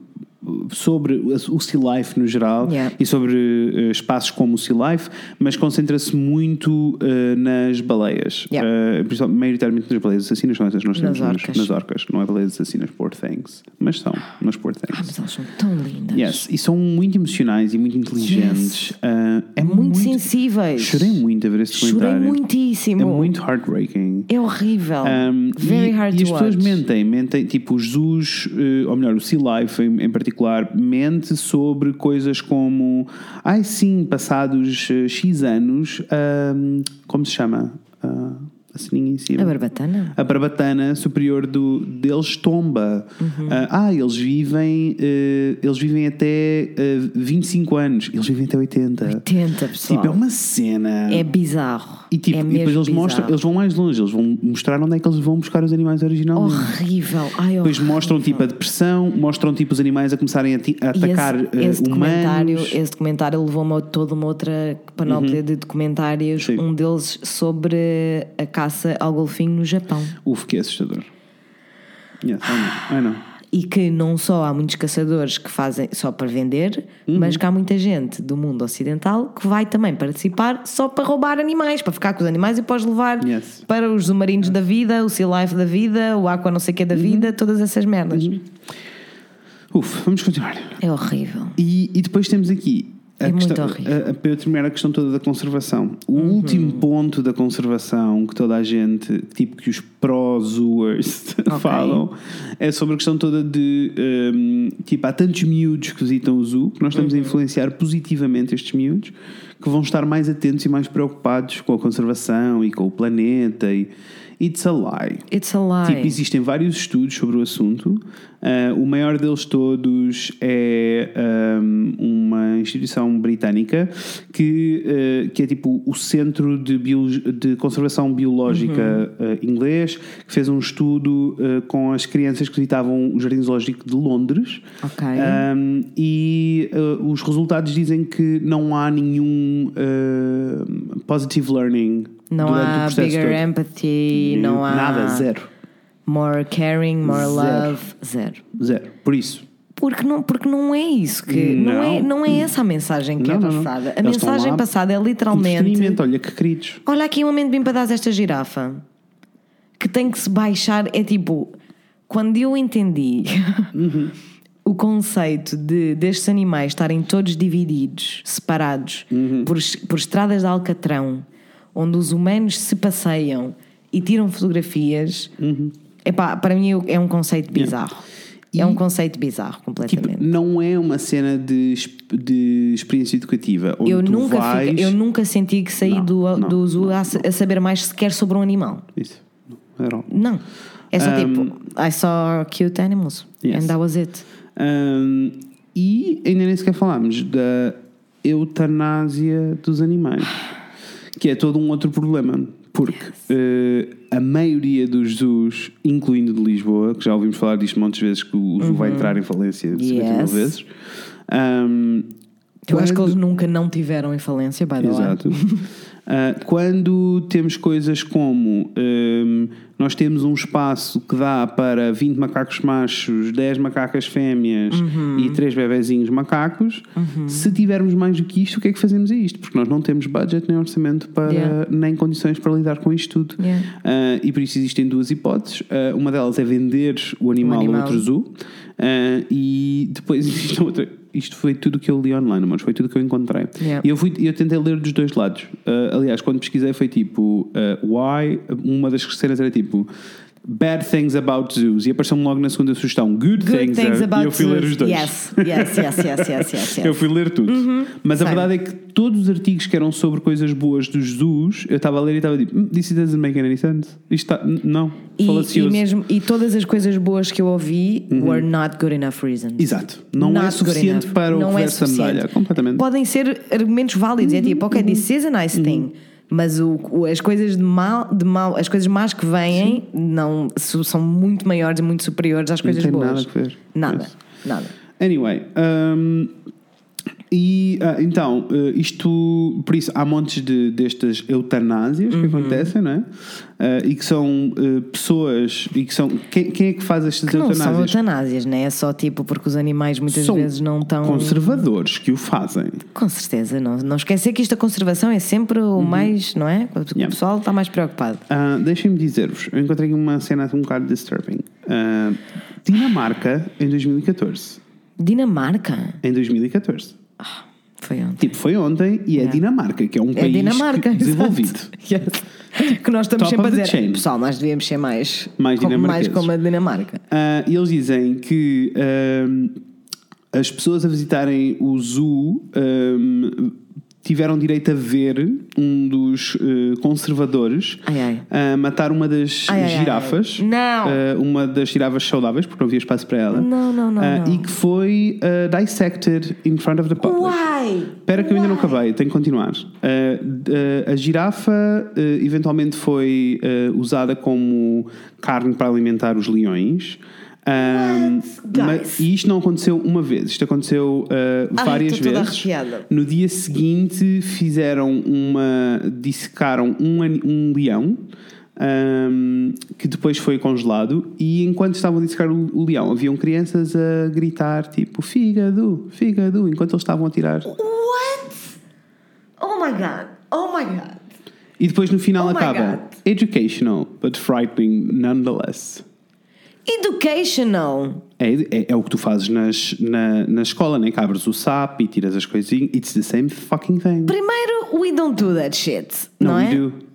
[SPEAKER 3] uh, sobre o o Sea Life no geral
[SPEAKER 2] Yeah.
[SPEAKER 3] e sobre uh, espaços como o Sea Life, mas concentra-se muito uh, nas baleias,
[SPEAKER 2] Yeah.
[SPEAKER 3] Uh, principalmente, maioritariamente nas baleias assassinas, que nós temos
[SPEAKER 2] Nas
[SPEAKER 3] nas,
[SPEAKER 2] orcas.
[SPEAKER 3] nas orcas, não é baleias assassinas, poor things, mas são, mas poor
[SPEAKER 2] Ah,
[SPEAKER 3] things.
[SPEAKER 2] mas elas são tão lindas.
[SPEAKER 3] Yes, e são muito emocionais e muito inteligentes. Uh, é
[SPEAKER 2] Muito,
[SPEAKER 3] muito
[SPEAKER 2] sensíveis.
[SPEAKER 3] Chorei muito a ver esse
[SPEAKER 2] Chorei
[SPEAKER 3] documentário.
[SPEAKER 2] muitíssimo.
[SPEAKER 3] É muito heartbreaking.
[SPEAKER 2] É horrível.
[SPEAKER 3] Um,
[SPEAKER 2] Very
[SPEAKER 3] e,
[SPEAKER 2] hard
[SPEAKER 3] e
[SPEAKER 2] to
[SPEAKER 3] as pessoas
[SPEAKER 2] watch.
[SPEAKER 3] mentem, mentem, tipo os zoos, eh, ou melhor, o Sea Life em, em particular, mente sobre coisas como, ai sim, passados eh, X anos, ahm, como se chama? Ah, a sininha em cima
[SPEAKER 2] A barbatana?
[SPEAKER 3] a barbatana superior do, deles tomba.
[SPEAKER 2] Uhum.
[SPEAKER 3] Ah, ah, eles vivem, eh, eles vivem até eh, 25 anos, eles vivem até 80.
[SPEAKER 2] 80, pessoal.
[SPEAKER 3] Tipo, é uma cena.
[SPEAKER 2] É bizarro.
[SPEAKER 3] E, tipo,
[SPEAKER 2] é
[SPEAKER 3] e
[SPEAKER 2] mesmo
[SPEAKER 3] depois eles
[SPEAKER 2] bizarro.
[SPEAKER 3] mostram, eles vão mais longe, eles vão mostrar onde é que eles vão buscar os animais originalmente.
[SPEAKER 2] Horrível. Ai,
[SPEAKER 3] Depois
[SPEAKER 2] horrível.
[SPEAKER 3] mostram tipo a depressão, mostram tipo os animais a começarem a, ti- a
[SPEAKER 2] E
[SPEAKER 3] atacar
[SPEAKER 2] esse,
[SPEAKER 3] eh,
[SPEAKER 2] esse documentário,
[SPEAKER 3] humanos.
[SPEAKER 2] esse documentário levou-me a toda uma outra panóplia de documentários,
[SPEAKER 3] Uhum. Sim.
[SPEAKER 2] um deles sobre a caça ao golfinho no Japão.
[SPEAKER 3] Uf, que assustador. Yes, I know, I know.
[SPEAKER 2] E que não só há muitos caçadores que fazem só para vender,
[SPEAKER 3] Uhum.
[SPEAKER 2] mas que há muita gente do mundo ocidental que vai também participar só para roubar animais, para ficar com os animais e depois levar
[SPEAKER 3] Yes.
[SPEAKER 2] para os submarinos da vida, o Sea Life da vida, o Aqua não sei o que da
[SPEAKER 3] Uhum.
[SPEAKER 2] vida, todas essas merdas.
[SPEAKER 3] Uf, vamos continuar.
[SPEAKER 2] É horrível.
[SPEAKER 3] E, e depois temos aqui. A
[SPEAKER 2] É muito
[SPEAKER 3] questão,
[SPEAKER 2] horrível. Uhum.
[SPEAKER 3] a- a- para eu terminar a questão toda da conservação. O último ponto da conservação que toda a gente, tipo que os pró-zoers falam, é sobre a questão toda de hum, tipo, há tantos miúdos que visitam o zoo que nós estamos
[SPEAKER 2] Uhum.
[SPEAKER 3] a influenciar positivamente estes miúdos que vão estar mais atentos e mais preocupados com a conservação e com o planeta e it's a lie.
[SPEAKER 2] It's a lie.
[SPEAKER 3] Tipo, existem vários estudos sobre o assunto. Ah, o maior deles todos é ahm, uma instituição britânica que, ah, que é tipo o Centro de, Bio- de Conservação Biológica
[SPEAKER 2] Uhum.
[SPEAKER 3] ah, inglês, que fez um estudo ah, com as crianças que visitavam o Jardim Zoológico de Londres.
[SPEAKER 2] Ok.
[SPEAKER 3] Ahm, e ah, os resultados dizem que não há nenhum ah, positive learning
[SPEAKER 2] não
[SPEAKER 3] durante o
[SPEAKER 2] há
[SPEAKER 3] processo
[SPEAKER 2] bigger
[SPEAKER 3] todo.
[SPEAKER 2] empathy, não há
[SPEAKER 3] Nada, zero.
[SPEAKER 2] more caring, more
[SPEAKER 3] Zero.
[SPEAKER 2] love, zero.
[SPEAKER 3] Zero. Por isso,
[SPEAKER 2] Porque não, porque não é isso que. Não,
[SPEAKER 3] Hum, Não.
[SPEAKER 2] é, não é essa a mensagem que
[SPEAKER 3] Não,
[SPEAKER 2] é
[SPEAKER 3] não, não.
[SPEAKER 2] passada. A
[SPEAKER 3] Eles estão
[SPEAKER 2] mensagem
[SPEAKER 3] lá-
[SPEAKER 2] passada é literalmente.
[SPEAKER 3] Entretenimento, olha que queridos.
[SPEAKER 2] Olha aqui um amendoim para dar esta girafa. Que tem que se baixar. É tipo, quando eu entendi
[SPEAKER 3] Uhum.
[SPEAKER 2] o conceito de destes animais estarem todos divididos, separados,
[SPEAKER 3] Uhum.
[SPEAKER 2] por, es- por estradas de Alcatrão, onde os humanos se passeiam e tiram fotografias,
[SPEAKER 3] Uhum.
[SPEAKER 2] epá, para mim é um conceito bizarro. É um conceito bizarro,
[SPEAKER 3] Tipo,
[SPEAKER 2] completamente.
[SPEAKER 3] não é uma cena de, exp- de experiência educativa. Onde
[SPEAKER 2] eu,
[SPEAKER 3] tu
[SPEAKER 2] nunca
[SPEAKER 3] vais...
[SPEAKER 2] fica- eu nunca senti que saí
[SPEAKER 3] Não,
[SPEAKER 2] do,
[SPEAKER 3] não,
[SPEAKER 2] do zoo a, a saber mais sequer sobre um animal.
[SPEAKER 3] Isso. Não, era-
[SPEAKER 2] Não. É só tipo, I saw cute animals.
[SPEAKER 3] Yes.
[SPEAKER 2] And that was it.
[SPEAKER 3] Ahm, e ainda nem sequer falámos da eutanásia dos animais, que é todo um outro problema, porque eh, a maioria dos zoos, incluindo de Lisboa, que já ouvimos falar disto montes de vezes, que o zoo vai entrar em falência 50 mil
[SPEAKER 2] Uhum. Yes.
[SPEAKER 3] vezes. ahm,
[SPEAKER 2] Eu acho que
[SPEAKER 3] quando-
[SPEAKER 2] eles nunca não tiveram em falência, by the way.
[SPEAKER 3] Exato. Ah, quando temos coisas como hum, nós temos um espaço que dá para 20 macacos machos, 10 macacas fêmeas
[SPEAKER 2] Uhum.
[SPEAKER 3] e 3 bebezinhos macacos, se tivermos mais do que isto, o que é que fazemos a isto? Porque nós não temos budget nem orçamento para
[SPEAKER 2] Yeah.
[SPEAKER 3] nem condições para lidar com isto tudo.
[SPEAKER 2] Yeah.
[SPEAKER 3] Ah, e por isso existem duas hipóteses. Ah, uma delas é vender o animal,
[SPEAKER 2] animal.
[SPEAKER 3] a outro zoo Ah, e depois existe outra. Isto foi tudo que eu li online, mas foi tudo que eu encontrei.
[SPEAKER 2] Yeah.
[SPEAKER 3] E eu, fui, eu tentei ler dos dois lados. Ah, aliás, quando pesquisei foi tipo ah, Why? Uma das cenas era tipo Bad things about zoos. E apareceu-me logo na segunda sugestão Good,
[SPEAKER 2] Good
[SPEAKER 3] things,
[SPEAKER 2] things
[SPEAKER 3] are-
[SPEAKER 2] about
[SPEAKER 3] E eu fui ler os dois.
[SPEAKER 2] Yes, yes, yes, yes, yes, yes. yes. Uhum.
[SPEAKER 3] Eu fui ler tudo. Mas
[SPEAKER 2] same.
[SPEAKER 3] a verdade é que todos os artigos que eram sobre coisas boas dos zoos, eu estava a ler e estava tipo, "Hmm, This doesn't make any sense. Isto está. n- Não.
[SPEAKER 2] E, e,
[SPEAKER 3] falacioso. Uhum.
[SPEAKER 2] mesmo, e todas as coisas boas que eu ouvi were not good enough reasons.
[SPEAKER 3] Exato. Não
[SPEAKER 2] Not
[SPEAKER 3] é
[SPEAKER 2] good
[SPEAKER 3] suficiente
[SPEAKER 2] enough.
[SPEAKER 3] para o
[SPEAKER 2] Não
[SPEAKER 3] que
[SPEAKER 2] é
[SPEAKER 3] essa
[SPEAKER 2] suficiente.
[SPEAKER 3] medalha. Completamente.
[SPEAKER 2] Podem ser argumentos válidos.
[SPEAKER 3] Uhum,
[SPEAKER 2] é tipo, ok, this is a nice thing. Mas o, o- as coisas de mal, de mal, as coisas más que vêm não, su- são muito maiores e muito superiores às coisas
[SPEAKER 3] tem
[SPEAKER 2] boas.
[SPEAKER 3] nada a ver.
[SPEAKER 2] Nada,
[SPEAKER 3] Yes.
[SPEAKER 2] nada.
[SPEAKER 3] Anyway, hum, e ah, então, eh, isto, por isso, há montes de, destas eutanásias
[SPEAKER 2] Uhum.
[SPEAKER 3] que acontecem, não é? Ah, e que são eh, pessoas, e que são. Quem, quem é que faz estas
[SPEAKER 2] Não
[SPEAKER 3] eutanásias?
[SPEAKER 2] são eutanásias, né? É só tipo porque os animais muitas
[SPEAKER 3] São
[SPEAKER 2] vezes não estão.
[SPEAKER 3] Conservadores que o fazem.
[SPEAKER 2] Com certeza, não, não esquecer que isto da conservação é sempre o mais, não é? O
[SPEAKER 3] Uhum. Yeah.
[SPEAKER 2] pessoal está mais preocupado.
[SPEAKER 3] Ah, Deixem-me dizer-vos, eu encontrei uma cena um bocado disturbing. Ah, Dinamarca, em 2014.
[SPEAKER 2] Dinamarca?
[SPEAKER 3] Em 2014.
[SPEAKER 2] Foi onde?
[SPEAKER 3] Tipo, foi ontem e é
[SPEAKER 2] Yeah.
[SPEAKER 3] Dinamarca, que é um
[SPEAKER 2] É
[SPEAKER 3] país
[SPEAKER 2] Dinamarca,
[SPEAKER 3] desenvolvido.
[SPEAKER 2] exato. Yes. Que nós estamos
[SPEAKER 3] Top
[SPEAKER 2] sempre a
[SPEAKER 3] of the
[SPEAKER 2] dizer,
[SPEAKER 3] chain.
[SPEAKER 2] pessoal, nós devíamos ser mais,
[SPEAKER 3] Mais
[SPEAKER 2] como, mais
[SPEAKER 3] dinamarqueses."
[SPEAKER 2] como a Dinamarca.
[SPEAKER 3] Ah, e eles dizem que ahm, as pessoas a visitarem o zoo ahm, tiveram direito a ver um dos eh, conservadores
[SPEAKER 2] Ai, ai.
[SPEAKER 3] ah, matar uma das
[SPEAKER 2] Ai, ai, ai, ai.
[SPEAKER 3] girafas.
[SPEAKER 2] Não.
[SPEAKER 3] Ah, uma das girafas saudáveis, porque não havia espaço para ela.
[SPEAKER 2] Não, não, não,
[SPEAKER 3] Ah,
[SPEAKER 2] não.
[SPEAKER 3] E que foi ah, dissected in front of the public.
[SPEAKER 2] Uai!
[SPEAKER 3] Espera que eu ainda não acabei, tenho que continuar. Eh, eh, a girafa eh, eventualmente foi eh, usada como carne para alimentar os leões. Ahm,
[SPEAKER 2] What?
[SPEAKER 3] ma-
[SPEAKER 2] Guys.
[SPEAKER 3] e isto não aconteceu uma vez, isto aconteceu eh,
[SPEAKER 2] Ai,
[SPEAKER 3] várias
[SPEAKER 2] estou toda
[SPEAKER 3] vezes.
[SPEAKER 2] arrepiada.
[SPEAKER 3] No dia seguinte fizeram uma. dissecaram um, ani- um leão. ahm, que depois foi congelado e enquanto estavam a dissecar o, o leão haviam crianças a gritar tipo fígado, fígado enquanto eles estavam a tirar
[SPEAKER 2] What? Oh my god! Oh my god!
[SPEAKER 3] E depois no final
[SPEAKER 2] Oh my
[SPEAKER 3] acaba
[SPEAKER 2] God.
[SPEAKER 3] Educational, but frightening nonetheless.
[SPEAKER 2] Educational!
[SPEAKER 3] É, é, é o que tu fazes nas, na, na escola, nem que abres o sapo e tiras as coisinhas. It's the same fucking thing.
[SPEAKER 2] Primeiro, we don't do that shit,
[SPEAKER 3] Não,
[SPEAKER 2] não,
[SPEAKER 3] we
[SPEAKER 2] é?
[SPEAKER 3] do.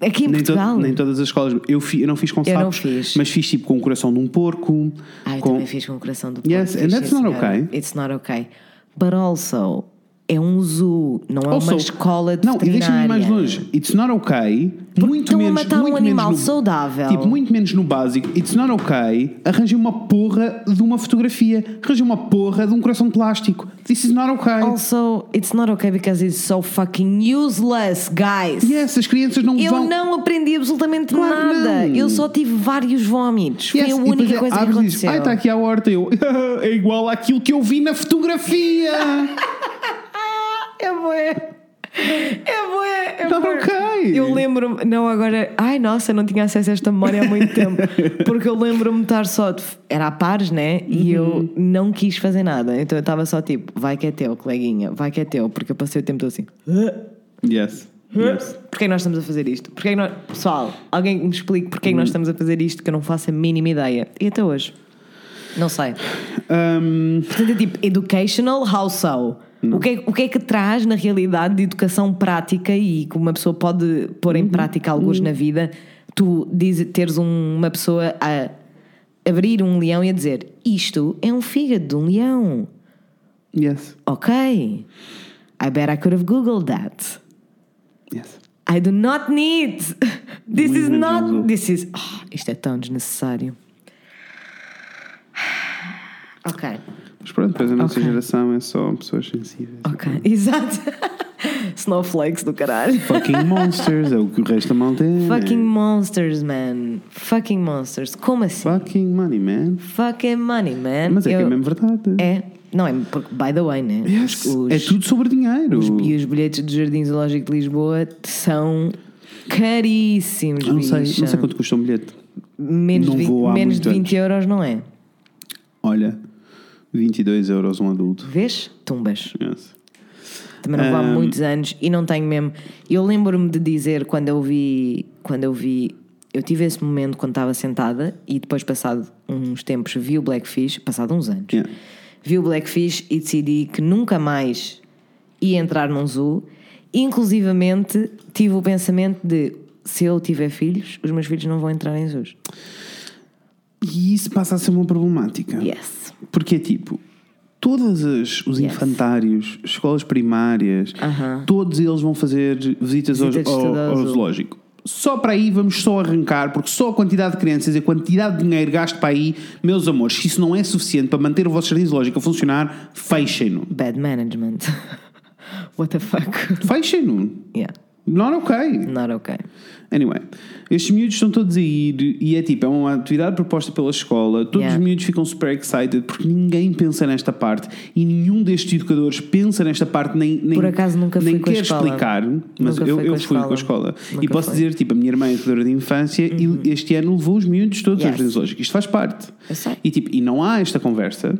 [SPEAKER 2] Aqui em
[SPEAKER 3] Nem, to-
[SPEAKER 2] Portugal.
[SPEAKER 3] nem todas as escolas. Eu, fi- eu não fiz com
[SPEAKER 2] Eu não
[SPEAKER 3] sapos,
[SPEAKER 2] fiz.
[SPEAKER 3] mas fiz tipo com o coração de um porco.
[SPEAKER 2] Ah, eu
[SPEAKER 3] com-
[SPEAKER 2] também fiz com o coração do
[SPEAKER 3] Yes,
[SPEAKER 2] porco,
[SPEAKER 3] and
[SPEAKER 2] fiz
[SPEAKER 3] that's
[SPEAKER 2] sim,
[SPEAKER 3] not
[SPEAKER 2] senhora.
[SPEAKER 3] okay.
[SPEAKER 2] It's not okay. But also, é um zoo, não é
[SPEAKER 3] Also-
[SPEAKER 2] uma escola de
[SPEAKER 3] Oh, Não, e deixa-me ir mais longe. It's not okay. muito
[SPEAKER 2] estão a
[SPEAKER 3] menos,
[SPEAKER 2] matar um
[SPEAKER 3] muito menos
[SPEAKER 2] animal
[SPEAKER 3] no-
[SPEAKER 2] saudável.
[SPEAKER 3] Tipo, muito menos no básico. It's not okay. Arranjei uma porra de uma fotografia. Arranjei uma porra de um coração de plástico. This is not okay.
[SPEAKER 2] Oh, Also, it's not okay because it's so fucking useless, guys.
[SPEAKER 3] Yes, as crianças não
[SPEAKER 2] Eu
[SPEAKER 3] vão.
[SPEAKER 2] não aprendi absolutamente
[SPEAKER 3] Claro que
[SPEAKER 2] nada.
[SPEAKER 3] não.
[SPEAKER 2] Eu só tive vários vómitos.
[SPEAKER 3] Yes,
[SPEAKER 2] Foi a
[SPEAKER 3] e depois
[SPEAKER 2] única
[SPEAKER 3] é-
[SPEAKER 2] coisa que
[SPEAKER 3] abres e dizes,
[SPEAKER 2] aconteceu.
[SPEAKER 3] Ai, está aqui a horta. Eu, é igual àquilo que eu vi na fotografia.
[SPEAKER 2] É bué. É bué. É
[SPEAKER 3] Not
[SPEAKER 2] bué.
[SPEAKER 3] ok. sério?
[SPEAKER 2] Eu lembro-me, não agora, ai nossa, não tinha acesso a esta memória há muito tempo, porque eu lembro-me de estar só, de- era a pares, né? E eu não quis fazer nada, então eu estava só tipo, vai que é teu, coleguinha, vai que é teu, porque eu passei o tempo todo assim,
[SPEAKER 3] Yes. yes.
[SPEAKER 2] porquê é que nós estamos a fazer isto? Porquê é que nós... Pessoal, alguém que me explique porquê é que nós estamos a fazer isto, que eu não faço a mínima ideia, e até hoje. Não sei.
[SPEAKER 3] Um,
[SPEAKER 2] Portanto, é tipo educational, how so? O que, é, o que é que traz na realidade de educação prática e que uma pessoa pode pôr em prática alguns na vida? Tu diz, teres um- uma pessoa a abrir um leão e a dizer isto é um fígado de um leão.
[SPEAKER 3] yes.
[SPEAKER 2] Ok. I bet I could have googled that.
[SPEAKER 3] Yes.
[SPEAKER 2] I do not need. This is
[SPEAKER 3] bem
[SPEAKER 2] not.
[SPEAKER 3] resolvido.
[SPEAKER 2] This is. Ah, isto é tão desnecessário. Ok.
[SPEAKER 3] Mas pronto, depois a nossa
[SPEAKER 2] Ok.
[SPEAKER 3] geração é só pessoas sensíveis.
[SPEAKER 2] Ok, exato. Snowflakes do caralho.
[SPEAKER 3] Fucking monsters, é o que o resto da malta é. né?
[SPEAKER 2] Fucking monsters, man. Fucking monsters. Como assim?
[SPEAKER 3] Fucking money, man.
[SPEAKER 2] Fucking money, man.
[SPEAKER 3] Mas é que é
[SPEAKER 2] Eu-
[SPEAKER 3] mesmo verdade.
[SPEAKER 2] É. Não, é porque, by the way, né?
[SPEAKER 3] Yes.
[SPEAKER 2] Os-
[SPEAKER 3] é tudo sobre dinheiro.
[SPEAKER 2] E os bilhetes do Jardim Zoológico de Lisboa são caríssimos,
[SPEAKER 3] não sei,
[SPEAKER 2] bicha.
[SPEAKER 3] não sei quanto custa um bilhete.
[SPEAKER 2] Menos,
[SPEAKER 3] Não
[SPEAKER 2] de vinte-
[SPEAKER 3] vou há
[SPEAKER 2] menos de
[SPEAKER 3] muitos
[SPEAKER 2] 20 euros, não é?
[SPEAKER 3] Olha, 22 euros um adulto.
[SPEAKER 2] Vês? Tumbas.
[SPEAKER 3] Yes.
[SPEAKER 2] Também não vou há
[SPEAKER 3] Ahm.
[SPEAKER 2] muitos anos e não tenho mesmo. Eu lembro-me de dizer quando eu vi. Quando eu vi. Eu tive esse momento quando estava sentada e depois, passado uns tempos, vi o Blackfish. Passado uns anos.
[SPEAKER 3] Yeah.
[SPEAKER 2] Vi o Blackfish e decidi que nunca mais ia entrar num zoo. Inclusivamente, tive o pensamento de. Se eu tiver filhos, os meus filhos não vão entrar em zoos.
[SPEAKER 3] E isso passa a ser uma problemática.
[SPEAKER 2] Yes.
[SPEAKER 3] Porque é tipo, todos os
[SPEAKER 2] Yes.
[SPEAKER 3] infantários, escolas primárias,
[SPEAKER 2] Aham.
[SPEAKER 3] todos eles vão fazer visitas, aos-
[SPEAKER 2] Visitas de
[SPEAKER 3] ao,
[SPEAKER 2] estudo ao
[SPEAKER 3] ao
[SPEAKER 2] zoo.
[SPEAKER 3] zoológico. Só para aí vamos só arrancar, porque só a quantidade de crianças e a quantidade de dinheiro gasto para aí, meus amores, se isso não é suficiente para manter o vosso jardim zoológico a funcionar, fechem-no.
[SPEAKER 2] Bad management. What the fuck?
[SPEAKER 3] Fechem-no.
[SPEAKER 2] Yeah.
[SPEAKER 3] Not ok.
[SPEAKER 2] Not okay.
[SPEAKER 3] Anyway, estes miúdos estão todos a ir e é tipo, é uma atividade proposta pela escola. Todos
[SPEAKER 2] Yeah.
[SPEAKER 3] os miúdos ficam super excited porque ninguém pensa nesta parte e nenhum destes educadores pensa nesta parte, nem, nem,
[SPEAKER 2] Por acaso nunca fui
[SPEAKER 3] nem
[SPEAKER 2] com a
[SPEAKER 3] quer
[SPEAKER 2] escola.
[SPEAKER 3] explicar. Mas
[SPEAKER 2] Nunca
[SPEAKER 3] eu,
[SPEAKER 2] fui
[SPEAKER 3] eu
[SPEAKER 2] com a
[SPEAKER 3] fui com a
[SPEAKER 2] escola.
[SPEAKER 3] escola.
[SPEAKER 2] Nunca
[SPEAKER 3] E posso
[SPEAKER 2] fui. Uhum.
[SPEAKER 3] dizer, tipo, a minha irmã é educadora de infância e este ano levou os miúdos todos
[SPEAKER 2] Yes.
[SPEAKER 3] aos jardins zoológicos. Isto faz parte.
[SPEAKER 2] Eu sei.
[SPEAKER 3] E, tipo, e não há esta conversa.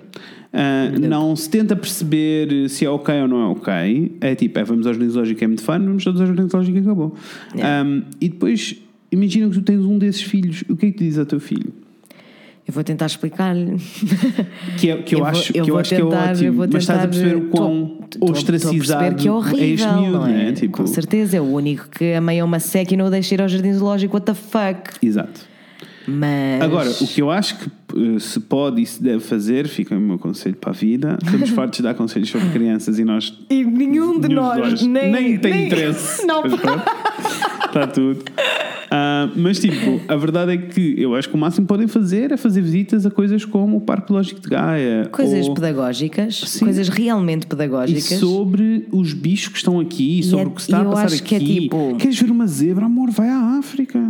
[SPEAKER 3] Ah, não se tenta perceber se é ok ou não é ok. É tipo, é, vamos ao jardim zoológico, é muito fã, vamos todos ao jardim zoológico e acabou. Um, e depois, imagina que tu tens um desses filhos, o que é que tu dizes ao teu filho?
[SPEAKER 2] Eu vou tentar explicar-lhe.
[SPEAKER 3] Que, é, que eu,
[SPEAKER 2] Eu vou-
[SPEAKER 3] acho,
[SPEAKER 2] eu
[SPEAKER 3] que, eu
[SPEAKER 2] vou
[SPEAKER 3] acho que é
[SPEAKER 2] tentar-
[SPEAKER 3] ótimo,
[SPEAKER 2] eu vou
[SPEAKER 3] mas estás a
[SPEAKER 2] tentar- eh,
[SPEAKER 3] perceber o quão
[SPEAKER 2] Tô- tô- tô a
[SPEAKER 3] ostracizado
[SPEAKER 2] perceber que é horrível,
[SPEAKER 3] este miúdo,
[SPEAKER 2] não é?
[SPEAKER 3] né? Tipo,
[SPEAKER 2] Com certeza, é o único que a mãe é uma seca e não o deixa ir ao jardim zoológico, what the fuck?
[SPEAKER 3] Exato.
[SPEAKER 2] Mas.
[SPEAKER 3] Agora, o que eu acho que eh, se pode e se deve fazer, fica o meu conselho para a vida. Estamos fartos de dar conselhos sobre crianças e nós
[SPEAKER 2] E nenhum de
[SPEAKER 3] Nenhum
[SPEAKER 2] nós,
[SPEAKER 3] dos dois.
[SPEAKER 2] nem,
[SPEAKER 3] tem
[SPEAKER 2] nem-
[SPEAKER 3] interesse.
[SPEAKER 2] Não,
[SPEAKER 3] Mas pronto, Está tudo. Ah, mas tipo, a verdade é que eu acho que o máximo que podem fazer é fazer visitas a coisas como o Parque Lógico de Gaia.
[SPEAKER 2] coisas
[SPEAKER 3] ou...
[SPEAKER 2] pedagógicas,
[SPEAKER 3] Sim.
[SPEAKER 2] coisas realmente
[SPEAKER 3] E
[SPEAKER 2] pedagógicas.
[SPEAKER 3] sobre os bichos que estão aqui, sobre
[SPEAKER 2] é-
[SPEAKER 3] o que se está a
[SPEAKER 2] e eu
[SPEAKER 3] passar
[SPEAKER 2] acho que
[SPEAKER 3] aqui.
[SPEAKER 2] é tipo-
[SPEAKER 3] Queres ver uma zebra, amor? Vai à África.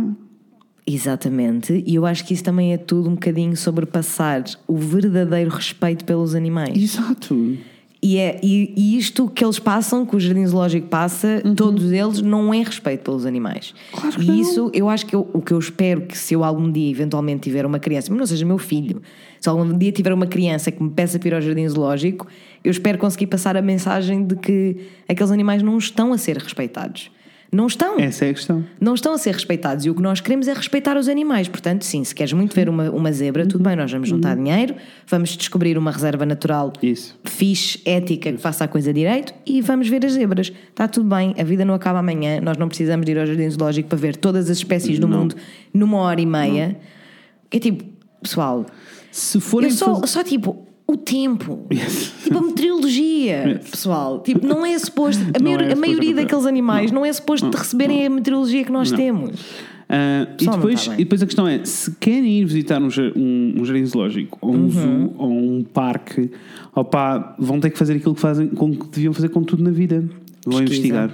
[SPEAKER 2] Exatamente, e eu acho que isso também é tudo um bocadinho sobre passar o verdadeiro respeito pelos animais.
[SPEAKER 3] Exato.
[SPEAKER 2] E, é, e, e isto que eles passam, que o jardim zoológico passa, todos eles, não é respeito pelos animais.
[SPEAKER 3] Uhum. Claro que
[SPEAKER 2] e
[SPEAKER 3] não.
[SPEAKER 2] isso, eu acho que eu- o que eu espero que se eu algum dia eventualmente tiver uma criança, mas não seja meu filho, se algum dia tiver uma criança que me peça para ir ao jardim zoológico, eu espero conseguir passar a mensagem de que aqueles animais não estão a ser respeitados. Não estão
[SPEAKER 3] Essa é a questão.
[SPEAKER 2] não estão a ser respeitados e o que nós queremos é respeitar os animais. Portanto, sim, se queres muito ver uma, uma zebra, tudo bem, nós vamos juntar dinheiro, vamos descobrir uma reserva natural
[SPEAKER 3] Isso.
[SPEAKER 2] fixe, ética, que faça a coisa direito e vamos ver as zebras. Está tudo bem, a vida não acaba amanhã, nós não precisamos de ir ao jardim zoológico para ver todas as espécies do mundo numa hora e meia. É tipo, pessoal,
[SPEAKER 3] Se
[SPEAKER 2] eu
[SPEAKER 3] forem
[SPEAKER 2] só,
[SPEAKER 3] fazer-
[SPEAKER 2] só tipo. O tempo. Tipo a meteorologia, pessoal. Tipo, não é suposto. A,
[SPEAKER 3] É. Não
[SPEAKER 2] maior-
[SPEAKER 3] é
[SPEAKER 2] a
[SPEAKER 3] suposto
[SPEAKER 2] maioria
[SPEAKER 3] acontecer.
[SPEAKER 2] daqueles animais não, é suposto receberem a meteorologia que nós temos.
[SPEAKER 3] Ah, e,
[SPEAKER 2] Só não
[SPEAKER 3] depois,
[SPEAKER 2] tá bem.
[SPEAKER 3] e depois a questão é: se querem ir visitar um, jar- um, um jardim zoológico, ou
[SPEAKER 2] Uhum.
[SPEAKER 3] um zoo, ou um parque, opá, vão ter que fazer aquilo que fazem com que deviam fazer com tudo na vida. Vão
[SPEAKER 2] Pesquisa.
[SPEAKER 3] investigar.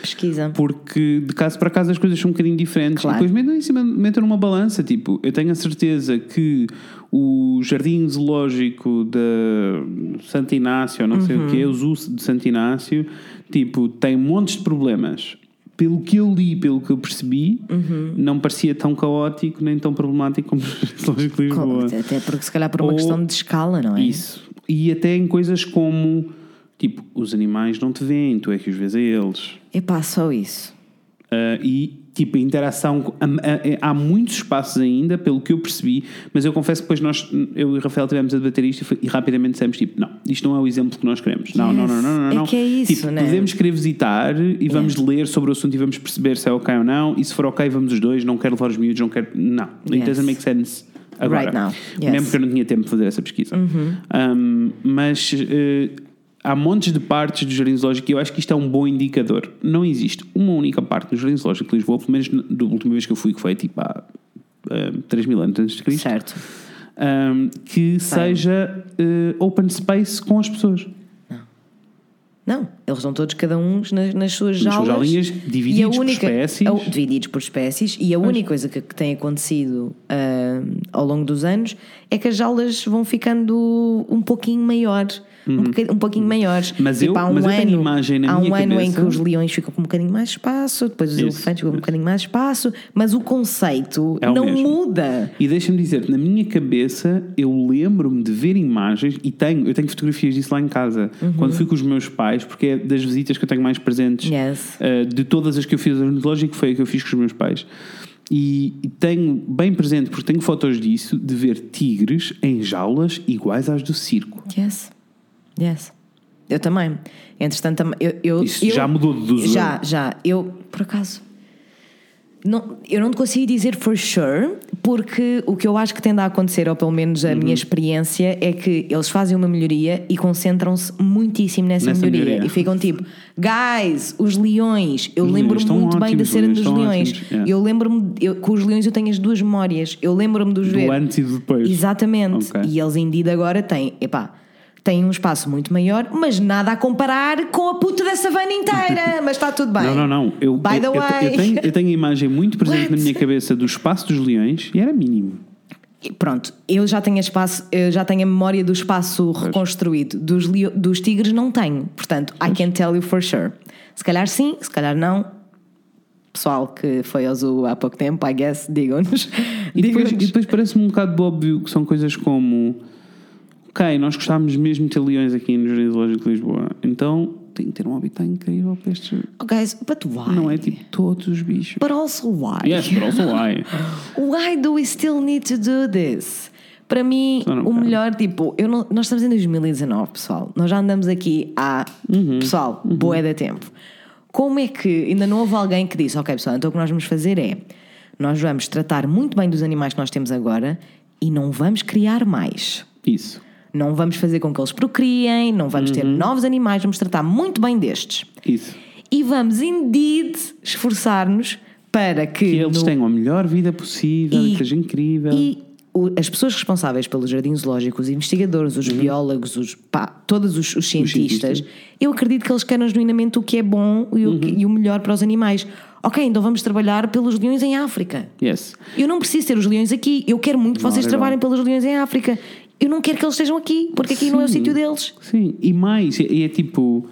[SPEAKER 2] Pesquisa.
[SPEAKER 3] Porque de caso para caso as coisas são um bocadinho diferentes.
[SPEAKER 2] Claro.
[SPEAKER 3] E depois metam em cima, metam numa balança. Tipo, eu tenho a certeza que o jardim zoológico de Santo Inácio, ou não sei o quê, o zoo de Santo Inácio, tipo, tem montes de problemas. pelo que eu li, pelo que eu percebi, não parecia tão caótico nem tão problemático como as lojas de Lisboa.
[SPEAKER 2] Até porque se calhar por uma
[SPEAKER 3] Ou-
[SPEAKER 2] questão de escala, não é?
[SPEAKER 3] Isso. E até em coisas como, tipo, os animais não te veem, tu é que os vês a eles.
[SPEAKER 2] Epá, só isso.
[SPEAKER 3] Ah, e, tipo, a interação... com- há- há há muitos espaços ainda, pelo que eu percebi, mas eu confesso que depois nós, eu e o Rafael tivemos a debater isto e, foi- e rapidamente dissemos, tipo, não, isto não é o exemplo que nós queremos. Não, não, não, não, não,
[SPEAKER 2] Yes. É
[SPEAKER 3] não.
[SPEAKER 2] que é isso,
[SPEAKER 3] tipo,
[SPEAKER 2] né?
[SPEAKER 3] Podemos querer visitar e vamos ler sobre o assunto e vamos perceber se é ok ou não, e se for ok vamos os dois, não quero levar os miúdos, não quero... Não, it
[SPEAKER 2] Yes.
[SPEAKER 3] doesn't make sense agora.
[SPEAKER 2] Right now. Yes.
[SPEAKER 3] Mesmo que eu não tinha tempo de fazer essa pesquisa. Um, mas eh, há montes de partes do Jardim Zoológico e eu acho que isto é um bom indicador. Não existe uma única parte do Jardim Zoológico de Lisboa, pelo menos da última vez que eu fui, que foi tipo há 3 mil anos antes de Cristo,
[SPEAKER 2] Certo.
[SPEAKER 3] um, que seja eh, open space com as pessoas.
[SPEAKER 2] Não, eles estão todos cada um nas, nas suas
[SPEAKER 3] Nas suas
[SPEAKER 2] jaulas.
[SPEAKER 3] jalinhas, divididos
[SPEAKER 2] E a
[SPEAKER 3] por espécies.
[SPEAKER 2] a- divididos por espécies. E a única coisa que, que tem acontecido ah, ao longo dos anos é que as jaulas vão ficando um pouquinho maior. Um, boca- um pouquinho maiores.
[SPEAKER 3] Uhum. Mas
[SPEAKER 2] Tipo,
[SPEAKER 3] eu-
[SPEAKER 2] há um
[SPEAKER 3] mas eu
[SPEAKER 2] ano,
[SPEAKER 3] tenho imagem na
[SPEAKER 2] há um
[SPEAKER 3] minha
[SPEAKER 2] ano em que
[SPEAKER 3] cabeça-
[SPEAKER 2] os leões ficam com um bocadinho mais espaço, depois os
[SPEAKER 3] Isso,
[SPEAKER 2] elefantes ficam com um bocadinho mais espaço, mas o conceito
[SPEAKER 3] É o
[SPEAKER 2] não
[SPEAKER 3] mesmo.
[SPEAKER 2] muda.
[SPEAKER 3] E deixa-me dizer, na minha cabeça eu lembro-me de ver imagens e tenho, eu tenho fotografias disso lá em casa, quando fui com os meus pais, porque é das visitas que eu tenho mais presentes.
[SPEAKER 2] Yes.
[SPEAKER 3] Uh, de todas as que eu fiz, lógico que foi a que eu fiz com os meus pais. E e tenho bem presente, porque tenho fotos disso, de ver tigres em jaulas iguais às do circo.
[SPEAKER 2] Yes. Yes. Eu também. Entretanto, tam- eu, eu,
[SPEAKER 3] Isso
[SPEAKER 2] eu-
[SPEAKER 3] já mudou de uso.
[SPEAKER 2] Já, já. Eu, por acaso. Não, eu não te consigo dizer for sure, porque o que eu acho que tende a acontecer, ou pelo menos a
[SPEAKER 3] Uhum.
[SPEAKER 2] minha experiência, é que eles fazem uma melhoria e concentram-se muitíssimo nessa,
[SPEAKER 3] Nessa
[SPEAKER 2] melhoria.
[SPEAKER 3] melhoria.
[SPEAKER 2] E ficam tipo, guys, os leões. Eu
[SPEAKER 3] Os
[SPEAKER 2] lembro-me
[SPEAKER 3] leões estão
[SPEAKER 2] muito bem da
[SPEAKER 3] ótimos,
[SPEAKER 2] cena
[SPEAKER 3] os
[SPEAKER 2] dos
[SPEAKER 3] leões
[SPEAKER 2] leões.
[SPEAKER 3] estão ótimos, yeah.
[SPEAKER 2] Eu lembro-me, eu- com os leões eu tenho as duas memórias. Eu lembro-me dos
[SPEAKER 3] Do
[SPEAKER 2] ver.
[SPEAKER 3] antes e do depois.
[SPEAKER 2] Exatamente.
[SPEAKER 3] Ok.
[SPEAKER 2] E eles Indeed agora têm, epá, têm um espaço muito maior, mas nada a comparar com a puta da savana inteira. mas está tudo bem.
[SPEAKER 3] Não, não, não. Eu,
[SPEAKER 2] By the
[SPEAKER 3] eu- eu-
[SPEAKER 2] way.
[SPEAKER 3] eu tenho, eu tenho a imagem muito presente
[SPEAKER 2] What?
[SPEAKER 3] na minha cabeça do espaço dos leões e era mínimo.
[SPEAKER 2] E Pronto, eu já tenho espaço, eu já tenho a memória do espaço reconstruído. Dos, leo- dos tigres não tenho. Portanto, I can tell you for sure. Se calhar sim, se calhar não. Pessoal que foi ao zoo há pouco tempo, I guess, digam-nos.
[SPEAKER 3] E depois, e
[SPEAKER 2] Digam-nos.
[SPEAKER 3] depois parece-me um bocado óbvio que são coisas como: Ok, nós gostávamos mesmo de ter leões aqui no Jardim Zoológico de Lisboa, então tem que ter um habitat incrível para estes.
[SPEAKER 2] Oh, Guys, but why?
[SPEAKER 3] Não é tipo todos os bichos.
[SPEAKER 2] But also why?
[SPEAKER 3] Yes, but also why?
[SPEAKER 2] Why do we still need to do this? Para mim,
[SPEAKER 3] Só não
[SPEAKER 2] o
[SPEAKER 3] quero.
[SPEAKER 2] melhor, tipo, eu não- nós estamos em 2019, pessoal. Nós já andamos aqui há,
[SPEAKER 3] Uhum.
[SPEAKER 2] pessoal, boé da tempo. Como é que ainda não houve alguém que disse, ok, pessoal, então o que nós vamos fazer é nós vamos tratar muito bem dos animais que nós temos agora e não vamos criar mais.
[SPEAKER 3] Isso.
[SPEAKER 2] Não vamos fazer com que eles procriem, não vamos
[SPEAKER 3] Uhum.
[SPEAKER 2] ter novos animais, vamos tratar muito bem destes.
[SPEAKER 3] Isso.
[SPEAKER 2] E vamos, indeed, esforçar-nos para que,
[SPEAKER 3] Que eles
[SPEAKER 2] no
[SPEAKER 3] tenham a melhor vida possível,
[SPEAKER 2] E-
[SPEAKER 3] que seja incrível.
[SPEAKER 2] E o- as pessoas responsáveis pelo jardim zoológico, os investigadores, os biólogos, os, pá, todos os, Uhum. os cientistas, eu acredito que eles querem genuinamente o que é bom e o, que- e o melhor para os animais. Ok, então vamos trabalhar pelos leões em África.
[SPEAKER 3] Yes.
[SPEAKER 2] Eu não preciso ter os leões aqui, eu quero muito que vocês
[SPEAKER 3] era
[SPEAKER 2] trabalhem pelos leões em África. Eu não quero que eles estejam aqui, porque aqui não é o
[SPEAKER 3] Sim.
[SPEAKER 2] sítio deles.
[SPEAKER 3] Sim. E mais, e é, tipo.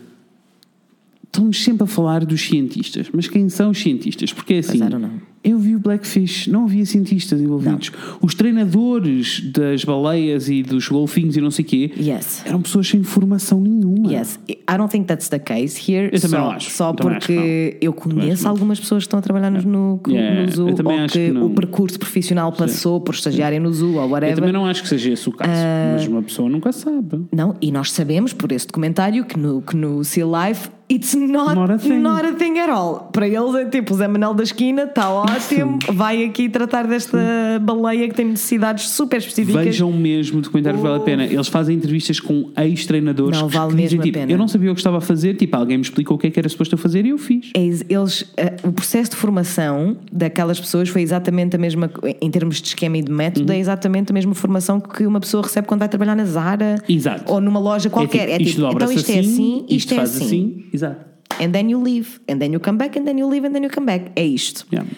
[SPEAKER 3] Estamos sempre a falar dos cientistas, mas quem são os cientistas? Porque é assim.
[SPEAKER 2] I don't know.
[SPEAKER 3] Eu vi o Blackfish, não havia cientistas envolvidos. Os treinadores das baleias e dos golfinhos e não sei o quê
[SPEAKER 2] Yes.
[SPEAKER 3] eram pessoas sem formação nenhuma.
[SPEAKER 2] Yes, I don't think that's the case here.
[SPEAKER 3] Eu também
[SPEAKER 2] só
[SPEAKER 3] não acho.
[SPEAKER 2] só
[SPEAKER 3] Eu também acho
[SPEAKER 2] porque
[SPEAKER 3] que não. Também
[SPEAKER 2] eu
[SPEAKER 3] acho que
[SPEAKER 2] conheço
[SPEAKER 3] não.
[SPEAKER 2] algumas pessoas que estão a trabalhar no, no,
[SPEAKER 3] Yeah,
[SPEAKER 2] no zoo
[SPEAKER 3] eu também
[SPEAKER 2] ou
[SPEAKER 3] acho
[SPEAKER 2] que,
[SPEAKER 3] que não.
[SPEAKER 2] o percurso profissional passou por estagiarem no zoo ou
[SPEAKER 3] Eu também
[SPEAKER 2] whatever. Não...
[SPEAKER 3] não acho que seja esse o caso,
[SPEAKER 2] Ah.
[SPEAKER 3] mas uma pessoa nunca sabe.
[SPEAKER 2] e nós sabemos por esse documentário que no, que no Sea Life it's not,
[SPEAKER 3] Not a thing.
[SPEAKER 2] not a thing at all. Para eles é tipo o Zé Manel da esquina, está ótimo, vai aqui tratar desta baleia que tem necessidades super específicas.
[SPEAKER 3] Vejam mesmo o documentário, vale a pena. Eles fazem entrevistas com ex-treinadores
[SPEAKER 2] Oh. Não,
[SPEAKER 3] que
[SPEAKER 2] vale
[SPEAKER 3] que dizem,
[SPEAKER 2] mesmo a
[SPEAKER 3] tipo,
[SPEAKER 2] pena.
[SPEAKER 3] Eu não sabia o que estava a fazer, tipo, alguém me explicou o que é que era suposto eu fazer e eu fiz.
[SPEAKER 2] É ex- eles, eh, o processo de formação daquelas pessoas foi exatamente a mesma, co- em termos de esquema e de método, é exatamente a mesma formação que uma pessoa recebe quando vai trabalhar na Zara
[SPEAKER 3] Exato.
[SPEAKER 2] ou numa loja qualquer. É
[SPEAKER 3] isto
[SPEAKER 2] tipo, então
[SPEAKER 3] dobra-se
[SPEAKER 2] isto é assim, isto, é
[SPEAKER 3] faz
[SPEAKER 2] assim.
[SPEAKER 3] Exato.
[SPEAKER 2] And then you leave, and then you come back, and then you leave, and then you come back. É isto.
[SPEAKER 3] Yeah.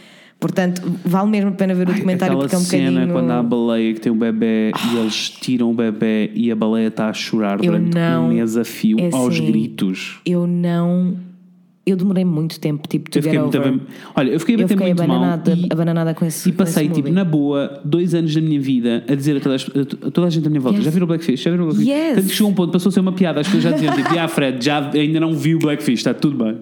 [SPEAKER 2] Portanto, vale mesmo a pena ver o documentário
[SPEAKER 3] Aquela
[SPEAKER 2] porque é um
[SPEAKER 3] cena
[SPEAKER 2] bocadinho. Ah.
[SPEAKER 3] quando há a baleia que tem o bebê e eles tiram o bebê e a baleia está a chorar
[SPEAKER 2] Eu
[SPEAKER 3] durante
[SPEAKER 2] não-
[SPEAKER 3] um mês a fio
[SPEAKER 2] é
[SPEAKER 3] aos
[SPEAKER 2] assim.
[SPEAKER 3] gritos.
[SPEAKER 2] Eu não. Eu demorei muito tempo, tipo, to
[SPEAKER 1] Eu
[SPEAKER 2] get
[SPEAKER 1] fiquei muito
[SPEAKER 2] over.
[SPEAKER 1] aban- Olha, eu fiquei,
[SPEAKER 2] eu
[SPEAKER 1] até
[SPEAKER 2] fiquei
[SPEAKER 1] muito mal.
[SPEAKER 2] abananada,
[SPEAKER 1] e-
[SPEAKER 2] abananada com esse
[SPEAKER 1] E passei,
[SPEAKER 2] com esse
[SPEAKER 1] tipo, na
[SPEAKER 2] movie.
[SPEAKER 1] boa, dois anos da minha vida a dizer a toda, a, a toda a gente à minha volta:
[SPEAKER 2] Yes.
[SPEAKER 1] já viram Blackfish? Já viram Blackfish?
[SPEAKER 2] Yes.
[SPEAKER 1] Tanto que chegou um ponto, passou a ser uma piada. As pessoas já diziam, tipo, ah, Fred, já, ainda não vi o Blackfish, está tudo bem.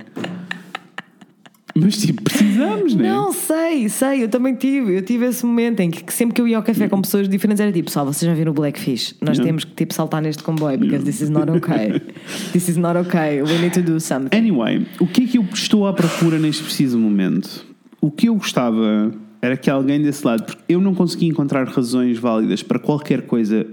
[SPEAKER 1] Mas, tipo, precisamos, né?
[SPEAKER 2] Não, sei, sei, eu também tive. Eu tive esse momento em que, que sempre que eu ia ao
[SPEAKER 3] Hum.
[SPEAKER 2] café com pessoas diferentes era tipo, pessoal, vocês já viram o Blackfish? Nós temos que tipo saltar neste comboio, because this is not okay. this is not okay. We need to do something.
[SPEAKER 3] Anyway, o que é que eu estou à procura neste preciso momento? O que eu gostava era que alguém desse lado, porque eu não consegui encontrar razões válidas para qualquer coisa.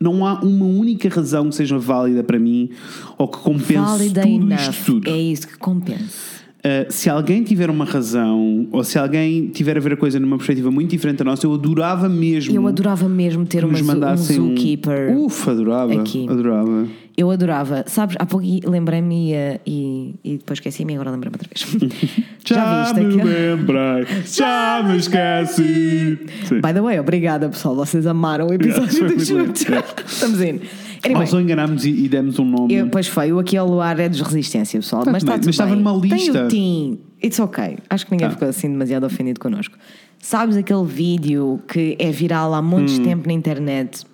[SPEAKER 3] Não há uma única razão que seja válida para mim ou que compense
[SPEAKER 2] Valid
[SPEAKER 3] tudo isto
[SPEAKER 2] enough.
[SPEAKER 3] tudo.
[SPEAKER 2] É isso que compensa.
[SPEAKER 3] Uh, se alguém tiver uma razão ou se alguém tiver a ver a coisa numa perspectiva muito diferente da nossa, eu adorava mesmo
[SPEAKER 2] Eu adorava mesmo ter
[SPEAKER 3] que
[SPEAKER 2] uma
[SPEAKER 3] nos
[SPEAKER 2] zoo, um
[SPEAKER 3] mandassem um-
[SPEAKER 2] zookeeper.
[SPEAKER 3] Uf, adorava,
[SPEAKER 2] aqui.
[SPEAKER 3] adorava.
[SPEAKER 2] Eu adorava. Sabes, há pouco e- lembrei-me e, eh, e, e depois esqueci-me e agora lembrei-me outra vez. Já viste
[SPEAKER 3] me
[SPEAKER 2] aquele-
[SPEAKER 3] lembrei, já me esqueci. Sim.
[SPEAKER 2] By the way, obrigada pessoal, vocês amaram o episódio
[SPEAKER 3] Yeah,
[SPEAKER 2] do
[SPEAKER 3] foi muito
[SPEAKER 2] Juntos. Estamos indo. Anyway,
[SPEAKER 3] Nós só enganámos e, e demos um nome.
[SPEAKER 2] eu, pois foi, o aqui ao luar é dos resistência, pessoal. mas
[SPEAKER 3] tudo
[SPEAKER 2] está
[SPEAKER 3] bem,
[SPEAKER 2] tudo
[SPEAKER 3] mas estava
[SPEAKER 2] bem.
[SPEAKER 3] numa lista. Ah.
[SPEAKER 2] Tem o Tim. It's ok. Acho que ninguém ficou assim demasiado ofendido connosco. Sabes aquele vídeo que é viral há
[SPEAKER 3] Hum.
[SPEAKER 2] muito tempo na internet,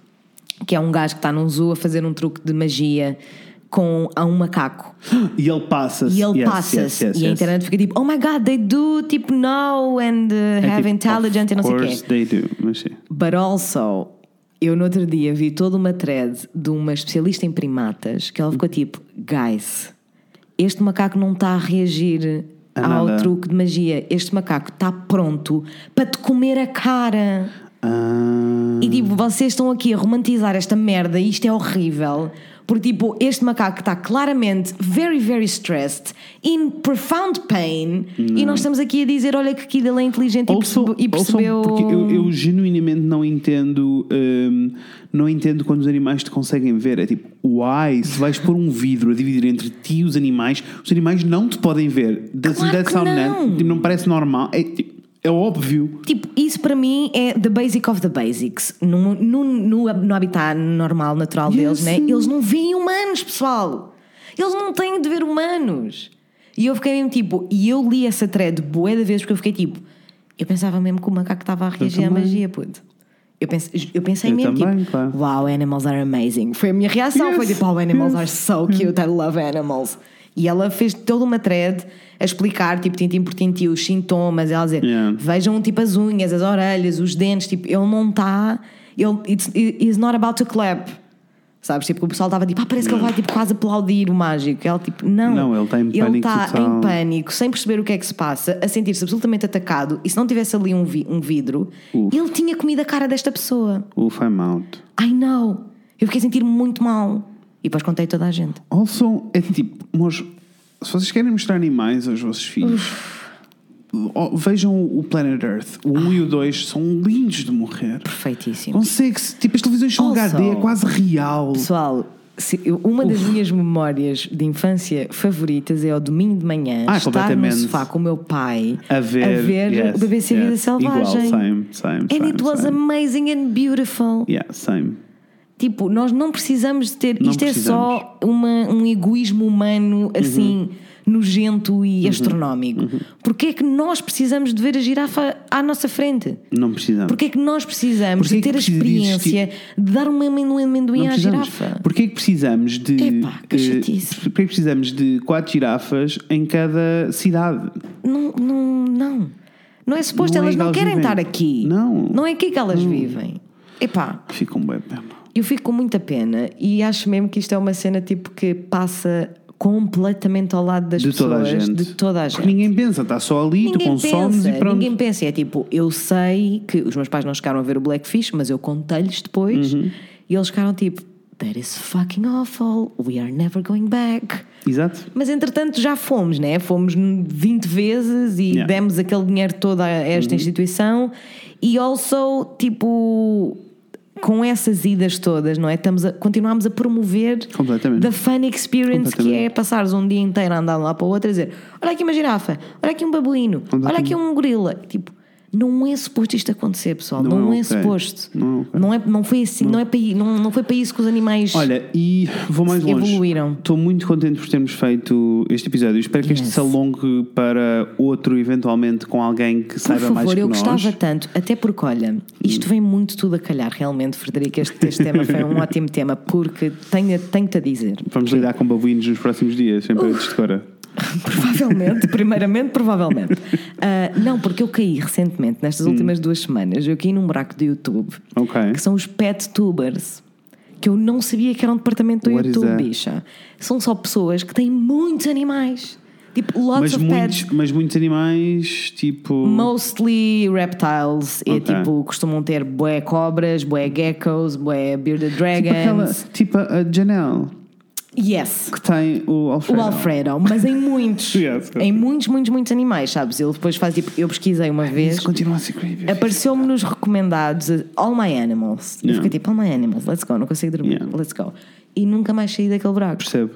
[SPEAKER 2] que é um gajo que está num zoo a fazer um truque de magia com a um macaco.
[SPEAKER 3] E ele passa-se.
[SPEAKER 2] E ele
[SPEAKER 3] Yes,
[SPEAKER 2] passa-se.
[SPEAKER 3] yes, yes,
[SPEAKER 2] e a
[SPEAKER 3] yes.
[SPEAKER 2] internet fica tipo, oh my god, they do, tipo, know and uh,
[SPEAKER 3] É
[SPEAKER 2] have
[SPEAKER 3] tipo,
[SPEAKER 2] intelligent e não sei o
[SPEAKER 3] Of
[SPEAKER 2] quê.
[SPEAKER 3] course they do, mas sim.
[SPEAKER 2] But also, eu no outro dia vi toda uma thread de uma especialista em primatas que ela ficou tipo: guys, este macaco não está a reagir
[SPEAKER 3] A
[SPEAKER 2] ao
[SPEAKER 3] nada.
[SPEAKER 2] truque de magia. Este macaco está pronto para te comer a cara.
[SPEAKER 3] Ah,
[SPEAKER 2] E tipo, vocês estão aqui a romantizar esta merda e isto é horrível. Porque, tipo, este macaco está claramente very, very stressed, in profound pain, e nós estamos aqui a dizer: olha que Kid ele é inteligente e
[SPEAKER 3] ouçam-
[SPEAKER 2] percebe- e
[SPEAKER 3] ouçam,
[SPEAKER 2] percebeu.
[SPEAKER 3] porque eu, eu genuinamente não entendo hum, não entendo quando os animais te conseguem ver é tipo, uai, se vais pôr um vidro a dividir entre ti e os animais os animais não te podem ver Doesn't
[SPEAKER 2] Claro
[SPEAKER 3] that
[SPEAKER 2] que
[SPEAKER 3] sound
[SPEAKER 2] não.
[SPEAKER 3] nat- tipo, não parece normal é, tipo, é óbvio
[SPEAKER 2] Tipo, isso para mim é the basic of the basics. No, no, no, no habitat normal, natural deles, né? Eles não veem humanos, pessoal. Eles não têm de ver humanos. E eu fiquei mesmo tipo, e eu li essa thread bué de vezes porque eu fiquei tipo, eu pensava mesmo que o macaco estava a reagir à
[SPEAKER 3] também.
[SPEAKER 2] magia, puto. Eu pensei, eu pensei
[SPEAKER 3] Eu
[SPEAKER 2] mesmo,
[SPEAKER 3] também,
[SPEAKER 2] tipo,
[SPEAKER 3] claro.
[SPEAKER 2] wow, animals are amazing. Foi a minha reação,
[SPEAKER 3] Yes,
[SPEAKER 2] foi tipo, oh, animals
[SPEAKER 3] yes.
[SPEAKER 2] are so cute, I love animals. E ela fez toda uma thread a explicar, tipo, tintim por tintim, os sintomas, ela a dizer,
[SPEAKER 3] Yeah.
[SPEAKER 2] Vejam tipo as unhas, as orelhas, os dentes, tipo, ele não está. Ele it's, it's not about to clap. Sabes? Tipo, que o pessoal estava tipo, ah, parece que ele vai tipo, quase aplaudir o mágico. Ele tipo, não.
[SPEAKER 3] Não, ele está em
[SPEAKER 2] Ele
[SPEAKER 3] pânico
[SPEAKER 2] está
[SPEAKER 3] total.
[SPEAKER 2] em pânico, sem perceber o que é que se passa, a sentir-se absolutamente atacado. E se não tivesse ali um, vi- um vidro,
[SPEAKER 3] Uf.
[SPEAKER 2] ele tinha comido a cara desta pessoa.
[SPEAKER 3] ufa, I'm out
[SPEAKER 2] I know. Eu fiquei a sentir-me muito mal. E depois contei toda a gente.
[SPEAKER 3] Also, é tipo, mas se vocês querem mostrar animais aos vossos filhos, ó, vejam o Planet Earth. O 1 e o 2 são lindos de morrer.
[SPEAKER 2] Perfeitíssimo.
[SPEAKER 3] Consegue-se. Tipo, as televisões são
[SPEAKER 2] Also-
[SPEAKER 3] HD, é quase real.
[SPEAKER 2] Pessoal, se eu- uma das minhas memórias de infância favoritas é o domingo de manhã
[SPEAKER 3] Ah,
[SPEAKER 2] estar no
[SPEAKER 3] completamente.
[SPEAKER 2] sofá com o meu pai
[SPEAKER 3] A ver, yes,
[SPEAKER 2] o BBC Vida
[SPEAKER 3] yes.
[SPEAKER 2] Selvagem.
[SPEAKER 3] Igual, same, same,
[SPEAKER 2] and
[SPEAKER 3] same,
[SPEAKER 2] it was
[SPEAKER 3] same.
[SPEAKER 2] amazing and beautiful.
[SPEAKER 3] Yeah, same.
[SPEAKER 2] Tipo, nós não precisamos de ter.
[SPEAKER 3] Não Uhum.
[SPEAKER 2] isto é só uma- um egoísmo humano assim. Nojento e astronómico. Porquê é que nós precisamos de ver a girafa à nossa frente?
[SPEAKER 3] Não precisamos.
[SPEAKER 2] Porquê é que nós precisamos
[SPEAKER 3] Porquê é
[SPEAKER 2] de
[SPEAKER 3] que
[SPEAKER 2] ter a
[SPEAKER 3] precisa de existir-
[SPEAKER 2] experiência de dar uma amendoim, amendoim
[SPEAKER 3] não
[SPEAKER 2] à
[SPEAKER 3] precisamos.
[SPEAKER 2] girafa?
[SPEAKER 3] Porquê é que precisamos de.
[SPEAKER 2] Epá, que
[SPEAKER 3] eh,
[SPEAKER 2] chatice.
[SPEAKER 3] Porquê é que precisamos de quatro girafas em cada cidade?
[SPEAKER 2] Não, não, não. Não é suposto,
[SPEAKER 3] Não é
[SPEAKER 2] elas não
[SPEAKER 3] igual
[SPEAKER 2] querem
[SPEAKER 3] vivem.
[SPEAKER 2] estar aqui.
[SPEAKER 3] Não.
[SPEAKER 2] Não é aqui que elas vivem. Epá,
[SPEAKER 3] Fica um bebê.
[SPEAKER 2] eu fico com muita pena e acho mesmo que isto é uma cena tipo que passa completamente ao lado das
[SPEAKER 3] De
[SPEAKER 2] pessoas,
[SPEAKER 3] toda a gente.
[SPEAKER 2] de toda a gente.
[SPEAKER 3] Porque ninguém pensa, está só ali, tu consomes
[SPEAKER 2] pensa,
[SPEAKER 3] e pronto.
[SPEAKER 2] ninguém pensa. E É tipo, eu sei que os meus pais não chegaram a ver o Blackfish, mas eu contei-lhes depois
[SPEAKER 3] Uhum.
[SPEAKER 2] e eles ficaram tipo, that is fucking awful, we are never going back.
[SPEAKER 3] Exato.
[SPEAKER 2] Mas entretanto já fomos, né? Fomos 20 vezes e
[SPEAKER 3] Yeah. Uhum.
[SPEAKER 2] demos aquele dinheiro todo a esta instituição e also, tipo, com essas idas todas, não é? Estamos a, continuamos a promover
[SPEAKER 3] Completamente.
[SPEAKER 2] the fun experience que é
[SPEAKER 3] Completamente.
[SPEAKER 2] passares um dia inteiro a andar de um lado para o outro a dizer: olha aqui uma girafa, olha aqui um babuíno, olha aqui um gorila. Tipo, Não é suposto isto acontecer, pessoal.
[SPEAKER 3] Não
[SPEAKER 2] Não,
[SPEAKER 3] é
[SPEAKER 2] é,
[SPEAKER 3] ok.
[SPEAKER 2] suposto.
[SPEAKER 3] Não é ok.
[SPEAKER 2] não, é, não foi assim, não, é para, i- não, não foi para isso que os animais.
[SPEAKER 3] Olha, e vou mais longe.
[SPEAKER 2] Evoluíram.
[SPEAKER 3] Estou muito contente por termos feito este episódio. Espero que este
[SPEAKER 2] Yes.
[SPEAKER 3] se alongue para outro, eventualmente, com alguém que
[SPEAKER 2] por
[SPEAKER 3] saiba mais
[SPEAKER 2] favor,
[SPEAKER 3] que
[SPEAKER 2] eu
[SPEAKER 3] nós. Hum.
[SPEAKER 2] gostava tanto, até porque, olha, isto vem muito tudo a calhar, realmente, Frederico. Este, este tema foi um ótimo tema, porque tenho- tenho-te a dizer.
[SPEAKER 3] Vamos lidar com babuínos nos próximos dias, sempre antes de cora.
[SPEAKER 2] Provavelmente, primeiramente, provavelmente. Ah, não, porque eu caí recentemente, nestas últimas duas semanas, eu caí num buraco do YouTube,
[SPEAKER 3] Hum. Ok.
[SPEAKER 2] que são os pet tubers, que eu não sabia que era um departamento do
[SPEAKER 3] What is
[SPEAKER 2] YouTube,
[SPEAKER 3] that?
[SPEAKER 2] bicha. São só pessoas que têm muitos animais. Tipo, lots
[SPEAKER 3] Mas
[SPEAKER 2] of
[SPEAKER 3] muitos,
[SPEAKER 2] pets.
[SPEAKER 3] mas muitos animais, tipo.
[SPEAKER 2] Mostly reptiles. É
[SPEAKER 3] Ok.
[SPEAKER 2] tipo, costumam ter boé cobras, boé geckos, boé bearded
[SPEAKER 3] tipo aquela.
[SPEAKER 2] dragons.
[SPEAKER 3] Tipo a Janelle,
[SPEAKER 2] Yes.
[SPEAKER 3] que tem o Alfredo.
[SPEAKER 2] O Alfredo, mas em muitos.
[SPEAKER 3] Yes.
[SPEAKER 2] Em muitos, muitos, muitos animais, sabes? Ele depois faz tipo, eu pesquisei uma vez.
[SPEAKER 3] Isso continua a ser creepy.
[SPEAKER 2] É Apareceu-me nos recomendados uh, All My Animals. Eu
[SPEAKER 3] Yeah.
[SPEAKER 2] fiquei tipo, All My Animals, let's go, não consigo dormir,
[SPEAKER 3] Yeah.
[SPEAKER 2] let's go. E nunca mais saí daquele buraco.
[SPEAKER 3] Percebo.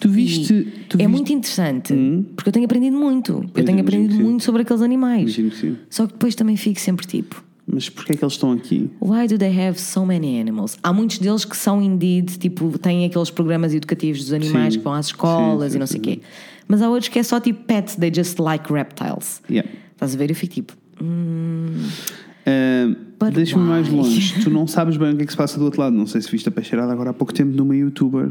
[SPEAKER 3] Tu viste.
[SPEAKER 2] E
[SPEAKER 3] Tu
[SPEAKER 2] é
[SPEAKER 3] viste... Hum?
[SPEAKER 2] muito interessante, porque eu tenho aprendido muito. eu
[SPEAKER 3] Pois,
[SPEAKER 2] tenho
[SPEAKER 3] imagino
[SPEAKER 2] aprendido
[SPEAKER 3] que sim.
[SPEAKER 2] muito sobre aqueles animais.
[SPEAKER 3] Imagino que sim.
[SPEAKER 2] Só que depois também fico sempre tipo,
[SPEAKER 3] Mas porquê é que eles estão aqui?
[SPEAKER 2] Why do they have so many animals? Há muitos deles que são indeed, tipo, têm aqueles programas educativos dos animais
[SPEAKER 3] Sim.
[SPEAKER 2] que vão às escolas
[SPEAKER 3] Sim, sim,
[SPEAKER 2] e não
[SPEAKER 3] sim,
[SPEAKER 2] sei o quê. Mas há outros que é só tipo pets, they just like reptiles.
[SPEAKER 3] Yeah.
[SPEAKER 2] Estás a ver? Eu fico tipo,
[SPEAKER 3] Ah,
[SPEAKER 2] But
[SPEAKER 3] Deixa-me mais
[SPEAKER 2] why?
[SPEAKER 3] longe. tu não sabes bem o que é que se passa do outro lado. Não sei se viste a peixeirada agora há pouco tempo de uma youtuber.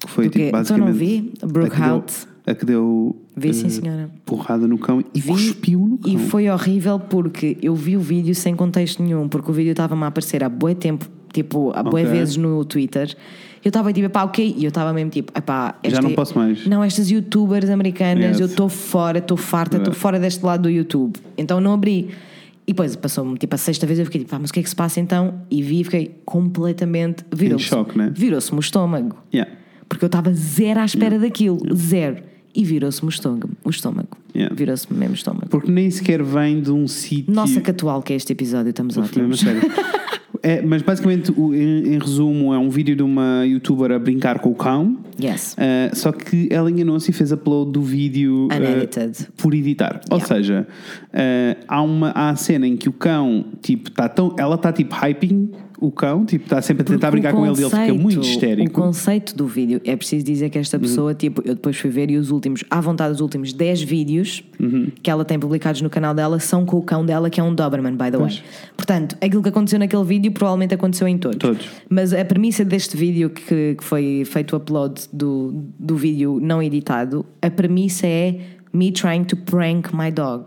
[SPEAKER 3] Que foi
[SPEAKER 2] Do quê?
[SPEAKER 3] tipo,
[SPEAKER 2] Então não
[SPEAKER 3] basicamente.
[SPEAKER 2] vi?
[SPEAKER 3] a
[SPEAKER 2] A
[SPEAKER 3] que deu-
[SPEAKER 2] Brookehout.
[SPEAKER 3] A que deu.
[SPEAKER 2] Vi, sim,
[SPEAKER 3] eh,
[SPEAKER 2] senhora.
[SPEAKER 3] Porrada no cão e
[SPEAKER 2] Vi
[SPEAKER 3] cuspiu no cão.
[SPEAKER 2] E foi horrível porque eu vi o vídeo sem contexto nenhum, porque o vídeo estava-me a aparecer há bué tempo, tipo, há bué
[SPEAKER 3] Ok.
[SPEAKER 2] vezes no Twitter. Eu estava tipo, pá, ok. E eu estava mesmo tipo, pá,
[SPEAKER 3] Já não posso mais.
[SPEAKER 2] Não, estas youtubers americanas,
[SPEAKER 3] Yes.
[SPEAKER 2] eu estou fora, estou farta, estou
[SPEAKER 3] Yeah.
[SPEAKER 2] fora deste lado do YouTube. Então não abri. E depois passou-me tipo a sexta vez, eu fiquei tipo, pá, mas o que é que se passa então? E vi e fiquei completamente. Virou-se.
[SPEAKER 3] choque, né?
[SPEAKER 2] Virou-se-me o estômago.
[SPEAKER 3] Yeah.
[SPEAKER 2] Porque eu estava zero à espera daquilo, zero. E virou-se-me o estômago. O estômago.
[SPEAKER 3] Yeah.
[SPEAKER 2] Virou-se-me mesmo o estômago.
[SPEAKER 3] Porque nem sequer vem de um sítio.
[SPEAKER 2] Nossa, que atual que é este episódio, estamos
[SPEAKER 3] Mas,
[SPEAKER 2] ótimos.
[SPEAKER 3] sério. É, mas basicamente, o- em, em resumo, é um vídeo de uma youtuber a brincar com o cão.
[SPEAKER 2] Yes.
[SPEAKER 3] Ah, só que ela enganou-se e fez upload do vídeo ah,
[SPEAKER 2] Unedited.
[SPEAKER 3] por editar. Ou
[SPEAKER 2] Yeah.
[SPEAKER 3] seja, ah, há uma há a cena em que o cão, tipo, está tão. Ela está tipo hyping o cão, tipo, está sempre a tentar
[SPEAKER 2] Porque
[SPEAKER 3] brincar
[SPEAKER 2] o
[SPEAKER 3] com ele e ele fica
[SPEAKER 2] conceito-
[SPEAKER 3] muito
[SPEAKER 2] O
[SPEAKER 3] histérico. Uhum.
[SPEAKER 2] conceito do vídeo é preciso dizer que esta pessoa, tipo, eu depois fui ver e os últimos, à vontade, os últimos 10 vídeos
[SPEAKER 3] Uhum.
[SPEAKER 2] que ela tem publicados no canal dela são com o cão dela, que é um Doberman, by the way. Portanto, aquilo que aconteceu naquele vídeo provavelmente aconteceu em todos.
[SPEAKER 3] Todos.
[SPEAKER 2] Mas a premissa deste vídeo que, que foi feito o upload do, do vídeo não editado, a premissa é me trying to prank my dog.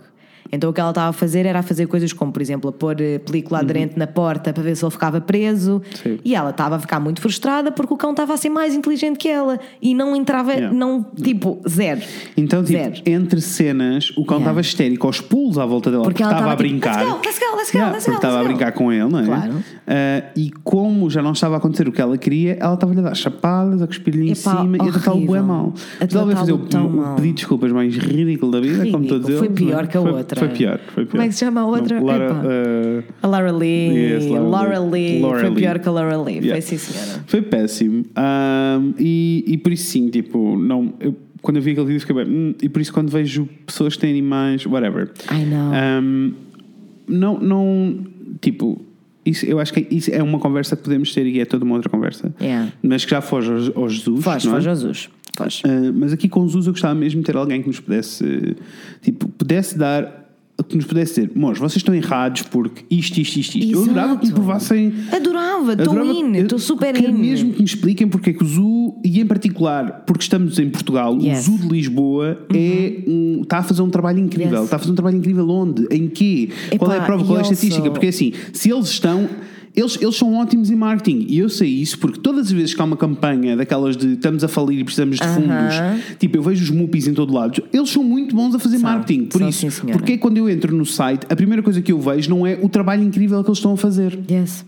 [SPEAKER 2] Então o que ela estava a fazer era a fazer coisas como, por exemplo, a pôr eh, película aderente na porta para ver se ele ficava preso.
[SPEAKER 3] Uhum. Sim.
[SPEAKER 2] E ela estava a ficar muito frustrada porque o cão estava a ser mais inteligente que ela e não entrava,
[SPEAKER 3] Yeah.
[SPEAKER 2] não, tipo, zero.
[SPEAKER 3] Então, tipo,
[SPEAKER 2] Zero.
[SPEAKER 3] entre cenas, o cão
[SPEAKER 2] Yeah.
[SPEAKER 3] estava histérico aos pulos à volta dela
[SPEAKER 2] Porque
[SPEAKER 3] porque,
[SPEAKER 2] ela
[SPEAKER 3] estava a
[SPEAKER 2] estava tipo,
[SPEAKER 3] brincar.
[SPEAKER 2] "Let's go, let's go, let's go, let's go,
[SPEAKER 3] porque estava a
[SPEAKER 2] let's go."
[SPEAKER 3] brincar com ele, não é?
[SPEAKER 2] Claro.
[SPEAKER 3] Ah, e como já não estava a acontecer o que ela queria, ela estava-lhe a dar chapadas, a cuspir-lhe em
[SPEAKER 2] Epá,
[SPEAKER 3] cima e a tratá-lo
[SPEAKER 2] horrível.
[SPEAKER 3] bué mal.
[SPEAKER 2] A
[SPEAKER 3] Então ela veio fazer o,
[SPEAKER 2] tratá-lo tão
[SPEAKER 3] o
[SPEAKER 2] mal.
[SPEAKER 3] pedido de desculpas mais ridículo da vida, como todos
[SPEAKER 2] Ridículo. Foi
[SPEAKER 3] eles, não
[SPEAKER 2] pior
[SPEAKER 3] é?
[SPEAKER 2] que a
[SPEAKER 3] Foi-
[SPEAKER 2] outra.
[SPEAKER 3] Foi pior, foi pior.
[SPEAKER 2] Como é que se chama a outra?
[SPEAKER 3] Não, Lara,
[SPEAKER 2] Epá.
[SPEAKER 3] ah,
[SPEAKER 2] A Laura Lee,
[SPEAKER 3] Yes,
[SPEAKER 2] a
[SPEAKER 3] Laura
[SPEAKER 2] Laura
[SPEAKER 3] Lee.
[SPEAKER 2] Lee,
[SPEAKER 3] Laura
[SPEAKER 2] foi
[SPEAKER 3] Lee.
[SPEAKER 2] pior que a Laura Lee,
[SPEAKER 3] Yeah.
[SPEAKER 2] foi sim senhora.
[SPEAKER 3] Foi péssimo. Ahm, e, e por isso sim, tipo, não, eu- quando eu vi aquele vídeo fiquei bem. "Hum", e por isso quando vejo pessoas que têm animais, whatever.
[SPEAKER 2] I know.
[SPEAKER 3] Ahm, não, não, tipo, isso, eu acho que isso é uma conversa que podemos ter e é toda uma outra conversa.
[SPEAKER 2] Yeah.
[SPEAKER 3] Mas que já foge aos, aos Jesus.
[SPEAKER 2] Foz,
[SPEAKER 3] não é?
[SPEAKER 2] foz, Jesus. Foz.
[SPEAKER 3] Ah, mas aqui com Jesus eu gostava mesmo de ter alguém que nos pudesse, tipo, pudesse dar. Que nos pudesse dizer, mons, vocês estão errados porque isto, isto, isto, isto. Eh, Eu
[SPEAKER 2] Exato.
[SPEAKER 3] adorava que me provassem
[SPEAKER 2] Adorava, estou
[SPEAKER 3] Adorava-
[SPEAKER 2] in,
[SPEAKER 3] eu
[SPEAKER 2] estou super
[SPEAKER 3] quero
[SPEAKER 2] in.
[SPEAKER 3] mesmo que me expliquem porque é que o Zoo, e em particular porque estamos em Portugal,
[SPEAKER 2] Yes. Uhum.
[SPEAKER 3] o Zoo de Lisboa é um- está a fazer um trabalho incrível.
[SPEAKER 2] Yes.
[SPEAKER 3] Está a fazer um trabalho incrível onde? Em quê? qual é a
[SPEAKER 2] Epá,
[SPEAKER 3] prova? Qual é a
[SPEAKER 2] e
[SPEAKER 3] estatística?
[SPEAKER 2] also-
[SPEAKER 3] Porque assim, se eles estão. Eles, eles são ótimos em marketing e eu sei isso porque todas as vezes que há uma campanha daquelas de estamos a falir e precisamos de
[SPEAKER 2] Aham.
[SPEAKER 3] fundos, tipo eu vejo os mupis em todo lado, eles são muito bons a fazer
[SPEAKER 2] São,
[SPEAKER 3] marketing. Por
[SPEAKER 2] são, sim,
[SPEAKER 3] isso,
[SPEAKER 2] senhora.
[SPEAKER 3] porque é que quando eu entro no site, a primeira coisa que eu vejo não é o trabalho incrível que eles estão a fazer.
[SPEAKER 2] Yes. Yes.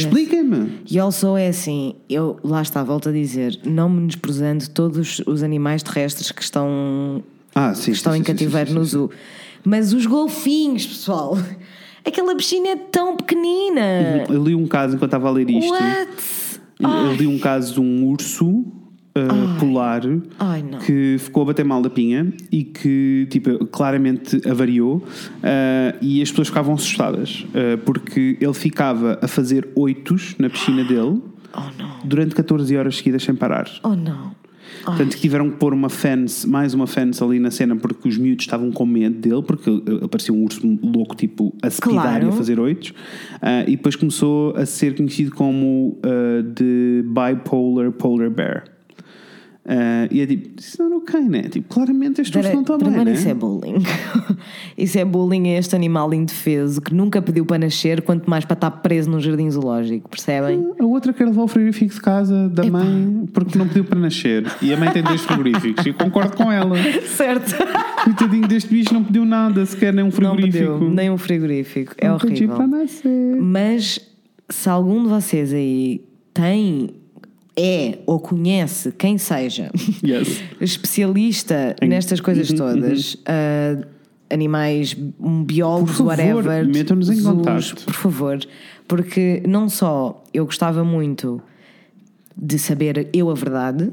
[SPEAKER 3] Expliquem-me.
[SPEAKER 2] E also é assim, eu lá está, volto a dizer, não menosprezando todos os animais terrestres que estão,
[SPEAKER 3] Ah, sim,
[SPEAKER 2] que estão
[SPEAKER 3] sim,
[SPEAKER 2] em
[SPEAKER 3] sim,
[SPEAKER 2] cativeiro
[SPEAKER 3] sim, sim,
[SPEAKER 2] no
[SPEAKER 3] sim.
[SPEAKER 2] zoo. Mas os golfinhos, pessoal, aquela bichinha é tão pequenina.
[SPEAKER 3] Eu li um caso enquanto estava a ler isto.
[SPEAKER 2] What?
[SPEAKER 3] Eu li um caso de um urso uh, polar
[SPEAKER 2] Ai, não.
[SPEAKER 3] que ficou a bater mal da pinha e que tipo, claramente avariou uh, e as pessoas ficavam assustadas uh, porque ele ficava a fazer oitos na piscina dele
[SPEAKER 2] Oh não.
[SPEAKER 3] durante 14 horas seguidas sem parar.
[SPEAKER 2] Oh não. Ai.
[SPEAKER 3] Portanto, tiveram que pôr uma fence, mais uma fence ali na cena porque os miúdos estavam com medo dele, porque ele apareceu um urso louco, tipo, a speedar
[SPEAKER 2] Claro.
[SPEAKER 3] e a fazer oitos. Ah, e depois começou a ser conhecido como ah, The Bipolar Polar Bear. Ah, e é tipo, isso não era ok, né? Tipo, claramente este urso
[SPEAKER 2] Pera-
[SPEAKER 3] não está bem,
[SPEAKER 2] primeiro
[SPEAKER 3] né?
[SPEAKER 2] isso é bullying. isso é bullying a este animal indefeso que nunca pediu para nascer, quanto mais para estar preso num jardim zoológico, percebem?
[SPEAKER 3] A outra quer levar o frigorífico de casa da mãe porque não pediu para nascer. E a mãe tem dois frigoríficos. e eu concordo com ela.
[SPEAKER 2] certo.
[SPEAKER 3] Coitadinho deste bicho, não pediu nada, sequer nem um
[SPEAKER 2] Não
[SPEAKER 3] frigorífico.
[SPEAKER 2] pediu nem um frigorífico. É
[SPEAKER 3] Não pediu
[SPEAKER 2] horrível.
[SPEAKER 3] para nascer.
[SPEAKER 2] Mas se algum de vocês aí tem, é ou conhece quem seja
[SPEAKER 3] Yes. Uhum,
[SPEAKER 2] especialista nestas coisas todas, ah, animais, um biólogo,
[SPEAKER 3] Por favor,
[SPEAKER 2] whatever,
[SPEAKER 3] metam-nos em
[SPEAKER 2] zoos,
[SPEAKER 3] contacto.
[SPEAKER 2] por favor, porque não só eu gostava muito de saber eu a verdade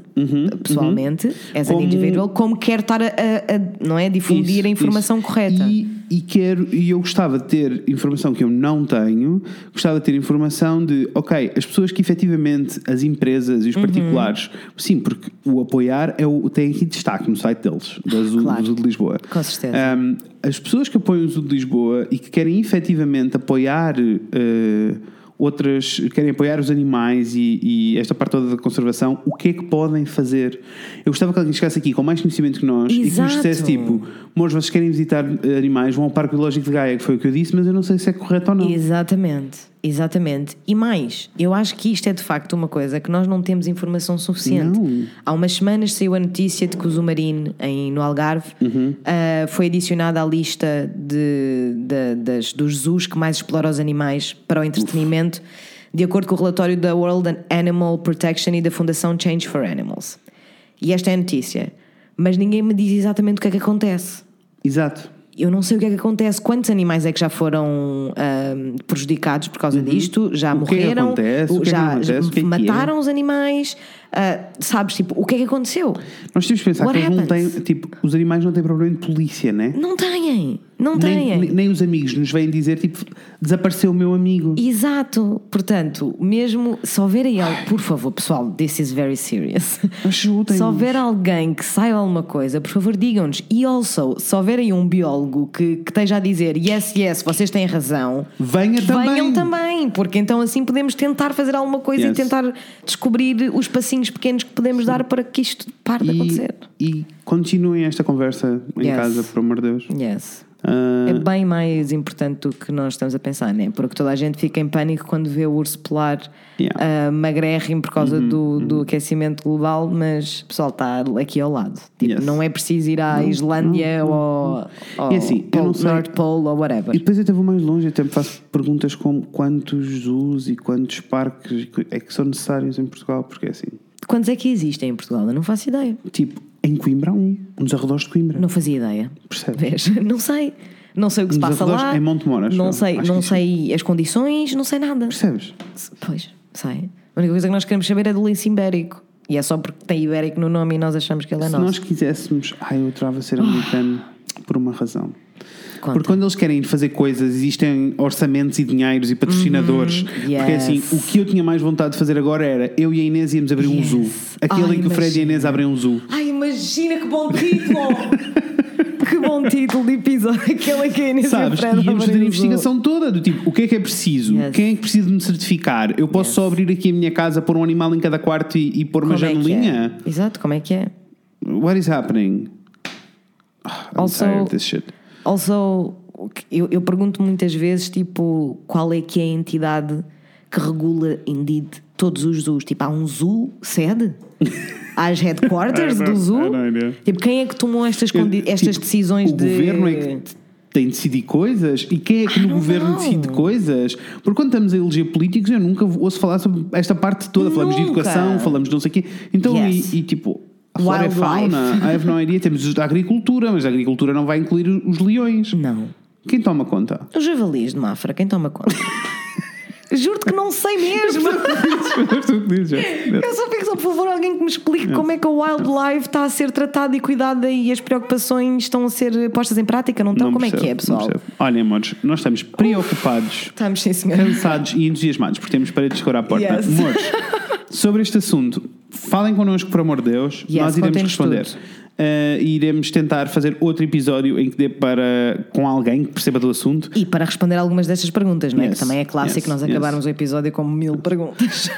[SPEAKER 2] pessoalmente, as an
[SPEAKER 3] Uhum, Como-
[SPEAKER 2] individual, como quero estar a, a- a, não é difundir
[SPEAKER 3] Isso,
[SPEAKER 2] a informação
[SPEAKER 3] isso.
[SPEAKER 2] correta.
[SPEAKER 3] E, e quero, e eu gostava de ter informação que eu não tenho, gostava de ter informação de, ok, as pessoas que efetivamente, as empresas e
[SPEAKER 2] Uhum.
[SPEAKER 3] os particulares, sim, porque o apoiar é o, tem aqui destaque no site deles, da Azul,
[SPEAKER 2] Claro.
[SPEAKER 3] do Zoo de Lisboa.
[SPEAKER 2] Com certeza.
[SPEAKER 3] Um, as pessoas que apoiam o Zoo de Lisboa e que querem efetivamente apoiar. eh, Outras querem apoiar os animais e, e esta parte toda da conservação, o que é que podem fazer? Eu gostava que alguém chegasse aqui com mais conhecimento que nós e que nos dissesse
[SPEAKER 2] Exato.
[SPEAKER 3] tipo, Mores, vocês querem visitar eh, animais, vão ao Parque Biológico de Gaia, que foi o que eu disse, mas eu não sei se é correto ou não.
[SPEAKER 2] Exatamente, exatamente. E mais, eu acho que isto é de facto uma coisa que nós não temos informação suficiente.
[SPEAKER 3] Não.
[SPEAKER 2] Há umas semanas saiu a notícia de que o Zumarine, em, no Algarve,
[SPEAKER 3] Uhum.
[SPEAKER 2] ah, foi adicionado à lista de, da- das, dos zoos que mais explora os animais para o entretenimento, de acordo com o relatório da World Animal Protection e da Fundação Change for Animals. E esta é a notícia. Mas ninguém me diz exatamente o que é que acontece
[SPEAKER 3] Exato.
[SPEAKER 2] eu não sei o que é que acontece, quantos animais é que já foram ahm, prejudicados por causa disto, já
[SPEAKER 3] O que é que
[SPEAKER 2] morreram,
[SPEAKER 3] acontece? O que é que
[SPEAKER 2] já
[SPEAKER 3] não acontece? O que é que é?
[SPEAKER 2] mataram os animais, ah, sabes, tipo, o que é que aconteceu?
[SPEAKER 3] Nós temos que pensar
[SPEAKER 2] What
[SPEAKER 3] que eles não
[SPEAKER 2] happens?
[SPEAKER 3] têm, tipo, os animais não têm problema de polícia, né?
[SPEAKER 2] Não têm, não têm.
[SPEAKER 3] Nem, nem, nem os amigos nos vêm dizer, tipo, desapareceu o meu amigo.
[SPEAKER 2] Exato, portanto, mesmo se houver aí algo, por favor, pessoal, this is very serious.
[SPEAKER 3] Ajudem-nos.
[SPEAKER 2] Se houver alguém que saiba alguma coisa, por favor, digam-nos. E also, se houver aí um biólogo que, que esteja a dizer yes, yes, vocês têm razão,
[SPEAKER 3] Venha também.
[SPEAKER 2] Venham também, porque então assim podemos tentar fazer alguma coisa e
[SPEAKER 3] Yes.
[SPEAKER 2] tentar descobrir os passinhos pequenos que podemos dar para que isto pare de acontecer.
[SPEAKER 3] E, e continuem esta conversa em
[SPEAKER 2] Yes.
[SPEAKER 3] casa, por amor de Deus.
[SPEAKER 2] Yes.
[SPEAKER 3] Ah,
[SPEAKER 2] É bem mais importante do que nós estamos a pensar, né? Porque toda a gente fica em pânico quando vê o urso polar
[SPEAKER 3] Yeah. Uhum,
[SPEAKER 2] ah, magrérrimo por causa do, do aquecimento global, mas o pessoal está aqui ao lado. Tipo,
[SPEAKER 3] Yes.
[SPEAKER 2] não é preciso ir à Islândia ou ao
[SPEAKER 3] E assim, eu
[SPEAKER 2] Polo-
[SPEAKER 3] não sei-
[SPEAKER 2] North Pole ou whatever.
[SPEAKER 3] E depois eu até vou mais longe, até me faço perguntas como quantos zoos e quantos parques é que são necessários em Portugal, porque é assim.
[SPEAKER 2] Quantos é que existem em Portugal? Eu não faço ideia.
[SPEAKER 3] Tipo, em Coimbra há um, nos arredores de Coimbra.
[SPEAKER 2] Não fazia ideia.
[SPEAKER 3] Percebes?
[SPEAKER 2] Vês? Não sei. Não sei o que se
[SPEAKER 3] Nos
[SPEAKER 2] passa lá.
[SPEAKER 3] arredores- em Montemor, acho
[SPEAKER 2] Não
[SPEAKER 3] eu.
[SPEAKER 2] sei,
[SPEAKER 3] Acho
[SPEAKER 2] não
[SPEAKER 3] que sim.
[SPEAKER 2] sei as condições, não sei nada.
[SPEAKER 3] Percebes?
[SPEAKER 2] Pois, sei. A única coisa que nós queremos saber é do lenço ibérico. E é só porque tem ibérico no nome e nós achamos que ele é
[SPEAKER 3] Se
[SPEAKER 2] nosso.
[SPEAKER 3] nós quiséssemos. Ai, eu trava ser americano por uma razão.
[SPEAKER 2] Ah. Conta.
[SPEAKER 3] Porque quando eles querem ir fazer coisas, existem orçamentos e dinheiros e patrocinadores. Porque
[SPEAKER 2] Uhum. yes.
[SPEAKER 3] assim, o que eu tinha mais vontade de fazer agora era eu e a Inês íamos abrir
[SPEAKER 2] Yes.
[SPEAKER 3] um zoo. Aquele
[SPEAKER 2] Ai,
[SPEAKER 3] em que o Fred e a Inês abrem um zoo.
[SPEAKER 2] Ai, imagina que bom título! que bom título de episódio. Aquele que é a Inês
[SPEAKER 3] Sabes?
[SPEAKER 2] e o Fred
[SPEAKER 3] E íamos fazer a
[SPEAKER 2] organizou.
[SPEAKER 3] investigação toda do tipo, o que é que é preciso?
[SPEAKER 2] Yes.
[SPEAKER 3] Quem é que precisa de me certificar? Eu posso só abrir aqui a minha casa, pôr um animal em cada quarto e, e pôr uma
[SPEAKER 2] Como é que
[SPEAKER 3] janelinha?
[SPEAKER 2] é? Exato, como é que é?
[SPEAKER 3] What is happening? I'm
[SPEAKER 2] Also-
[SPEAKER 3] tired of this shit.
[SPEAKER 2] Also, o que- eu, eu pergunto muitas vezes, tipo, qual é que é a entidade que regula, indeed, todos os zoos? Tipo, há um zoo sede? Há as headquarters do zoo?
[SPEAKER 3] I don't know.
[SPEAKER 2] Tipo, quem é que tomou estas, condi-
[SPEAKER 3] Tipo,
[SPEAKER 2] estas decisões
[SPEAKER 3] o
[SPEAKER 2] de...
[SPEAKER 3] governo é que tem de decidir coisas e quem é que
[SPEAKER 2] I
[SPEAKER 3] no
[SPEAKER 2] don't
[SPEAKER 3] governo
[SPEAKER 2] know.
[SPEAKER 3] decide coisas? Porque quando estamos a eleger políticos, eu nunca ouço falar sobre esta parte toda. Falamos de
[SPEAKER 2] Nunca.
[SPEAKER 3] educação, falamos de não sei o quê. Então,
[SPEAKER 2] Yes.
[SPEAKER 3] e, e, tipo. A flora e a
[SPEAKER 2] Wildlife.
[SPEAKER 3] fauna, I have no idea. Temos a agricultura, mas a agricultura não vai incluir os leões.
[SPEAKER 2] Não.
[SPEAKER 3] Quem toma conta?
[SPEAKER 2] Os javalis de Mafra, quem toma conta? Juro-te que não sei mesmo.
[SPEAKER 3] Mas tu que dizes, já.
[SPEAKER 2] Eu só fico só, por favor, alguém que me explique como é que o wildlife está a ser tratado e cuidado e as preocupações estão a ser postas em prática, não estão?
[SPEAKER 3] Não
[SPEAKER 2] como é que
[SPEAKER 3] percebo,
[SPEAKER 2] é,
[SPEAKER 3] não
[SPEAKER 2] pessoal?
[SPEAKER 3] percebo. Olhem, amores, nós estamos preocupados,
[SPEAKER 2] Estamos, sim, senhor.
[SPEAKER 3] cansados e entusiasmados porque temos paredes de cor à porta.
[SPEAKER 2] Yes.
[SPEAKER 3] Amores, sobre este assunto, falem connosco, por amor de Deus,
[SPEAKER 2] Yes,
[SPEAKER 3] nós iremos
[SPEAKER 2] contem-nos
[SPEAKER 3] responder.
[SPEAKER 2] tudo.
[SPEAKER 3] Eh, e iremos tentar fazer outro episódio em que dê para com alguém que perceba do assunto.
[SPEAKER 2] E para responder algumas destas perguntas, não é?
[SPEAKER 3] Yes,
[SPEAKER 2] que também é clássico
[SPEAKER 3] yes,
[SPEAKER 2] nós
[SPEAKER 3] yes.
[SPEAKER 2] acabarmos o episódio com mil perguntas.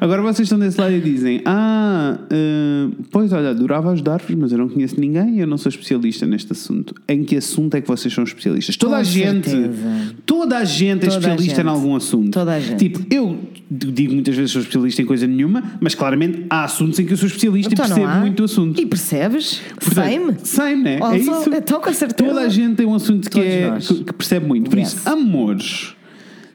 [SPEAKER 3] Agora vocês estão desse lado e dizem: Ah, eh, pois olha, adorava ajudar vos mas eu não conheço ninguém e eu não sou especialista neste assunto. Em que assunto é que vocês são especialistas? Toda
[SPEAKER 2] Com
[SPEAKER 3] a gente,
[SPEAKER 2] certeza.
[SPEAKER 3] toda a gente é
[SPEAKER 2] Toda a
[SPEAKER 3] especialista
[SPEAKER 2] gente.
[SPEAKER 3] em algum assunto.
[SPEAKER 2] Toda a gente.
[SPEAKER 3] Tipo, eu digo muitas vezes que sou especialista em coisa nenhuma, mas claramente há assuntos em que eu sou especialista
[SPEAKER 2] Então
[SPEAKER 3] e
[SPEAKER 2] não
[SPEAKER 3] tipo, percebo
[SPEAKER 2] há?
[SPEAKER 3] muito do assunto.
[SPEAKER 2] E percebes? Same?
[SPEAKER 3] Portanto, Same, né?
[SPEAKER 2] Oh,
[SPEAKER 3] é
[SPEAKER 2] só-
[SPEAKER 3] isso.
[SPEAKER 2] então, com certeza.
[SPEAKER 3] Toda a gente tem um assunto que,
[SPEAKER 2] Todos
[SPEAKER 3] é,
[SPEAKER 2] nós.
[SPEAKER 3] que, que percebe muito. Por
[SPEAKER 2] Yes.
[SPEAKER 3] isso, amores,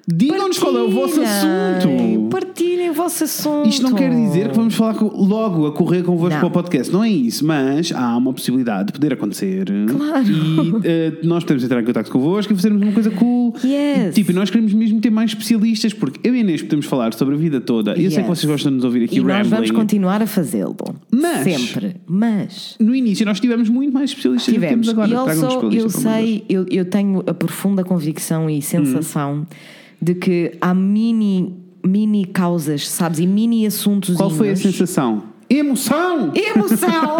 [SPEAKER 3] digam-nos qual é o vosso assunto.
[SPEAKER 2] Partilhem, Partilhem o vosso assunto.
[SPEAKER 3] Isto não quer dizer que vamos falar co- logo a correr convosco
[SPEAKER 2] Não.
[SPEAKER 3] para o podcast, não é isso, mas há uma possibilidade de poder acontecer
[SPEAKER 2] Claro.
[SPEAKER 3] e eh, nós podemos entrar em contato convosco e fazermos uma coisa cool. E,
[SPEAKER 2] Yes.
[SPEAKER 3] tipo, nós queremos mesmo ter mais especialistas, porque eu e a Inês podemos falar sobre a vida toda. Eu sei que
[SPEAKER 2] Yes.
[SPEAKER 3] vocês gostam de nos ouvir aqui
[SPEAKER 2] E nós
[SPEAKER 3] rambling.
[SPEAKER 2] vamos continuar a fazê-lo.
[SPEAKER 3] Mas-
[SPEAKER 2] Sempre. Mas.
[SPEAKER 3] No início nós tivemos muito mais especialistas do que
[SPEAKER 2] Tivemos.
[SPEAKER 3] temos agora.
[SPEAKER 2] e
[SPEAKER 3] Tragam-nos
[SPEAKER 2] also, eu
[SPEAKER 3] especialistas, pelo amor de Deus.
[SPEAKER 2] sei, eu, eu tenho a profunda convicção e sensação de que há mini, mini causas, sabes? E mini assuntos.
[SPEAKER 3] Qual foi a sensação? Emoção!
[SPEAKER 2] Emoção!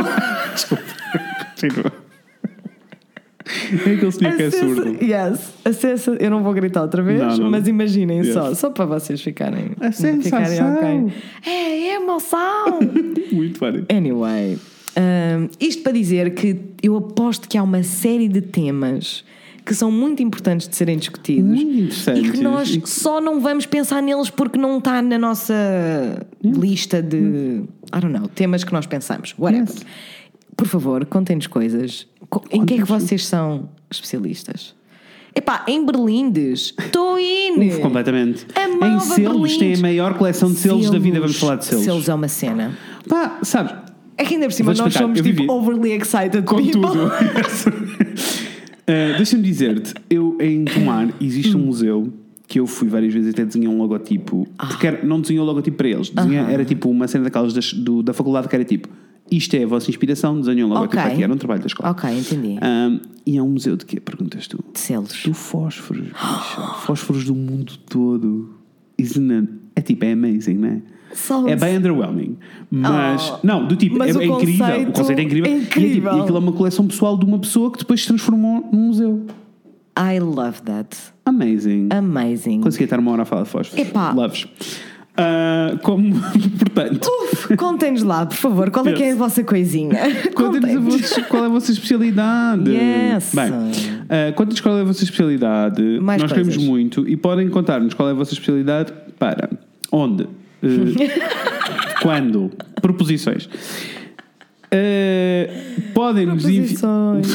[SPEAKER 3] Continua. É aquele senhor que é
[SPEAKER 2] A sensa-
[SPEAKER 3] surdo.
[SPEAKER 2] Yes. A sensa- eu não vou gritar outra vez,
[SPEAKER 3] Não, não.
[SPEAKER 2] mas imaginem
[SPEAKER 3] Yes.
[SPEAKER 2] só, só para vocês ficarem.
[SPEAKER 3] A
[SPEAKER 2] ficarem
[SPEAKER 3] sensação.
[SPEAKER 2] ok. É emoção!
[SPEAKER 3] Muito
[SPEAKER 2] É
[SPEAKER 3] válido.
[SPEAKER 2] anyway, hum, isto para dizer que eu aposto que há uma série de temas que são muito importantes de serem discutidos
[SPEAKER 3] Muito
[SPEAKER 2] e que
[SPEAKER 3] interessantes.
[SPEAKER 2] nós
[SPEAKER 3] E-
[SPEAKER 2] só não vamos pensar neles porque não está na nossa lista de, I don't know, temas que nós pensamos. Whatever.
[SPEAKER 3] Yes.
[SPEAKER 2] Por favor, contem-nos coisas. Co- Em que é que vocês são especialistas? Epá, em Berlindes, estou
[SPEAKER 3] Uf,
[SPEAKER 2] indo.
[SPEAKER 3] completamente.
[SPEAKER 2] Amava
[SPEAKER 3] em selos
[SPEAKER 2] Berlindes.
[SPEAKER 3] tem a maior coleção de selos, da vida. Vamos falar de selos.
[SPEAKER 2] Selos é uma cena.
[SPEAKER 3] Pá, sabes?
[SPEAKER 2] É que ainda por cima
[SPEAKER 3] Vou-te
[SPEAKER 2] nós
[SPEAKER 3] explicar,
[SPEAKER 2] somos
[SPEAKER 3] eu vivi.
[SPEAKER 2] tipo overly excited
[SPEAKER 3] Com
[SPEAKER 2] people.
[SPEAKER 3] tudo. Eh, Deixa-me dizer-te, eu em Tomar existe um museu que eu fui várias vezes até desenhei um logotipo.
[SPEAKER 2] Ah.
[SPEAKER 3] Porque era- não desenhei o logotipo para eles. desenhei- Era tipo uma cena daquelas das- do- da faculdade que era tipo. Isto é a vossa inspiração, desenhei um logotipo
[SPEAKER 2] Ok.
[SPEAKER 3] aqui, era um trabalho da escola.
[SPEAKER 2] Ok, entendi.
[SPEAKER 3] Ahm, e é um museu de quê? Perguntas tu.
[SPEAKER 2] De selos.
[SPEAKER 3] Do fósforos, bicho. fósforos do mundo todo. Isn't it? É tipo, é amazing, não é?
[SPEAKER 2] Sounds-
[SPEAKER 3] É bem underwhelming. Mas,
[SPEAKER 2] Oh.
[SPEAKER 3] não, do tipo,
[SPEAKER 2] Mas
[SPEAKER 3] é,
[SPEAKER 2] o
[SPEAKER 3] é incrível.
[SPEAKER 2] conceito
[SPEAKER 3] O conceito é incrível.
[SPEAKER 2] é
[SPEAKER 3] E é tipo,
[SPEAKER 2] incrível.
[SPEAKER 3] E, aquilo é uma coleção pessoal de uma pessoa que depois se transformou num museu.
[SPEAKER 2] I love that.
[SPEAKER 3] Amazing.
[SPEAKER 2] Amazing.
[SPEAKER 3] Consegui estar uma hora a falar de fósforos.
[SPEAKER 2] Ah. Epá.
[SPEAKER 3] Loves. Ah, como, portanto,
[SPEAKER 2] Uf, contem-nos lá, por favor, qual é que é a
[SPEAKER 3] Yes.
[SPEAKER 2] vossa coisinha?
[SPEAKER 3] contem-nos a vossa- qual é a vossa especialidade.
[SPEAKER 2] Yes.
[SPEAKER 3] Bem, ah, conta-nos qual é a vossa especialidade.
[SPEAKER 2] Mais
[SPEAKER 3] Nós
[SPEAKER 2] coisas.
[SPEAKER 3] queremos muito e podem contar-nos qual é a vossa especialidade para onde, Eh, quando, proposições. Eh, podem-nos
[SPEAKER 2] Proposições.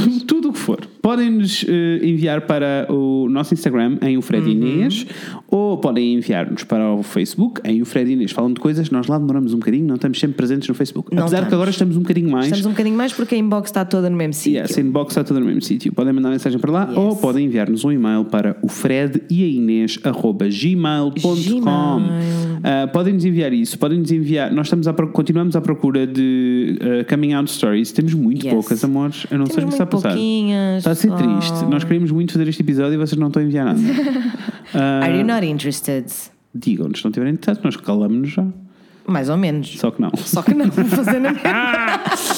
[SPEAKER 3] enviar tudo o que for. Podem-nos eh, enviar para o nosso Instagram em o
[SPEAKER 2] Uhum.
[SPEAKER 3] Fred Inês ou podem enviar-nos para o Facebook em o Fred Inês. Falam de coisas, nós lá demoramos um bocadinho, não estamos sempre presentes no Facebook.
[SPEAKER 2] Não
[SPEAKER 3] Apesar de
[SPEAKER 2] estamos.
[SPEAKER 3] que agora estamos um bocadinho mais.
[SPEAKER 2] Estamos um bocadinho mais porque a inbox está toda no mesmo sítio.
[SPEAKER 3] Yes, inbox está tudo no mesmo sítio. Podem mandar mensagem para lá ou podem enviar-nos um e-mail para o Fred e a Inês arroba gmail.com.
[SPEAKER 2] Gmail.
[SPEAKER 3] Ah, podem nos enviar isso, podem nos enviar. Nós estamos à pro- continuamos à procura de ah, coming out stories. Temos muito
[SPEAKER 2] Yes.
[SPEAKER 3] poucas, amores. Eu não sei o que
[SPEAKER 2] Temos
[SPEAKER 3] está a
[SPEAKER 2] muito
[SPEAKER 3] passar.
[SPEAKER 2] pouquinhas, Oh.
[SPEAKER 3] Está a ser
[SPEAKER 2] pessoal.
[SPEAKER 3] triste. Nós queríamos muito fazer este episódio e vocês não estão a enviar nada. Ah,
[SPEAKER 2] Oh, Are you not interested?
[SPEAKER 3] Digam-nos se não tiverem interessado, nós calamos-nos já.
[SPEAKER 2] Mais ou menos.
[SPEAKER 3] Só que não.
[SPEAKER 2] Só que não, vou fazer na mesma.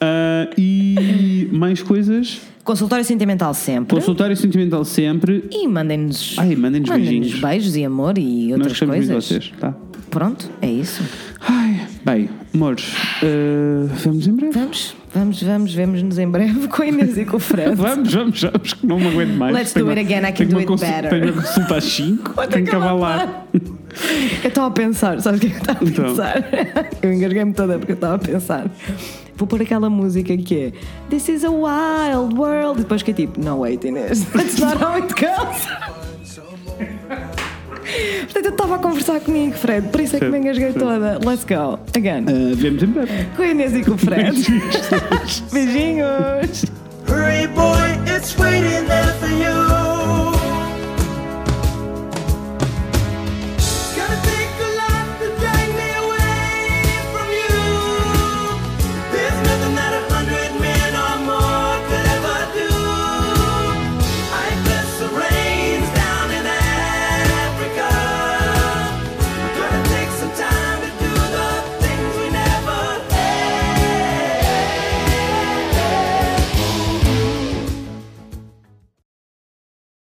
[SPEAKER 3] Ah, e mais coisas.
[SPEAKER 2] Consultório sentimental sempre.
[SPEAKER 3] Consultário sentimental sempre.
[SPEAKER 2] E mandem-nos.
[SPEAKER 3] Ai, mandem-nos beijinhos.
[SPEAKER 2] beijos e amor e
[SPEAKER 3] Nós
[SPEAKER 2] outras
[SPEAKER 3] gostamos muito de
[SPEAKER 2] coisas.
[SPEAKER 3] vocês, tá?
[SPEAKER 2] Pronto, é isso.
[SPEAKER 3] Ai, bem, amores, eh, vamos em breve.
[SPEAKER 2] Vamos, vamos, vamos, vemos-nos em breve com a Inês e com o Fred.
[SPEAKER 3] Vamos, vamos, vamos, que não me aguento mais.
[SPEAKER 2] Let's do
[SPEAKER 3] Tenho
[SPEAKER 2] it
[SPEAKER 3] uma-
[SPEAKER 2] again, I can
[SPEAKER 3] tenho
[SPEAKER 2] do
[SPEAKER 3] uma
[SPEAKER 2] it
[SPEAKER 3] consul-
[SPEAKER 2] better.
[SPEAKER 3] Tenho uma consulta às 5, tenho que avalar.
[SPEAKER 2] Eu estava a pensar, sabes o que é que eu estava a
[SPEAKER 3] Então.
[SPEAKER 2] pensar? Eu engasguei-me toda porque eu estava a pensar. Vou pôr aquela música que é This is a wild world. E depois que é tipo, no wait, Inês, that's not how it goes. Portanto, eu estava a conversar comigo, Fred, por isso é que me engasguei toda. Let's go, again.
[SPEAKER 3] Eh, vemos em breve.
[SPEAKER 2] Com a Inês e com o Fred. Beijinhos.
[SPEAKER 5] Hurry, boy, it's waiting there for you.